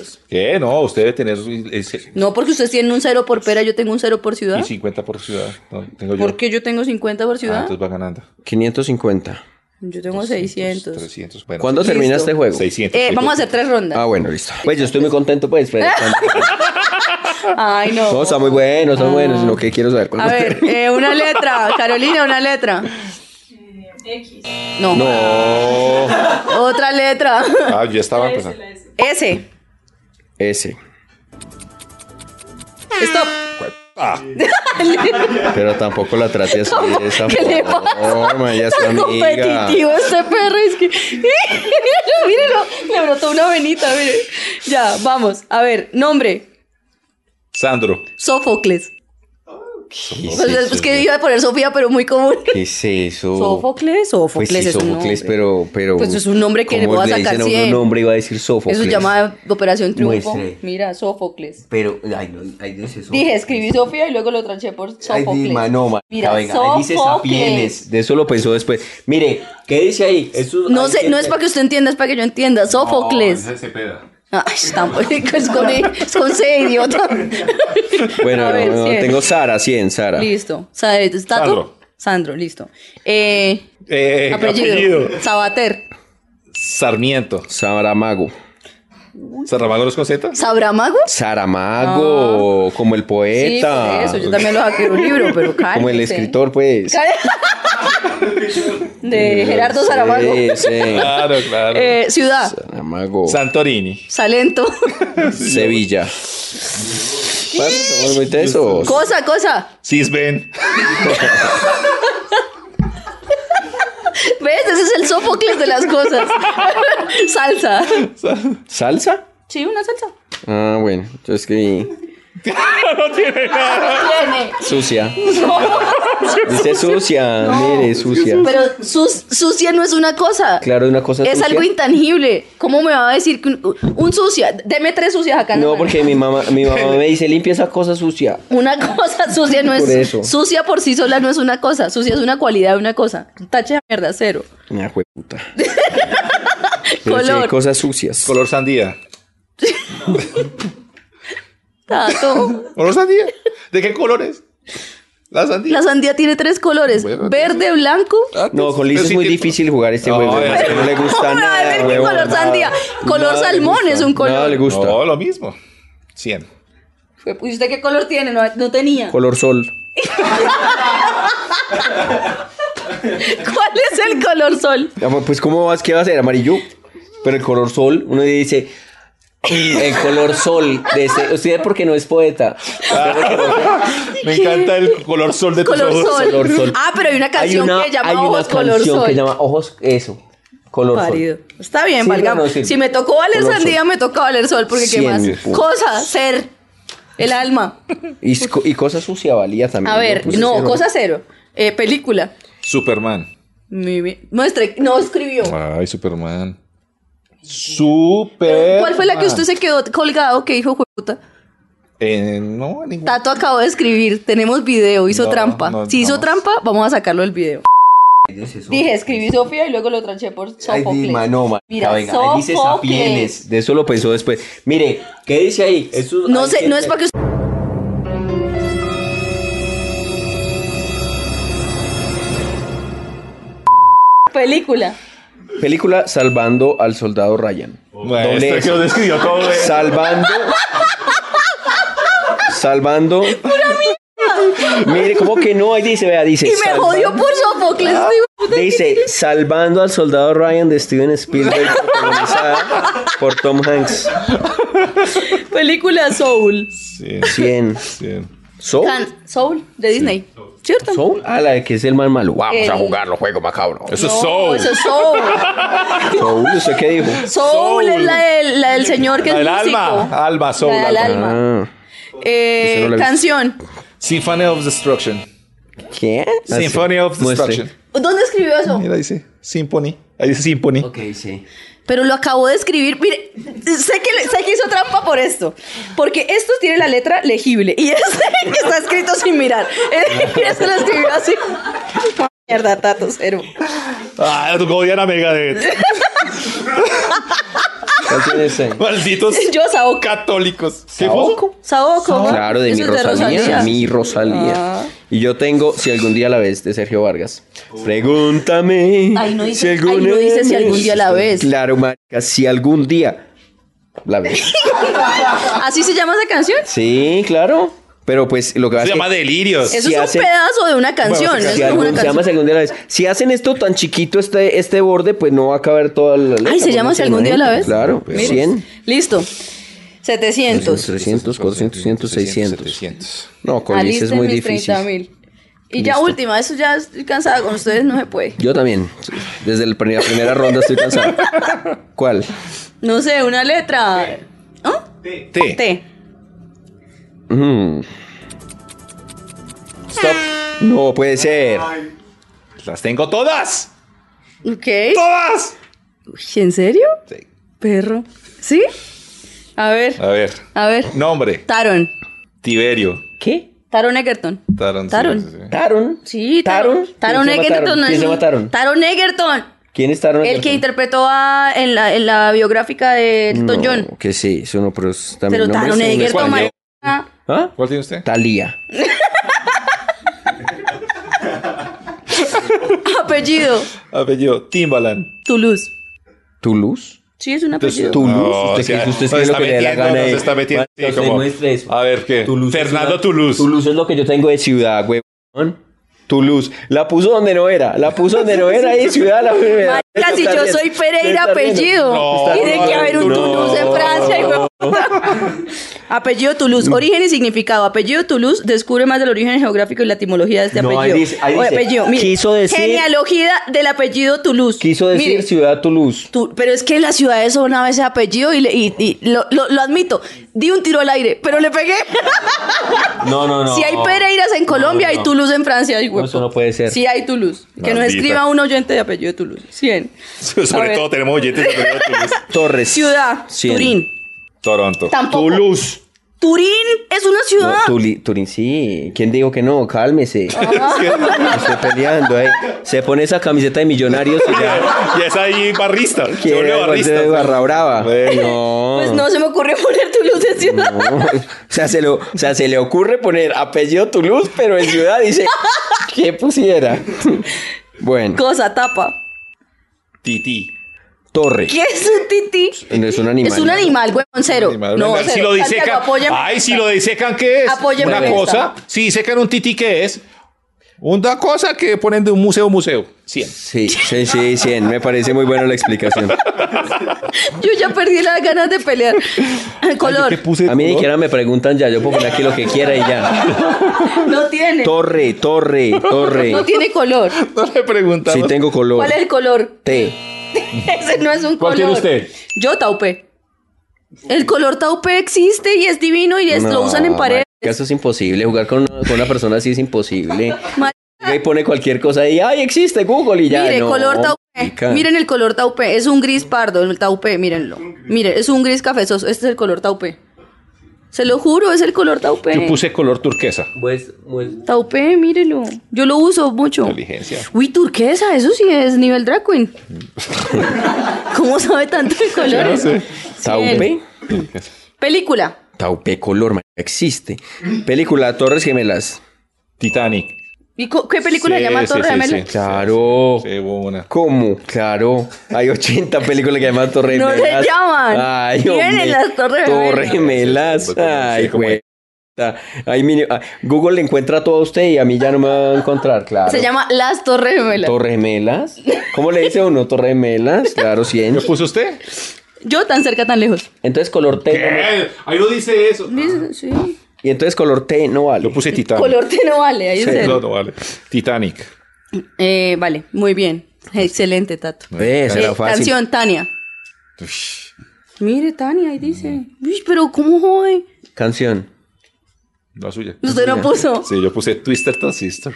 [SPEAKER 3] 600.
[SPEAKER 2] ¿Qué? No, usted debe tener. ese-
[SPEAKER 3] No, porque ustedes tienen un cero por pera, yo tengo un cero por ciudad.
[SPEAKER 2] Y 50 por ciudad. No, tengo yo.
[SPEAKER 3] ¿Por qué yo tengo 50 por
[SPEAKER 2] Ah,
[SPEAKER 3] ciudad?
[SPEAKER 2] entonces va ganando.
[SPEAKER 1] 550.
[SPEAKER 3] yo tengo 600.
[SPEAKER 2] 300. Bueno,
[SPEAKER 1] ¿Cuándo
[SPEAKER 3] Listo.
[SPEAKER 1] termina este juego?
[SPEAKER 2] 600.
[SPEAKER 3] Eh, vamos a hacer tres rondas.
[SPEAKER 1] Ah, bueno, listo. Pues yo estoy muy contento, pues. pero-
[SPEAKER 2] Ah,
[SPEAKER 3] Ay, no.
[SPEAKER 1] no, está muy bueno, está muy bueno. Sino que quiero saber cuándo
[SPEAKER 3] A ver,
[SPEAKER 1] termina.
[SPEAKER 3] eh, una letra. Carolina, una letra. X. No.
[SPEAKER 1] No,
[SPEAKER 3] Otra letra.
[SPEAKER 2] Ah, yo estaba empezando.
[SPEAKER 3] S.
[SPEAKER 1] ese.
[SPEAKER 3] Stop.
[SPEAKER 2] Ah,
[SPEAKER 1] Pero tampoco la trate así
[SPEAKER 3] ¿Cómo?
[SPEAKER 1] de esa
[SPEAKER 3] ¿Qué le
[SPEAKER 1] forma. Ella es tu
[SPEAKER 3] Tan
[SPEAKER 1] amiga.
[SPEAKER 3] competitivo este perro. Es que. Mírelo, mírelo. Le brotó una venita, mire. Ya, vamos. A ver, nombre.
[SPEAKER 2] Sandro.
[SPEAKER 3] Sófocles.
[SPEAKER 1] ¿Qué es
[SPEAKER 3] Pues
[SPEAKER 1] eso?
[SPEAKER 3] es que iba a poner Sofía, pero muy común.
[SPEAKER 1] ¿Qué es eso?
[SPEAKER 3] Sófocles, Sófocles
[SPEAKER 1] Pues sí,
[SPEAKER 3] es un
[SPEAKER 1] Sofocles,
[SPEAKER 3] nombre.
[SPEAKER 1] pero, pero.
[SPEAKER 3] Pues es un nombre que le
[SPEAKER 1] ¿cómo
[SPEAKER 3] voy a sacar
[SPEAKER 1] dicen a uno
[SPEAKER 3] 100?
[SPEAKER 1] nombre iba a decir Sófocles.
[SPEAKER 3] Eso se llama Operación Triunfo.
[SPEAKER 1] Muestre.
[SPEAKER 3] Mira, Sófocles.
[SPEAKER 1] Pero, ay, no, ahí dice Sófocles.
[SPEAKER 3] Dije, escribí Sofía y luego lo tranché por
[SPEAKER 1] Ay,
[SPEAKER 3] Sófocles.
[SPEAKER 1] di- ma- no, ma-
[SPEAKER 3] Mira,
[SPEAKER 1] venga, ahí dice
[SPEAKER 3] Sófocles.
[SPEAKER 1] Sapienes. De eso lo pensó después. Mire, ¿qué dice ahí? Eso-
[SPEAKER 3] No
[SPEAKER 1] ahí
[SPEAKER 3] sé,
[SPEAKER 1] dice-
[SPEAKER 3] no es para que usted entienda, es para que yo entienda. Sófocles. Ay, tampoco, es con, es con C, idiota.
[SPEAKER 1] Bueno,
[SPEAKER 3] A ver,
[SPEAKER 1] no, no,
[SPEAKER 3] cien.
[SPEAKER 1] tengo Sara, 100, Sara.
[SPEAKER 3] Listo. Sa- ¿Tato?
[SPEAKER 2] Sandro.
[SPEAKER 3] Sandro, listo. Eh,
[SPEAKER 2] Eh,
[SPEAKER 3] apellido.
[SPEAKER 2] apellido.
[SPEAKER 3] Sabater.
[SPEAKER 2] Sarmiento.
[SPEAKER 1] Saramago.
[SPEAKER 2] ¿Saramago los conceptos?
[SPEAKER 3] ¿Sabramago?
[SPEAKER 1] Saramago, como el
[SPEAKER 3] Ah. Sí, por
[SPEAKER 1] poeta.
[SPEAKER 3] eso. Yo también eh. lo saqué en un libro, pero cálmese.
[SPEAKER 1] Como el escritor, pues.
[SPEAKER 3] De Gerardo
[SPEAKER 1] Sí,
[SPEAKER 3] Saramago.
[SPEAKER 1] sí.
[SPEAKER 2] Claro, claro.
[SPEAKER 3] Eh, ciudad.
[SPEAKER 1] Saramago.
[SPEAKER 2] Santorini.
[SPEAKER 3] Salento.
[SPEAKER 1] Sevilla. Parce, somos muy tesos.
[SPEAKER 3] cosa, cosa.
[SPEAKER 2] Cisben.
[SPEAKER 3] ¿Ves? Ese es el Sófocles de las cosas. salsa.
[SPEAKER 1] ¿Salsa?
[SPEAKER 3] Sí, una salsa.
[SPEAKER 1] Ah, bueno. Yo escribí
[SPEAKER 3] Tiene.
[SPEAKER 1] sucia. Dice sucia. Mire, sucia.
[SPEAKER 3] Pero sus- sucia no es una cosa.
[SPEAKER 1] Claro, una cosa
[SPEAKER 3] Es
[SPEAKER 1] sucia.
[SPEAKER 3] algo intangible. ¿Cómo me va a decir que un, un sucia? Deme tres sucias acá.
[SPEAKER 1] No,
[SPEAKER 3] mano.
[SPEAKER 1] porque mi mamá, mi mamá me dice, limpia esa cosa sucia.
[SPEAKER 3] Una cosa sucia no es.
[SPEAKER 1] Por eso.
[SPEAKER 3] Sucia por sí sola no es una cosa. Sucia es una cualidad de una cosa. Tache de mierda, cero.
[SPEAKER 1] Una
[SPEAKER 2] Ah,
[SPEAKER 1] jueputa. Pero sí hay
[SPEAKER 3] Color.
[SPEAKER 1] cosas sucias.
[SPEAKER 2] Color sandía.
[SPEAKER 3] Tato.
[SPEAKER 2] ¿Color sandía? ¿De qué colores? La sandía.
[SPEAKER 3] La sandía tiene tres colores:
[SPEAKER 2] Bueno,
[SPEAKER 3] verde, blanco.
[SPEAKER 1] No, con Liz
[SPEAKER 2] ah, pues, Pero
[SPEAKER 1] es
[SPEAKER 2] sí
[SPEAKER 1] muy
[SPEAKER 2] te-
[SPEAKER 1] difícil jugar este
[SPEAKER 2] No, eh,
[SPEAKER 1] juego.
[SPEAKER 2] ya
[SPEAKER 1] porque
[SPEAKER 2] sé.
[SPEAKER 1] No le gusta
[SPEAKER 3] ¿Cómo me va a
[SPEAKER 1] nada.
[SPEAKER 3] ver qué
[SPEAKER 1] huevón,
[SPEAKER 3] color
[SPEAKER 1] nada.
[SPEAKER 3] sandía? Color
[SPEAKER 1] Nada le
[SPEAKER 3] salmón
[SPEAKER 1] gusta.
[SPEAKER 3] es un color.
[SPEAKER 1] Nada le gusta.
[SPEAKER 2] No, lo mismo. 100.
[SPEAKER 3] pues, ¿Y usted qué color tiene? No, no tenía.
[SPEAKER 1] Color sol.
[SPEAKER 3] ¿Cuál es el color sol?
[SPEAKER 1] Ah, Pues, ¿cómo vas? ¿Qué va a ser? Amarillo. Pero el color sol, uno dice. El color sol. De este, usted porque no es poeta.
[SPEAKER 2] Ah. Me encanta el color sol de tus
[SPEAKER 3] Color
[SPEAKER 2] ojos.
[SPEAKER 3] sol.
[SPEAKER 1] color sol.
[SPEAKER 3] Ah, pero hay una canción que llama
[SPEAKER 1] hay una
[SPEAKER 3] Ojos Color
[SPEAKER 1] canción
[SPEAKER 3] Sol.
[SPEAKER 1] que llama Ojos, eso. Color
[SPEAKER 3] Parido.
[SPEAKER 1] sol.
[SPEAKER 3] Está bien,
[SPEAKER 1] Sirve o
[SPEAKER 3] valgamos.
[SPEAKER 1] no sirve.
[SPEAKER 3] si me tocó valer
[SPEAKER 1] Color
[SPEAKER 3] sandía,
[SPEAKER 1] sol.
[SPEAKER 3] me toca valer sol, porque qué
[SPEAKER 1] Cien
[SPEAKER 3] más.
[SPEAKER 1] mil puntos.
[SPEAKER 3] Cosa, ser, el alma.
[SPEAKER 1] Y, s- co- y cosa sucia valía también.
[SPEAKER 3] A
[SPEAKER 1] Yo
[SPEAKER 3] ver,
[SPEAKER 1] puse
[SPEAKER 3] no,
[SPEAKER 1] pues cero.
[SPEAKER 3] cosa cero. Eh, película.
[SPEAKER 2] Superman.
[SPEAKER 3] Muy bien. Muestre, no escribió.
[SPEAKER 2] Ay, Superman. Super.
[SPEAKER 3] ¿Cuál fue la que usted se quedó colgado que dijo, puta?
[SPEAKER 2] Eh, no, ninguna.
[SPEAKER 3] Tato acabó de escribir, tenemos video, hizo
[SPEAKER 2] No,
[SPEAKER 3] trampa.
[SPEAKER 2] no,
[SPEAKER 3] si hizo
[SPEAKER 2] vamos.
[SPEAKER 3] trampa, vamos a sacarlo del video. Dije, escribí Sofía y luego lo tranché por
[SPEAKER 1] Ay,
[SPEAKER 3] Sófocles.
[SPEAKER 1] Dima, no, marica,
[SPEAKER 3] Mira,
[SPEAKER 1] venga, ahí dice
[SPEAKER 3] Sófocles.
[SPEAKER 1] Sapienes, de eso lo pensó después. Mire, ¿qué dice ahí? Eso-
[SPEAKER 3] No
[SPEAKER 1] ay,
[SPEAKER 3] sé,
[SPEAKER 1] qué-
[SPEAKER 3] no es para que usted... Película.
[SPEAKER 1] Película Salvando al Soldado Ryan.
[SPEAKER 2] Bueno,
[SPEAKER 1] Doble
[SPEAKER 2] este
[SPEAKER 1] S.
[SPEAKER 2] que lo describió todo. eh.
[SPEAKER 1] Salvando. salvando. Mire, ¿cómo que no? Ahí dice, vea, dice.
[SPEAKER 3] Y me
[SPEAKER 1] salvando-
[SPEAKER 3] jodió por Sófocles.
[SPEAKER 1] Ah.
[SPEAKER 3] este puta.
[SPEAKER 1] Dice, salvando al soldado Ryan de Steven Spielberg, protagonizada por Tom Hanks.
[SPEAKER 3] Película Soul.
[SPEAKER 1] 100.
[SPEAKER 2] Bien.
[SPEAKER 1] ¿Soul?
[SPEAKER 3] Can- Soul de Disney. ¿Cierto?
[SPEAKER 1] ¿Soul? Ah, la de que es el man malo. Vamos
[SPEAKER 3] El-
[SPEAKER 1] a jugar los juegos macabros.
[SPEAKER 2] Eso
[SPEAKER 3] No,
[SPEAKER 2] es Soul.
[SPEAKER 3] Eso es Soul.
[SPEAKER 1] ¿Soul? ¿Usted qué dijo?
[SPEAKER 3] Soul, es la del, la del señor que
[SPEAKER 2] La
[SPEAKER 3] es
[SPEAKER 2] del
[SPEAKER 3] músico.
[SPEAKER 2] alma. Alma, Soul.
[SPEAKER 3] La del
[SPEAKER 2] alma.
[SPEAKER 3] alma.
[SPEAKER 1] Ah,
[SPEAKER 3] Eh,
[SPEAKER 1] Ese no lo he visto.
[SPEAKER 3] canción.
[SPEAKER 2] Symphony of Destruction.
[SPEAKER 1] ¿Qué?
[SPEAKER 2] Symphony of
[SPEAKER 1] Ah, Muestre.
[SPEAKER 2] Destruction.
[SPEAKER 3] ¿Dónde escribió eso?
[SPEAKER 2] Mira, dice Symphony. Ahí dice Symphony.
[SPEAKER 1] Ok, sí.
[SPEAKER 3] Pero lo acabo de escribir. Mire, sé que, le- sé que hizo trampa por esto. Porque esto tiene la letra legible. Y este que está escrito sin mirar. Este lo escribió así. Mierda, tato, cero.
[SPEAKER 2] Ah, tu Godiana Megadeth.
[SPEAKER 1] ¿Cuál tiene ese?
[SPEAKER 2] Malditos
[SPEAKER 3] Yo, Saoko.
[SPEAKER 2] católicos. ¿Qué
[SPEAKER 1] ¿Saoko?
[SPEAKER 3] Saoko. ¿no?
[SPEAKER 1] Claro, de
[SPEAKER 3] Eso
[SPEAKER 1] mi
[SPEAKER 3] es
[SPEAKER 1] Rosalía. Mi Rosalía.
[SPEAKER 3] Ah.
[SPEAKER 1] Y yo tengo Si algún día la ves de Sergio Vargas. Pregúntame.
[SPEAKER 3] Ay, no dice- ay, no dice Si algún día la ves.
[SPEAKER 1] Claro, marica, si algún día la ves.
[SPEAKER 3] ¿Así se llama esa canción?
[SPEAKER 1] Sí, claro. Pero pues lo que va a
[SPEAKER 2] Se llama Delirios.
[SPEAKER 3] Eso
[SPEAKER 1] Si
[SPEAKER 3] es un
[SPEAKER 1] hace-
[SPEAKER 3] pedazo de una canción.
[SPEAKER 2] Bueno,
[SPEAKER 3] eso
[SPEAKER 1] Si,
[SPEAKER 3] no es
[SPEAKER 1] algún,
[SPEAKER 3] una
[SPEAKER 1] se
[SPEAKER 3] canción.
[SPEAKER 1] llama Si algún día la ves. Si hacen esto tan chiquito este, este borde, pues no va a caber toda la letra,
[SPEAKER 3] Ay, se
[SPEAKER 1] pues,
[SPEAKER 3] llama
[SPEAKER 1] no
[SPEAKER 3] Si algún día la
[SPEAKER 1] imagina.
[SPEAKER 3] ves.
[SPEAKER 1] Claro, pues,
[SPEAKER 2] Mira.
[SPEAKER 1] 100.
[SPEAKER 3] Listo. 700.
[SPEAKER 1] 300, 400, 500, 600. No, con Liz es
[SPEAKER 3] Alisten
[SPEAKER 1] muy
[SPEAKER 3] Ah, mis
[SPEAKER 1] difícil.
[SPEAKER 3] 30.000. Y ya
[SPEAKER 1] Listo.
[SPEAKER 3] última, eso ya estoy cansada con ustedes, no se puede.
[SPEAKER 1] Yo también. sí. Desde el primer- la primera ronda estoy cansado. ¿Cuál?
[SPEAKER 3] No sé, una letra. ¿Ah?
[SPEAKER 2] T.
[SPEAKER 3] T.
[SPEAKER 1] Mm. Stop. No puede ser.
[SPEAKER 2] Las tengo todas.
[SPEAKER 3] Ok.
[SPEAKER 2] ¡Todas!
[SPEAKER 3] Uy, ¿En serio?
[SPEAKER 2] Sí.
[SPEAKER 3] Perro. ¿Sí? A ver,
[SPEAKER 2] A ver.
[SPEAKER 3] a ver.
[SPEAKER 2] Nombre.
[SPEAKER 3] Taron.
[SPEAKER 2] Tiberio.
[SPEAKER 1] ¿qué?
[SPEAKER 3] Taron Egerton.
[SPEAKER 2] Taron. sí,
[SPEAKER 3] Taron.
[SPEAKER 2] sí, sí.
[SPEAKER 1] ¿Taron?
[SPEAKER 3] Sí, Taron. Taron
[SPEAKER 1] ¿Quién se llama
[SPEAKER 3] Egerton. no
[SPEAKER 1] ¿Quién
[SPEAKER 3] es
[SPEAKER 1] se llama
[SPEAKER 3] un-
[SPEAKER 1] Taron?
[SPEAKER 3] Taron Egerton.
[SPEAKER 1] ¿Quién es Taron?
[SPEAKER 3] El que interpretó a, en, la, en la biográfica de Elton
[SPEAKER 1] No,
[SPEAKER 3] John.
[SPEAKER 1] Que sí, eso no, pero es también
[SPEAKER 3] Pero
[SPEAKER 1] no me
[SPEAKER 3] Taron
[SPEAKER 1] sé en
[SPEAKER 3] Egerton,
[SPEAKER 1] español.
[SPEAKER 3] marica.
[SPEAKER 1] ¿Ah?
[SPEAKER 2] ¿Cuál tiene usted?
[SPEAKER 1] Talía.
[SPEAKER 3] Apellido.
[SPEAKER 2] Apellido. Timbaland.
[SPEAKER 3] Toulouse.
[SPEAKER 1] ¿Toulouse?
[SPEAKER 3] Sí, es un apellido.
[SPEAKER 1] Toulouse.
[SPEAKER 2] No,
[SPEAKER 1] usted
[SPEAKER 2] o sea,
[SPEAKER 1] cree que usted
[SPEAKER 2] no
[SPEAKER 1] escribe
[SPEAKER 2] se
[SPEAKER 1] lo que le dé la
[SPEAKER 2] metiendo,
[SPEAKER 1] gana.
[SPEAKER 2] no se
[SPEAKER 1] ahí.
[SPEAKER 2] está metiendo, sí,
[SPEAKER 1] Bueno,
[SPEAKER 2] como-
[SPEAKER 1] demuestre eso.
[SPEAKER 2] A ver, ¿qué?
[SPEAKER 1] es
[SPEAKER 2] Eh, Fernando
[SPEAKER 1] una-
[SPEAKER 2] Toulouse.
[SPEAKER 1] Toulouse es lo que yo tengo de ciudad, huevón. Toulouse. La puso donde no era. La puso donde no era y ciudad la primera.
[SPEAKER 3] Marica, si yo soy Pereira apellido.
[SPEAKER 2] No,
[SPEAKER 3] Tiene que
[SPEAKER 2] no,
[SPEAKER 3] haber un
[SPEAKER 2] no.
[SPEAKER 3] Toulouse en Francia. y huevón. apellido Toulouse. Origen y significado. Apellido Toulouse descubre más del origen geográfico y la etimología de este
[SPEAKER 1] No,
[SPEAKER 3] apellido.
[SPEAKER 1] ahí dice- ahí
[SPEAKER 3] O
[SPEAKER 1] dice,
[SPEAKER 3] apellido, mire,
[SPEAKER 1] quiso decir-
[SPEAKER 3] Genealogía del apellido Toulouse.
[SPEAKER 1] Quiso decir
[SPEAKER 3] Mire,
[SPEAKER 1] ciudad Toulouse.
[SPEAKER 3] tú- pero es que las ciudades son a veces apellido y, le- y- y lo, lo- lo admito, di un tiro al aire, pero le pegué.
[SPEAKER 1] No, no, no.
[SPEAKER 3] si hay Pereiras en Colombia,
[SPEAKER 1] no, no.
[SPEAKER 3] hay Toulouse en Francia. y
[SPEAKER 1] No, eso no puede ser.
[SPEAKER 3] Sí hay Toulouse. Que nos
[SPEAKER 2] Maldita.
[SPEAKER 3] escriba un oyente de apellido Toulouse. 100. A
[SPEAKER 2] Sobre
[SPEAKER 3] ver.
[SPEAKER 2] todo tenemos oyentes de apellido Toulouse.
[SPEAKER 1] Torres.
[SPEAKER 3] Ciudad.
[SPEAKER 1] Cien.
[SPEAKER 3] Turín.
[SPEAKER 2] Toronto.
[SPEAKER 3] Tampoco.
[SPEAKER 2] Toulouse.
[SPEAKER 3] Turín es una
[SPEAKER 1] No,
[SPEAKER 3] ciudad.
[SPEAKER 1] Tuli- Turín, sí. ¿Quién dijo que no? Cálmese. Estoy peleando, eh. Se pone esa camiseta de millonarios y ya.
[SPEAKER 2] Ya es ahí barrista. Se
[SPEAKER 1] Quiere
[SPEAKER 2] volvió
[SPEAKER 1] volverse
[SPEAKER 2] barrista.
[SPEAKER 1] de barra brava.
[SPEAKER 2] Bueno.
[SPEAKER 1] No.
[SPEAKER 3] Pues no se me ocurrió poner Toulouse de ciudad.
[SPEAKER 1] No. O sea, se lo- o sea, se le ocurre poner apellido Toulouse, pero en ciudad dice, ¿qué pusiera? Bueno,
[SPEAKER 3] Cosa, tapa.
[SPEAKER 2] Titi.
[SPEAKER 1] torre.
[SPEAKER 3] ¿Qué es un tití?
[SPEAKER 1] No, es un animal.
[SPEAKER 3] Es un animal, huevón, cero.
[SPEAKER 2] Animal.
[SPEAKER 3] No,
[SPEAKER 2] Venga,
[SPEAKER 3] cero.
[SPEAKER 2] si lo disecan.
[SPEAKER 3] Santiago, apóyame.
[SPEAKER 2] Ay, si lo disecan, ¿qué es?
[SPEAKER 3] Apóyame
[SPEAKER 2] Una
[SPEAKER 3] en esta.
[SPEAKER 2] cosa. Si disecan un tití, ¿qué es? Una cosa que ponen de un museo a un museo. Cien.
[SPEAKER 1] Sí, sí, sí, sí, me parece muy buena la explicación.
[SPEAKER 3] Yo ya perdí las ganas de pelear. Color.
[SPEAKER 1] A mí ni siquiera me preguntan ya, yo puedo poner aquí lo que quiera y ya.
[SPEAKER 3] No tiene.
[SPEAKER 1] Torre, torre, torre.
[SPEAKER 3] No tiene color.
[SPEAKER 2] No le preguntamos.
[SPEAKER 1] Sí tengo color.
[SPEAKER 3] ¿Cuál es el color?
[SPEAKER 1] T.
[SPEAKER 3] Ese no es un
[SPEAKER 2] ¿Cuál
[SPEAKER 3] color.
[SPEAKER 2] tiene usted?
[SPEAKER 3] Yo, taupe. El color taupe existe y es divino y es- lo usan en paredes.
[SPEAKER 1] marica, Eso es imposible, jugar con, con una persona así es imposible.
[SPEAKER 3] Marica,
[SPEAKER 1] Llega y pone cualquier cosa ahí. ¡Ay, existe Google! Y ya.
[SPEAKER 3] Mire,
[SPEAKER 1] no,
[SPEAKER 3] color
[SPEAKER 1] marica.
[SPEAKER 3] taupe. Miren el color taupe. Es un gris pardo, el taupe, mírenlo. Mire, es un gris cafezoso. Este es el color taupe. Se lo juro, es el color taupe.
[SPEAKER 2] Yo puse color turquesa.
[SPEAKER 1] Pues, pues,
[SPEAKER 3] Taupe, mírelo. Yo lo uso mucho.
[SPEAKER 2] Inteligencia.
[SPEAKER 3] Uy, turquesa, eso sí es nivel drag queen. ¿Cómo sabe tanto de colores?
[SPEAKER 2] sé.
[SPEAKER 1] Taupe.
[SPEAKER 3] Película.
[SPEAKER 1] Taupe color, marica, existe. Película Torres Gemelas.
[SPEAKER 2] Titanic.
[SPEAKER 3] ¿Y co- qué película
[SPEAKER 2] Sí,
[SPEAKER 3] se llama
[SPEAKER 2] sí,
[SPEAKER 3] Torre
[SPEAKER 2] sí,
[SPEAKER 3] Gemela?
[SPEAKER 2] sí.
[SPEAKER 1] Claro.
[SPEAKER 2] Sí, hubo una.
[SPEAKER 1] ¿Cómo? Claro. Hay 80 películas que llaman Torre
[SPEAKER 3] No se
[SPEAKER 1] Gemelas.
[SPEAKER 3] llaman.
[SPEAKER 1] Ay,
[SPEAKER 3] Vienen
[SPEAKER 1] hombre.
[SPEAKER 3] las Torre Gemelas.
[SPEAKER 1] Torre Gemelas. Ay,
[SPEAKER 2] Sí, como-
[SPEAKER 1] güey. Ay, mini- ah, Google le encuentra a todo a usted y a mí ya no me va a encontrar, claro.
[SPEAKER 3] Se llama Las Torres Gemelas.
[SPEAKER 1] Torre Gemelas. ¿Cómo le dice uno? Torre Gemelas. Claro, 100.
[SPEAKER 2] ¿Lo puso usted?
[SPEAKER 3] Yo tan cerca, tan lejos.
[SPEAKER 1] Entonces color T. no me-
[SPEAKER 2] Eh, Ahí no dice eso.
[SPEAKER 3] Sí.
[SPEAKER 1] Y entonces color T no
[SPEAKER 2] Lo
[SPEAKER 1] vale.
[SPEAKER 2] puse Titanic.
[SPEAKER 3] Color te no vale, ahí es
[SPEAKER 2] Sí,
[SPEAKER 3] cero.
[SPEAKER 2] no, no, vale. Titanic.
[SPEAKER 3] Eh, vale, muy bien. Excelente, Tato.
[SPEAKER 1] Ve, esa era
[SPEAKER 3] Eh,
[SPEAKER 1] fácil.
[SPEAKER 3] Canción, Tania. Mire, Tania, ahí dice. Uy, pero ¿cómo jode?
[SPEAKER 1] Canción.
[SPEAKER 2] La suya.
[SPEAKER 3] Usted no puso.
[SPEAKER 2] Sí, yo puse Twister Transistor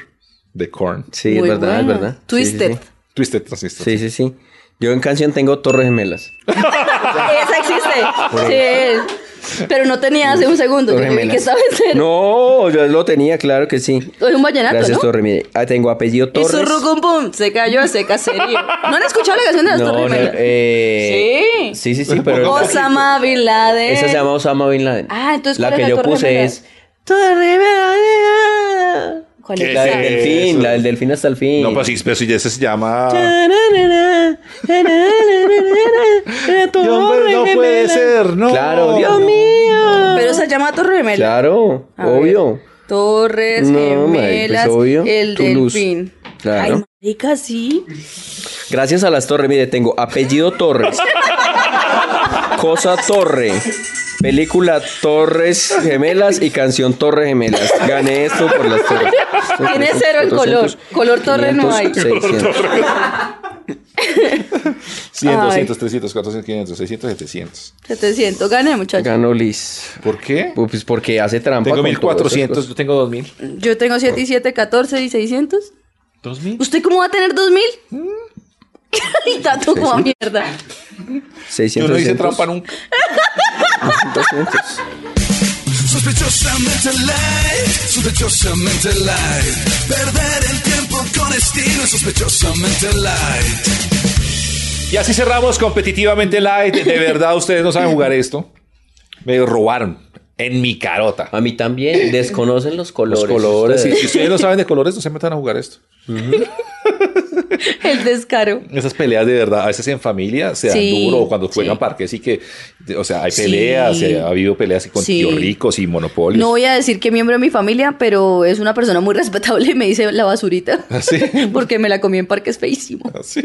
[SPEAKER 2] de Korn.
[SPEAKER 1] Sí,
[SPEAKER 3] Muy
[SPEAKER 1] es verdad, es
[SPEAKER 3] buena.
[SPEAKER 1] verdad. Sí, sí,
[SPEAKER 3] Twisted.
[SPEAKER 1] sí.
[SPEAKER 2] Twister Transistor.
[SPEAKER 1] Sí, sí, sí. Yo en canción tengo Torres Gemelas.
[SPEAKER 3] Esa existe. Sí. Pero no tenía hace un segundo.
[SPEAKER 1] Torres
[SPEAKER 3] Yo vi
[SPEAKER 1] Gemelas.
[SPEAKER 3] que sabes ser.
[SPEAKER 1] No, yo lo tenía, claro que sí.
[SPEAKER 3] Es un vallenato,
[SPEAKER 1] Gracias,
[SPEAKER 3] ¿no?
[SPEAKER 1] Torres. Mire, ah, tengo apellido
[SPEAKER 3] Y su
[SPEAKER 1] Torres.
[SPEAKER 3] rucumpum se cayó ese caserío. ¿No han escuchado la canción de las
[SPEAKER 1] No,
[SPEAKER 3] Torres
[SPEAKER 1] no,
[SPEAKER 3] Gemelas?
[SPEAKER 1] eh,
[SPEAKER 3] Sí.
[SPEAKER 1] Sí, sí, sí, pero.
[SPEAKER 3] Osama Bin Laden.
[SPEAKER 1] Esa se llama Osama Bin Laden.
[SPEAKER 3] Ah, entonces,
[SPEAKER 1] La
[SPEAKER 3] ¿cuál
[SPEAKER 1] que
[SPEAKER 3] es la
[SPEAKER 1] yo
[SPEAKER 3] Torre
[SPEAKER 1] puse
[SPEAKER 3] Gemela?
[SPEAKER 1] es. Torres Gemelas.
[SPEAKER 3] ¿Cuál
[SPEAKER 2] ¿Qué
[SPEAKER 3] es
[SPEAKER 1] La
[SPEAKER 3] esa?
[SPEAKER 1] del
[SPEAKER 2] es?
[SPEAKER 1] delfín,
[SPEAKER 2] Eso.
[SPEAKER 1] la del delfín hasta el fin.
[SPEAKER 2] No, pero sí, pero sí, ese se llama.
[SPEAKER 1] Torres
[SPEAKER 2] no puede
[SPEAKER 1] Gemelas.
[SPEAKER 2] ser, no.
[SPEAKER 1] Claro, Dios
[SPEAKER 2] No.
[SPEAKER 1] mío.
[SPEAKER 3] Pero se llama Torre Gemela.
[SPEAKER 1] Claro,
[SPEAKER 3] A
[SPEAKER 1] obvio.
[SPEAKER 3] ver, Torres
[SPEAKER 1] No,
[SPEAKER 3] Gemelas,
[SPEAKER 1] marica, es obvio.
[SPEAKER 3] el
[SPEAKER 1] Toulouse.
[SPEAKER 3] delfín.
[SPEAKER 1] Claro.
[SPEAKER 3] Ay, marica, sí.
[SPEAKER 1] Gracias a las torres, mire, tengo apellido Torres. Cosa Torre. Película Torres Gemelas y canción Torres Gemelas. Gané esto por las torres.
[SPEAKER 3] Tiene cero el color. Color torre no hay.
[SPEAKER 1] 600.
[SPEAKER 2] 100,
[SPEAKER 3] Ay.
[SPEAKER 2] 200, 300, 400, 500, 600, 700.
[SPEAKER 3] 700. Gané, muchachos.
[SPEAKER 1] Ganó Liz.
[SPEAKER 2] ¿Por qué?
[SPEAKER 1] Pues porque hace trampa.
[SPEAKER 2] Tengo
[SPEAKER 1] con todas esas
[SPEAKER 2] 1400,
[SPEAKER 1] cosas.
[SPEAKER 2] yo tengo 2000.
[SPEAKER 3] Yo tengo 7 y 7, 14 y 600.
[SPEAKER 2] ¿2000?
[SPEAKER 3] ¿Usted cómo va a tener 2000? y tanto como a mierda.
[SPEAKER 1] 600.
[SPEAKER 2] Yo no hice
[SPEAKER 1] 200,
[SPEAKER 2] trampa nunca.
[SPEAKER 1] 200.
[SPEAKER 5] Sospechosamente light, sospechosamente light. Perder el tiempo con estilo, sospechosamente light.
[SPEAKER 2] Y así cerramos competitivamente light. De verdad, ustedes no saben jugar esto. Me robaron en mi carota.
[SPEAKER 1] A mí también. Desconocen los colores.
[SPEAKER 2] Los colores.
[SPEAKER 1] ustedes.
[SPEAKER 2] sí, Si ustedes no saben de colores, no se metan a jugar esto.
[SPEAKER 3] El descaro.
[SPEAKER 2] Esas peleas de verdad, a veces en familia se dan
[SPEAKER 3] Sí,
[SPEAKER 2] duro o cuando juegan
[SPEAKER 3] sí.
[SPEAKER 2] parques y que, o sea, hay
[SPEAKER 3] Sí.
[SPEAKER 2] peleas, y ha habido peleas con
[SPEAKER 3] Sí.
[SPEAKER 2] tíos ricos y monopolios.
[SPEAKER 3] No voy a decir que miembro de mi familia, pero es una persona muy respetable y me dice la basurita.
[SPEAKER 2] Ah, Sí.
[SPEAKER 3] Porque me la comí en parques feísimo.
[SPEAKER 2] Sí.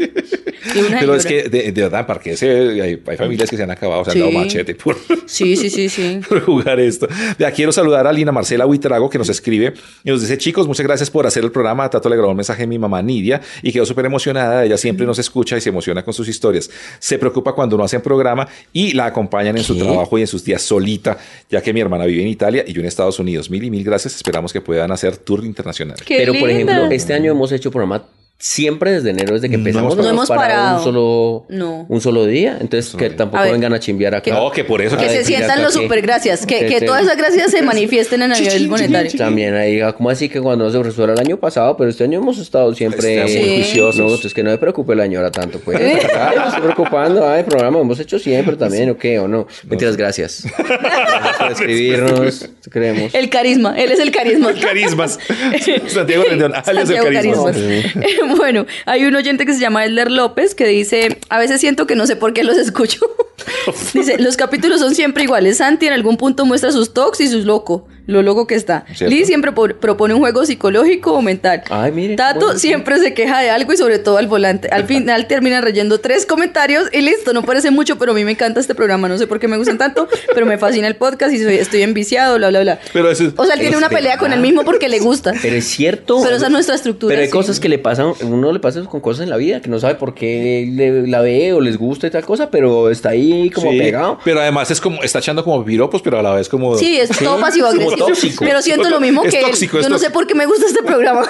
[SPEAKER 3] Y una
[SPEAKER 2] Pero es
[SPEAKER 3] señora.
[SPEAKER 2] que de, de verdad, en parques eh, hay, hay familias que se han acabado, se han
[SPEAKER 3] Sí.
[SPEAKER 2] dado machete por,
[SPEAKER 3] Sí, sí, sí, sí.
[SPEAKER 2] por jugar esto. Ya quiero saludar a Lina Marcela Huitrago que nos escribe y nos dice, chicos, muchas gracias por hacer el programa. Tato le grabó un mensaje a mi mamá Nidia y quedó súper emocionada. Ella siempre nos escucha y se emociona con sus historias. Se preocupa cuando no hacen programa y la acompañan en su
[SPEAKER 1] ¿Qué?
[SPEAKER 2] trabajo y en sus días solita, ya que mi hermana vive en Italia y yo en Estados Unidos. Mil y mil gracias. Esperamos que puedan hacer tour internacional.
[SPEAKER 3] Qué
[SPEAKER 1] Pero, por
[SPEAKER 3] linda.
[SPEAKER 1] ejemplo, este año hemos hecho programa siempre desde enero, desde que empezamos.
[SPEAKER 3] No hemos parado.
[SPEAKER 1] Un solo,
[SPEAKER 3] No.
[SPEAKER 1] un solo día. Entonces, que tampoco
[SPEAKER 3] A ver.
[SPEAKER 1] vengan a chimbear acá.
[SPEAKER 2] No, que por eso
[SPEAKER 1] Ah,
[SPEAKER 3] Que se
[SPEAKER 1] de
[SPEAKER 3] sientan
[SPEAKER 1] pirata,
[SPEAKER 3] los
[SPEAKER 1] ¿qué?
[SPEAKER 3] super gracias. Que,
[SPEAKER 1] Que
[SPEAKER 3] que
[SPEAKER 1] te-
[SPEAKER 3] todas esas gracias se manifiesten en el nivel monetario.
[SPEAKER 1] También ahí, ah, como así que cuando se resuelva el año pasado, pero este año hemos estado siempre
[SPEAKER 2] Estamos
[SPEAKER 3] muy
[SPEAKER 2] juiciosos.
[SPEAKER 1] No, es que no me preocupe la señora tanto, pues.
[SPEAKER 3] ¿Eh?
[SPEAKER 1] Ay, me estoy preocupando, ay, programa hemos hecho siempre también, ¿o qué? ¿O no? Mentiras, gracias. Gracias por escribirnos, te creemos.
[SPEAKER 3] El carisma, él es el carisma.
[SPEAKER 2] Carismas. Santiago Rendón, alias el
[SPEAKER 3] Santiago
[SPEAKER 2] Carismas.
[SPEAKER 3] Carismas. Eh, bueno, hay un oyente que se llama Elder López que dice, a veces siento que no sé por qué los escucho. dice, los capítulos son siempre iguales. Santi en algún punto muestra sus tocs y sus loco, lo loco que está.
[SPEAKER 2] Cierto.
[SPEAKER 3] Lee siempre por- propone un juego psicológico o mental.
[SPEAKER 1] Ay, mire,
[SPEAKER 3] Tato
[SPEAKER 1] bueno.
[SPEAKER 3] siempre se queja de algo y sobre todo al volante. Al final termina leyendo tres comentarios y listo, no parece mucho, pero a mí me encanta este programa. No sé por qué me gustan tanto, pero me fascina el podcast y soy- estoy enviciado, bla, bla, bla.
[SPEAKER 2] Pero eso es-
[SPEAKER 3] o sea, él tiene una pelea con él mismo porque le gusta.
[SPEAKER 1] Pero es cierto.
[SPEAKER 3] Pero esa es nuestra estructura,
[SPEAKER 1] Pero hay
[SPEAKER 3] sí.
[SPEAKER 1] cosas que le pasan, uno le pasa con cosas en la vida que no sabe por qué le- la ve o les gusta y tal cosa, pero está ahí como
[SPEAKER 2] Sí,
[SPEAKER 1] pegado.
[SPEAKER 2] Pero además es como, está echando como piropos, pero a la vez como.
[SPEAKER 3] Sí, es todo pasivo
[SPEAKER 2] como
[SPEAKER 3] agresivo.
[SPEAKER 1] tóxico.
[SPEAKER 3] Pero siento lo mismo
[SPEAKER 2] Es
[SPEAKER 3] que él.
[SPEAKER 2] tóxico, es
[SPEAKER 3] Yo no sé
[SPEAKER 2] tóxico.
[SPEAKER 3] por qué me gusta este programa.